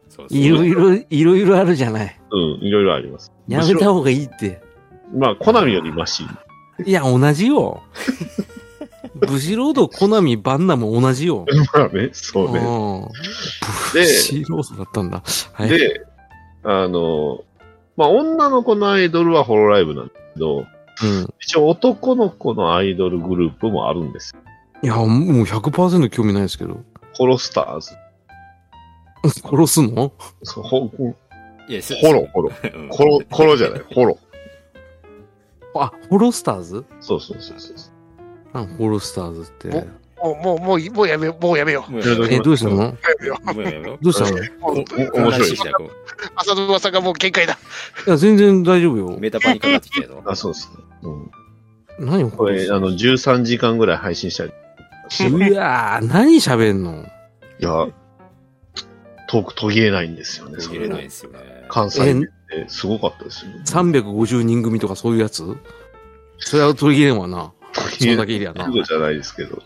A: そうそう
D: いろいろ、いろいろあるじゃない。
C: うん、いろいろあります。
D: やめた方がいいって。
C: まあ、コナミよりマ *laughs* シ。
D: いや、同じよ。 *laughs* 武士ロード、コナミ、バンナも同じよ。
C: まあね、そううね。
D: ん
C: で
D: 武士ロードだったんだ。はい。
C: で、あの、まあ、女の子のアイドルはホロライブなんだけど、
D: うん。
C: 一応男の子のアイドルグループもあるんですよ。
D: いや、もう100%興味ないですけど。 *laughs*
C: ホロスターズ。
D: 殺すの
C: そうほほ
A: いや、そ
C: ホロ、。ホ
D: *laughs*
C: ロ。
A: うん
C: コロ、コロじゃない、ホロ。
D: あ、ホロスターズ
C: そうそうそうそう。
D: あホロスターズって。
B: もう、もう、もう、もうやめよう、もうやめよう。
A: もう
C: やめとき
D: え、どうしたの
B: やめよ
A: もうやめろ
D: どうしたのい
B: もう
A: こ
C: お
A: この話したらこ
B: 浅沼さんがもう限界だ。
D: や、全然大丈夫
A: う
D: よ。
A: メタパにかかってきたよ。
C: あ、そうですね。うん。
D: 何
C: こ
D: これ
C: れ、。あの、13時間ぐらい配信したり。
D: うわぁ、何喋んの
C: いや、トーク途切れないんですよね、
A: 途
C: そ
A: 切
C: れ
A: れない
C: が。
A: ですよね。
C: 関西弁ってすごかったですよ。
D: ?350 人組とかそういうやつそれは途切れんわな。
C: 途
D: そんだけいりゃな
C: す。ぐじゃないですけど。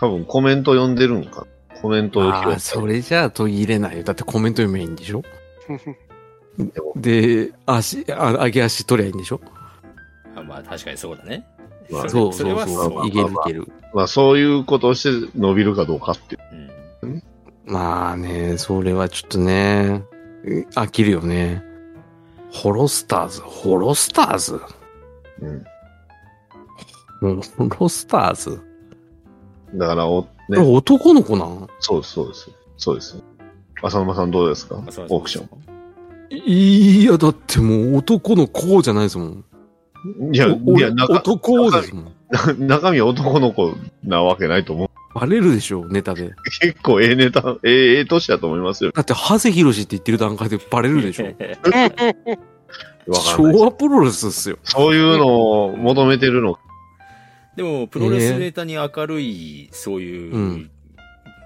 C: 多分コメント読んでるんかな。コメントを
D: あ
C: 拾
D: あ、
C: って。
D: それじゃあ途切れないよ。だってコメント読めばいいんで
C: *laughs*
D: しょ
C: でも
D: で、足、あ上げ足取りゃいいんでしょ
A: あまあ確かにそうだね。
C: まあ
D: そう
A: そ
D: そ
A: れ
D: う
A: は
D: そ。
A: そうう
D: いけるいける。
C: まあ、そういうことをして伸びるかどうかっていう。
A: うん
D: まあね、それはちょっとね、飽きるよね。ホロスターズ、ホロスターズ、
C: うん。
D: うんホロスターズ。
C: だから、お、
D: こ
C: ね、
D: れ男の子なん
C: そうです、そうです。そうです。浅沼さんどうですかオ
A: まあそれはそうです
C: ークション。
D: いや、だってもう男の子じゃないですもん。
C: いや、
D: お
C: いや、中、
D: 男ですもん。
C: *laughs* 中身は男の子なわけないと思う。 *laughs*
D: バレるでしょ、ネタで。
C: 結構ええネタ、ええ、ええ年だと思いますよ。
D: だって、ハセヒロシって言ってる段階でバレるでしょ。
C: わか
D: 昭
C: んない
D: 和プロレスっすよ。
C: そういうのを求めてるの。
A: でも、プロレスネタに明るい、そういう、
D: う
A: うん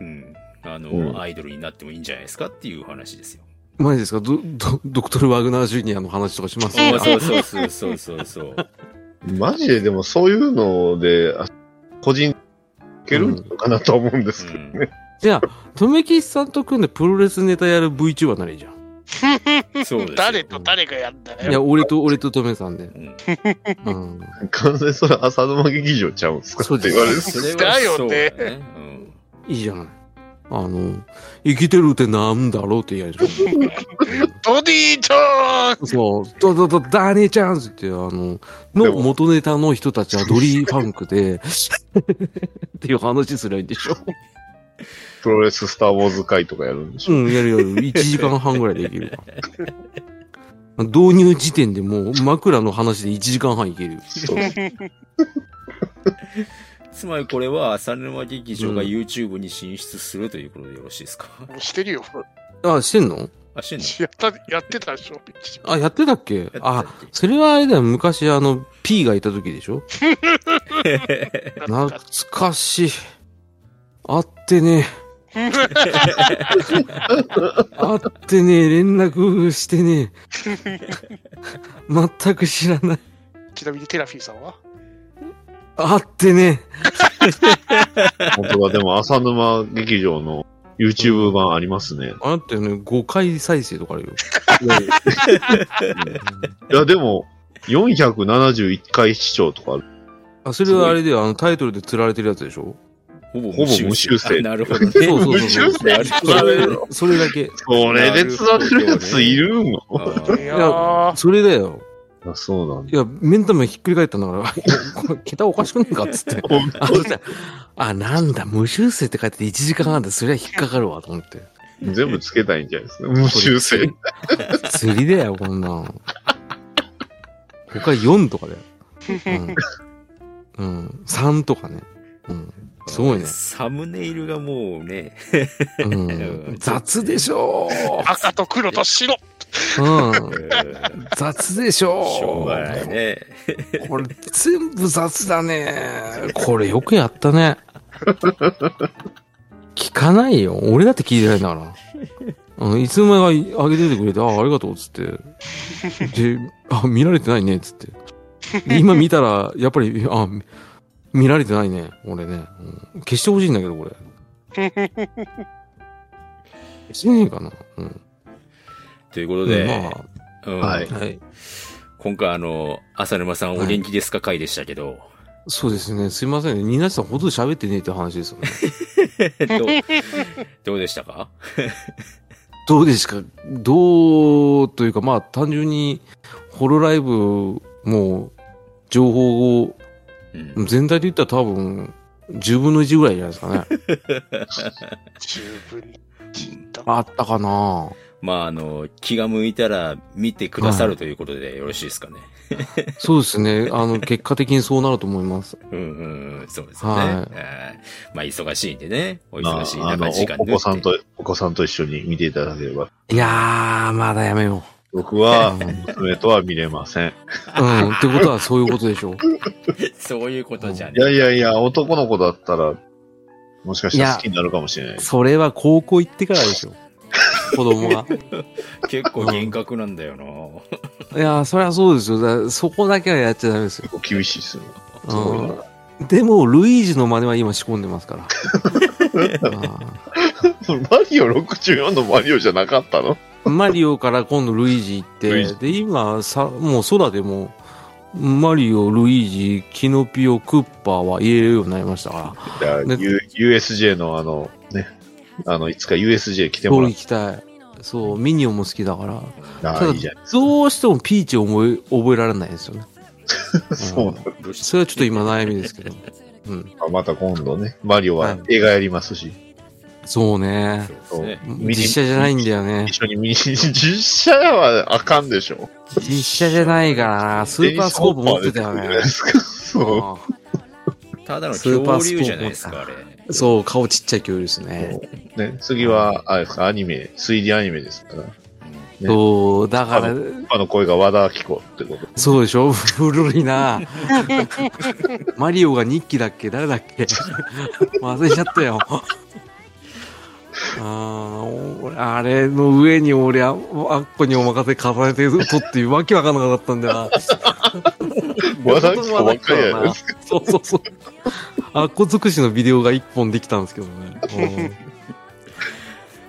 A: ん、あの、
C: うん
A: アイドルになってもいいんじゃないですかっていう話ですよ。
D: マジですかドドドクトル・ワグナー・ジュニアの話とかします
A: そうそうそうそうそうそうそう。
C: マジででもそういうので、あ個人、いけるのかなと思うんです
A: う
C: けど。
A: ん、
D: じゃあ、とめきさんと組んでプロレスネタやる VTuber ならいいじゃん。
A: そう *laughs* ですよ
B: 誰と誰がやった
D: い
B: ら
D: や、
B: よ。
D: 俺と、俺ととめさんで。
A: うん
D: うん。
C: 完全にそれ浅沼劇場ちゃうんすか
D: そう
C: って
D: です
C: 言われる。
A: それはそうだね。うん
D: いいじゃない。あの、生きてるってなんだろうって言い合いでし
B: ドディーちゃん
D: ょ。そう、どどど、ダーニーチャンスって、あの、
C: で
D: の
C: も
D: 元ネタの人たちはドリーファンクで、っていう話すりゃいいんでしょ。
C: プロレススター・ウォーズ会とかやるんでし
D: う
C: ょ。
D: ん、やるやる。1時間半ぐらいできるから。導入時点でもう枕の話で1時間半いけるよ。
C: そう
A: つまりこれは浅沼劇場が YouTube に進出するということでよろしいですか、
B: してるよ。
D: あ、してんの
A: あ、してんの
B: やった、やってたでしょ。一時
D: あ、やってたっけ
A: やっ
D: あ
A: てたっけ、
D: それはあれだよ、昔あの、P がいた時でしょ懐かしい。会ってねえ。会ってねえ、連絡してねえ。全く知らない。
B: ちなみにテラフィーさんは
D: 会ってね
C: 本当だ、でも浅沼劇場の YouTube 版ありますね
D: え。。あなたよね、5回再生とかあるよ。
C: いや、でも、471回視聴とかある。
D: あ、それはあれだよ、あの、タイトルで釣られてるやつでしょ
A: ほぼ
C: ほぼ無修正
A: あなるほどね。
D: そうそうそう
A: なるほ
D: そ
A: ど
D: れ
A: ね。
D: それだけ。
C: それで釣られるやついるの
A: あー
B: いやー、
D: それだよ。
C: あそうなんだ。
D: いや、目ん玉ひっくり返ったんだから、いやこれ桁おかしくねえかっつって。あ、そしたらあ、なんだ、無修正って書いてて1時間半で、そりゃ引っかかるわ、と思って。
C: 全部つけたいんじゃないですか。無修正。
D: 釣りだよ、こんなん。他4とかだよ。うん。うん、3とかね。うん。すごいね。
A: サムネイルがもう
C: *laughs*
A: ね、
D: うん、雑でしょ
B: 赤と黒と白。
D: う。うん
A: う。ん
D: 雑でしょ
A: しょうがない
D: *laughs*
A: ね。
D: これ全部雑だね。これよくやったね。聞かないよ。俺だって聞いてないんだから。うん、いつもが上げててくれて、ああ、ありがとう、つって。で、あ、見られてないね、つって。で今見たら、やっぱり、あ、み見られてないね、俺ね。うん消してほしいんだけど、これ。消してねえかな。うん。
A: ということで、
D: ま
A: うん
C: はい
D: あ、はい。
A: 今回あの、浅沼さんお元気ですか回でしたけ
D: *laughs*
A: ど、
D: そうですね。すいませんね。ニナさんほとんど喋ってねえって話ですよね。
A: どうどうでしたか
D: どうですかどうというか、まあ単純に、ホロライブも、情報を、
A: うん。
D: 全体で言ったら多分、10分の1ぐらいじゃないですかね。 *laughs*
B: 十分人だ。
D: あったかな
A: まああの、気が向いたら見てくださるということでよろしいですかね。
D: そうですね。あの、結果的にそうなると思います。
A: うんうんうん、そうですよね。
D: はい
A: えーまあ忙しいんでね、お
C: ま
A: 忙しい
C: あ、あの
A: 中時間
C: お
A: 縫
C: お子
A: って
C: さんと、お子さんと一緒に見ていただければ。
D: いやー、まだやめよ
C: 僕は、
D: うん
C: 娘とは見れません。
D: う。うん。ってことはそういうことでしょう。
A: そういうことじゃね
C: い。やいやいや、男の子だったら、もしかしたら好きになるかもしれない。
D: それは高校行ってからでしょ。子供が。
A: 結構厳格なんだよな。
D: いやー、そりゃそうですよ。だそこだけはやっちゃダメですよ。
C: 結構厳しいですよ。
D: うん。でも、ルイージの真似は今仕込んでます
C: *laughs*
D: から。うん
C: マリオ64のマリオじゃなかったの
D: マリオから今度ルイージ行
C: ルイ
D: って、で、今、さ、もう空でも、マリオ、ルイージ、キノピオ、クッパーは言えるようになりましたから、
C: いや、
D: ね
C: U- USJ のあの、ね、あの、いつか USJ 来ても
D: 通
C: ら
D: り
C: っ
D: 行きたい。そう、ミニオンも好きだから、
C: た
D: た
C: ら
D: だ
C: いいじゃない。
D: どうしてもピーチを思い覚えられないですよ
C: *laughs*
D: ね。
C: そう
D: うんそれはちょっと今悩みですけど。うん。
C: まあまた今度ね、マリオは映画やりますし、
D: そうね。
A: そうですね。
C: ミニ
D: 実写じゃないんだよね
C: 一。緒に見に、実写はあかんでしょ。
D: 実写じゃないからな。スーパースコープ持ってたよ
C: デニ
D: ね。
C: スコープはですかそう。
D: う
A: ただの
D: スーパー
A: 恐
D: *laughs* ス
A: 竜
D: ポーツ
A: じゃないですか、あれ。
D: ん *laughs* そう、顔ちっちゃい恐竜ですね。
C: ね、次は、あれですか、アニメ、3D アニメですから。ね
D: そう、だから、
C: 今の声が和田アキ子ってこと。
D: そうでしょ *laughs* 古いな *laughs* マリオが日記だっけ誰だっけ *laughs* 忘れちゃったよ。 *laughs* あー俺あれの上に俺、ああっこにお任せ重ねて撮ってわけわかんなかったんだ *laughs* よな。
C: 和田アキ子ばっかりやないですか。
D: そうそうそう。あっこ尽くしのビデオが一本できたんですけど *laughs* ね。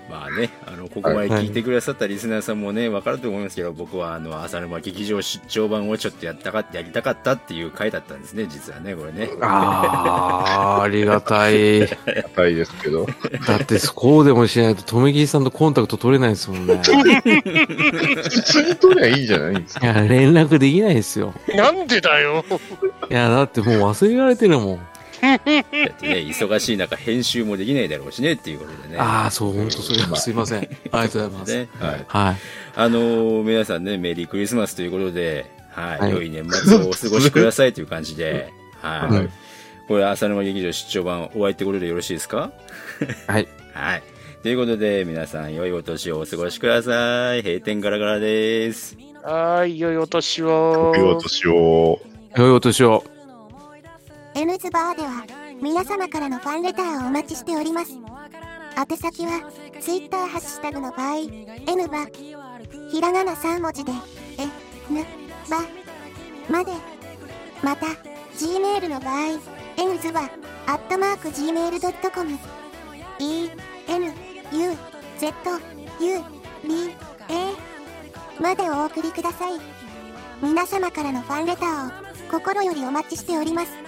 A: まあね、あの、ここまで聞いてくださったリスナーさんもね、わかると思いますけど、僕はあの、浅沼劇場出張版をちょっとやったかやりたかったっていう回だったんですね、実はね、これね。
D: うんああ、ありがたい。
C: *laughs* 硬いですけど。
D: だってこうでもしないと、とめぎりさんとコンタクト取れないですもんね。
C: 普通に撮りゃいいんじゃないんですか。
D: *laughs* いや、連絡できないですよ。
B: なんで
A: *laughs*
B: だよ。
D: いや、だってもう忘れられてるもん。
A: だってね、忙しい中、編集もできないだろうしね、っていうことでね。
D: ああ、そう、本当それは。すいません。ありがとうございます。
A: ね、はい。
D: はい。
A: あのー皆さんね、メリークリスマスということで、はい、
D: はい
A: 良い年末をお過ごしくださいという感じで、はい。
D: うん
A: これ、浅沼劇場出張版、お会いってことでよろしいですか
D: はい。
A: はい。ということで、皆さん、良いお年をお過ごしください。閉店ガラガラです。
B: はーい、良いお年を。
C: 良いお年を。
D: 良いお年を。
F: M ズバーでは皆様からのファンレターをお待ちしております宛先は Twitter ハッシュタグの場合 N はひらがな3文字で N ばまでまた Gmail の場合 N ズはアットマーク Gmail.com E N U Z U B A までお送りください皆様からのファンレターを心よりお待ちしております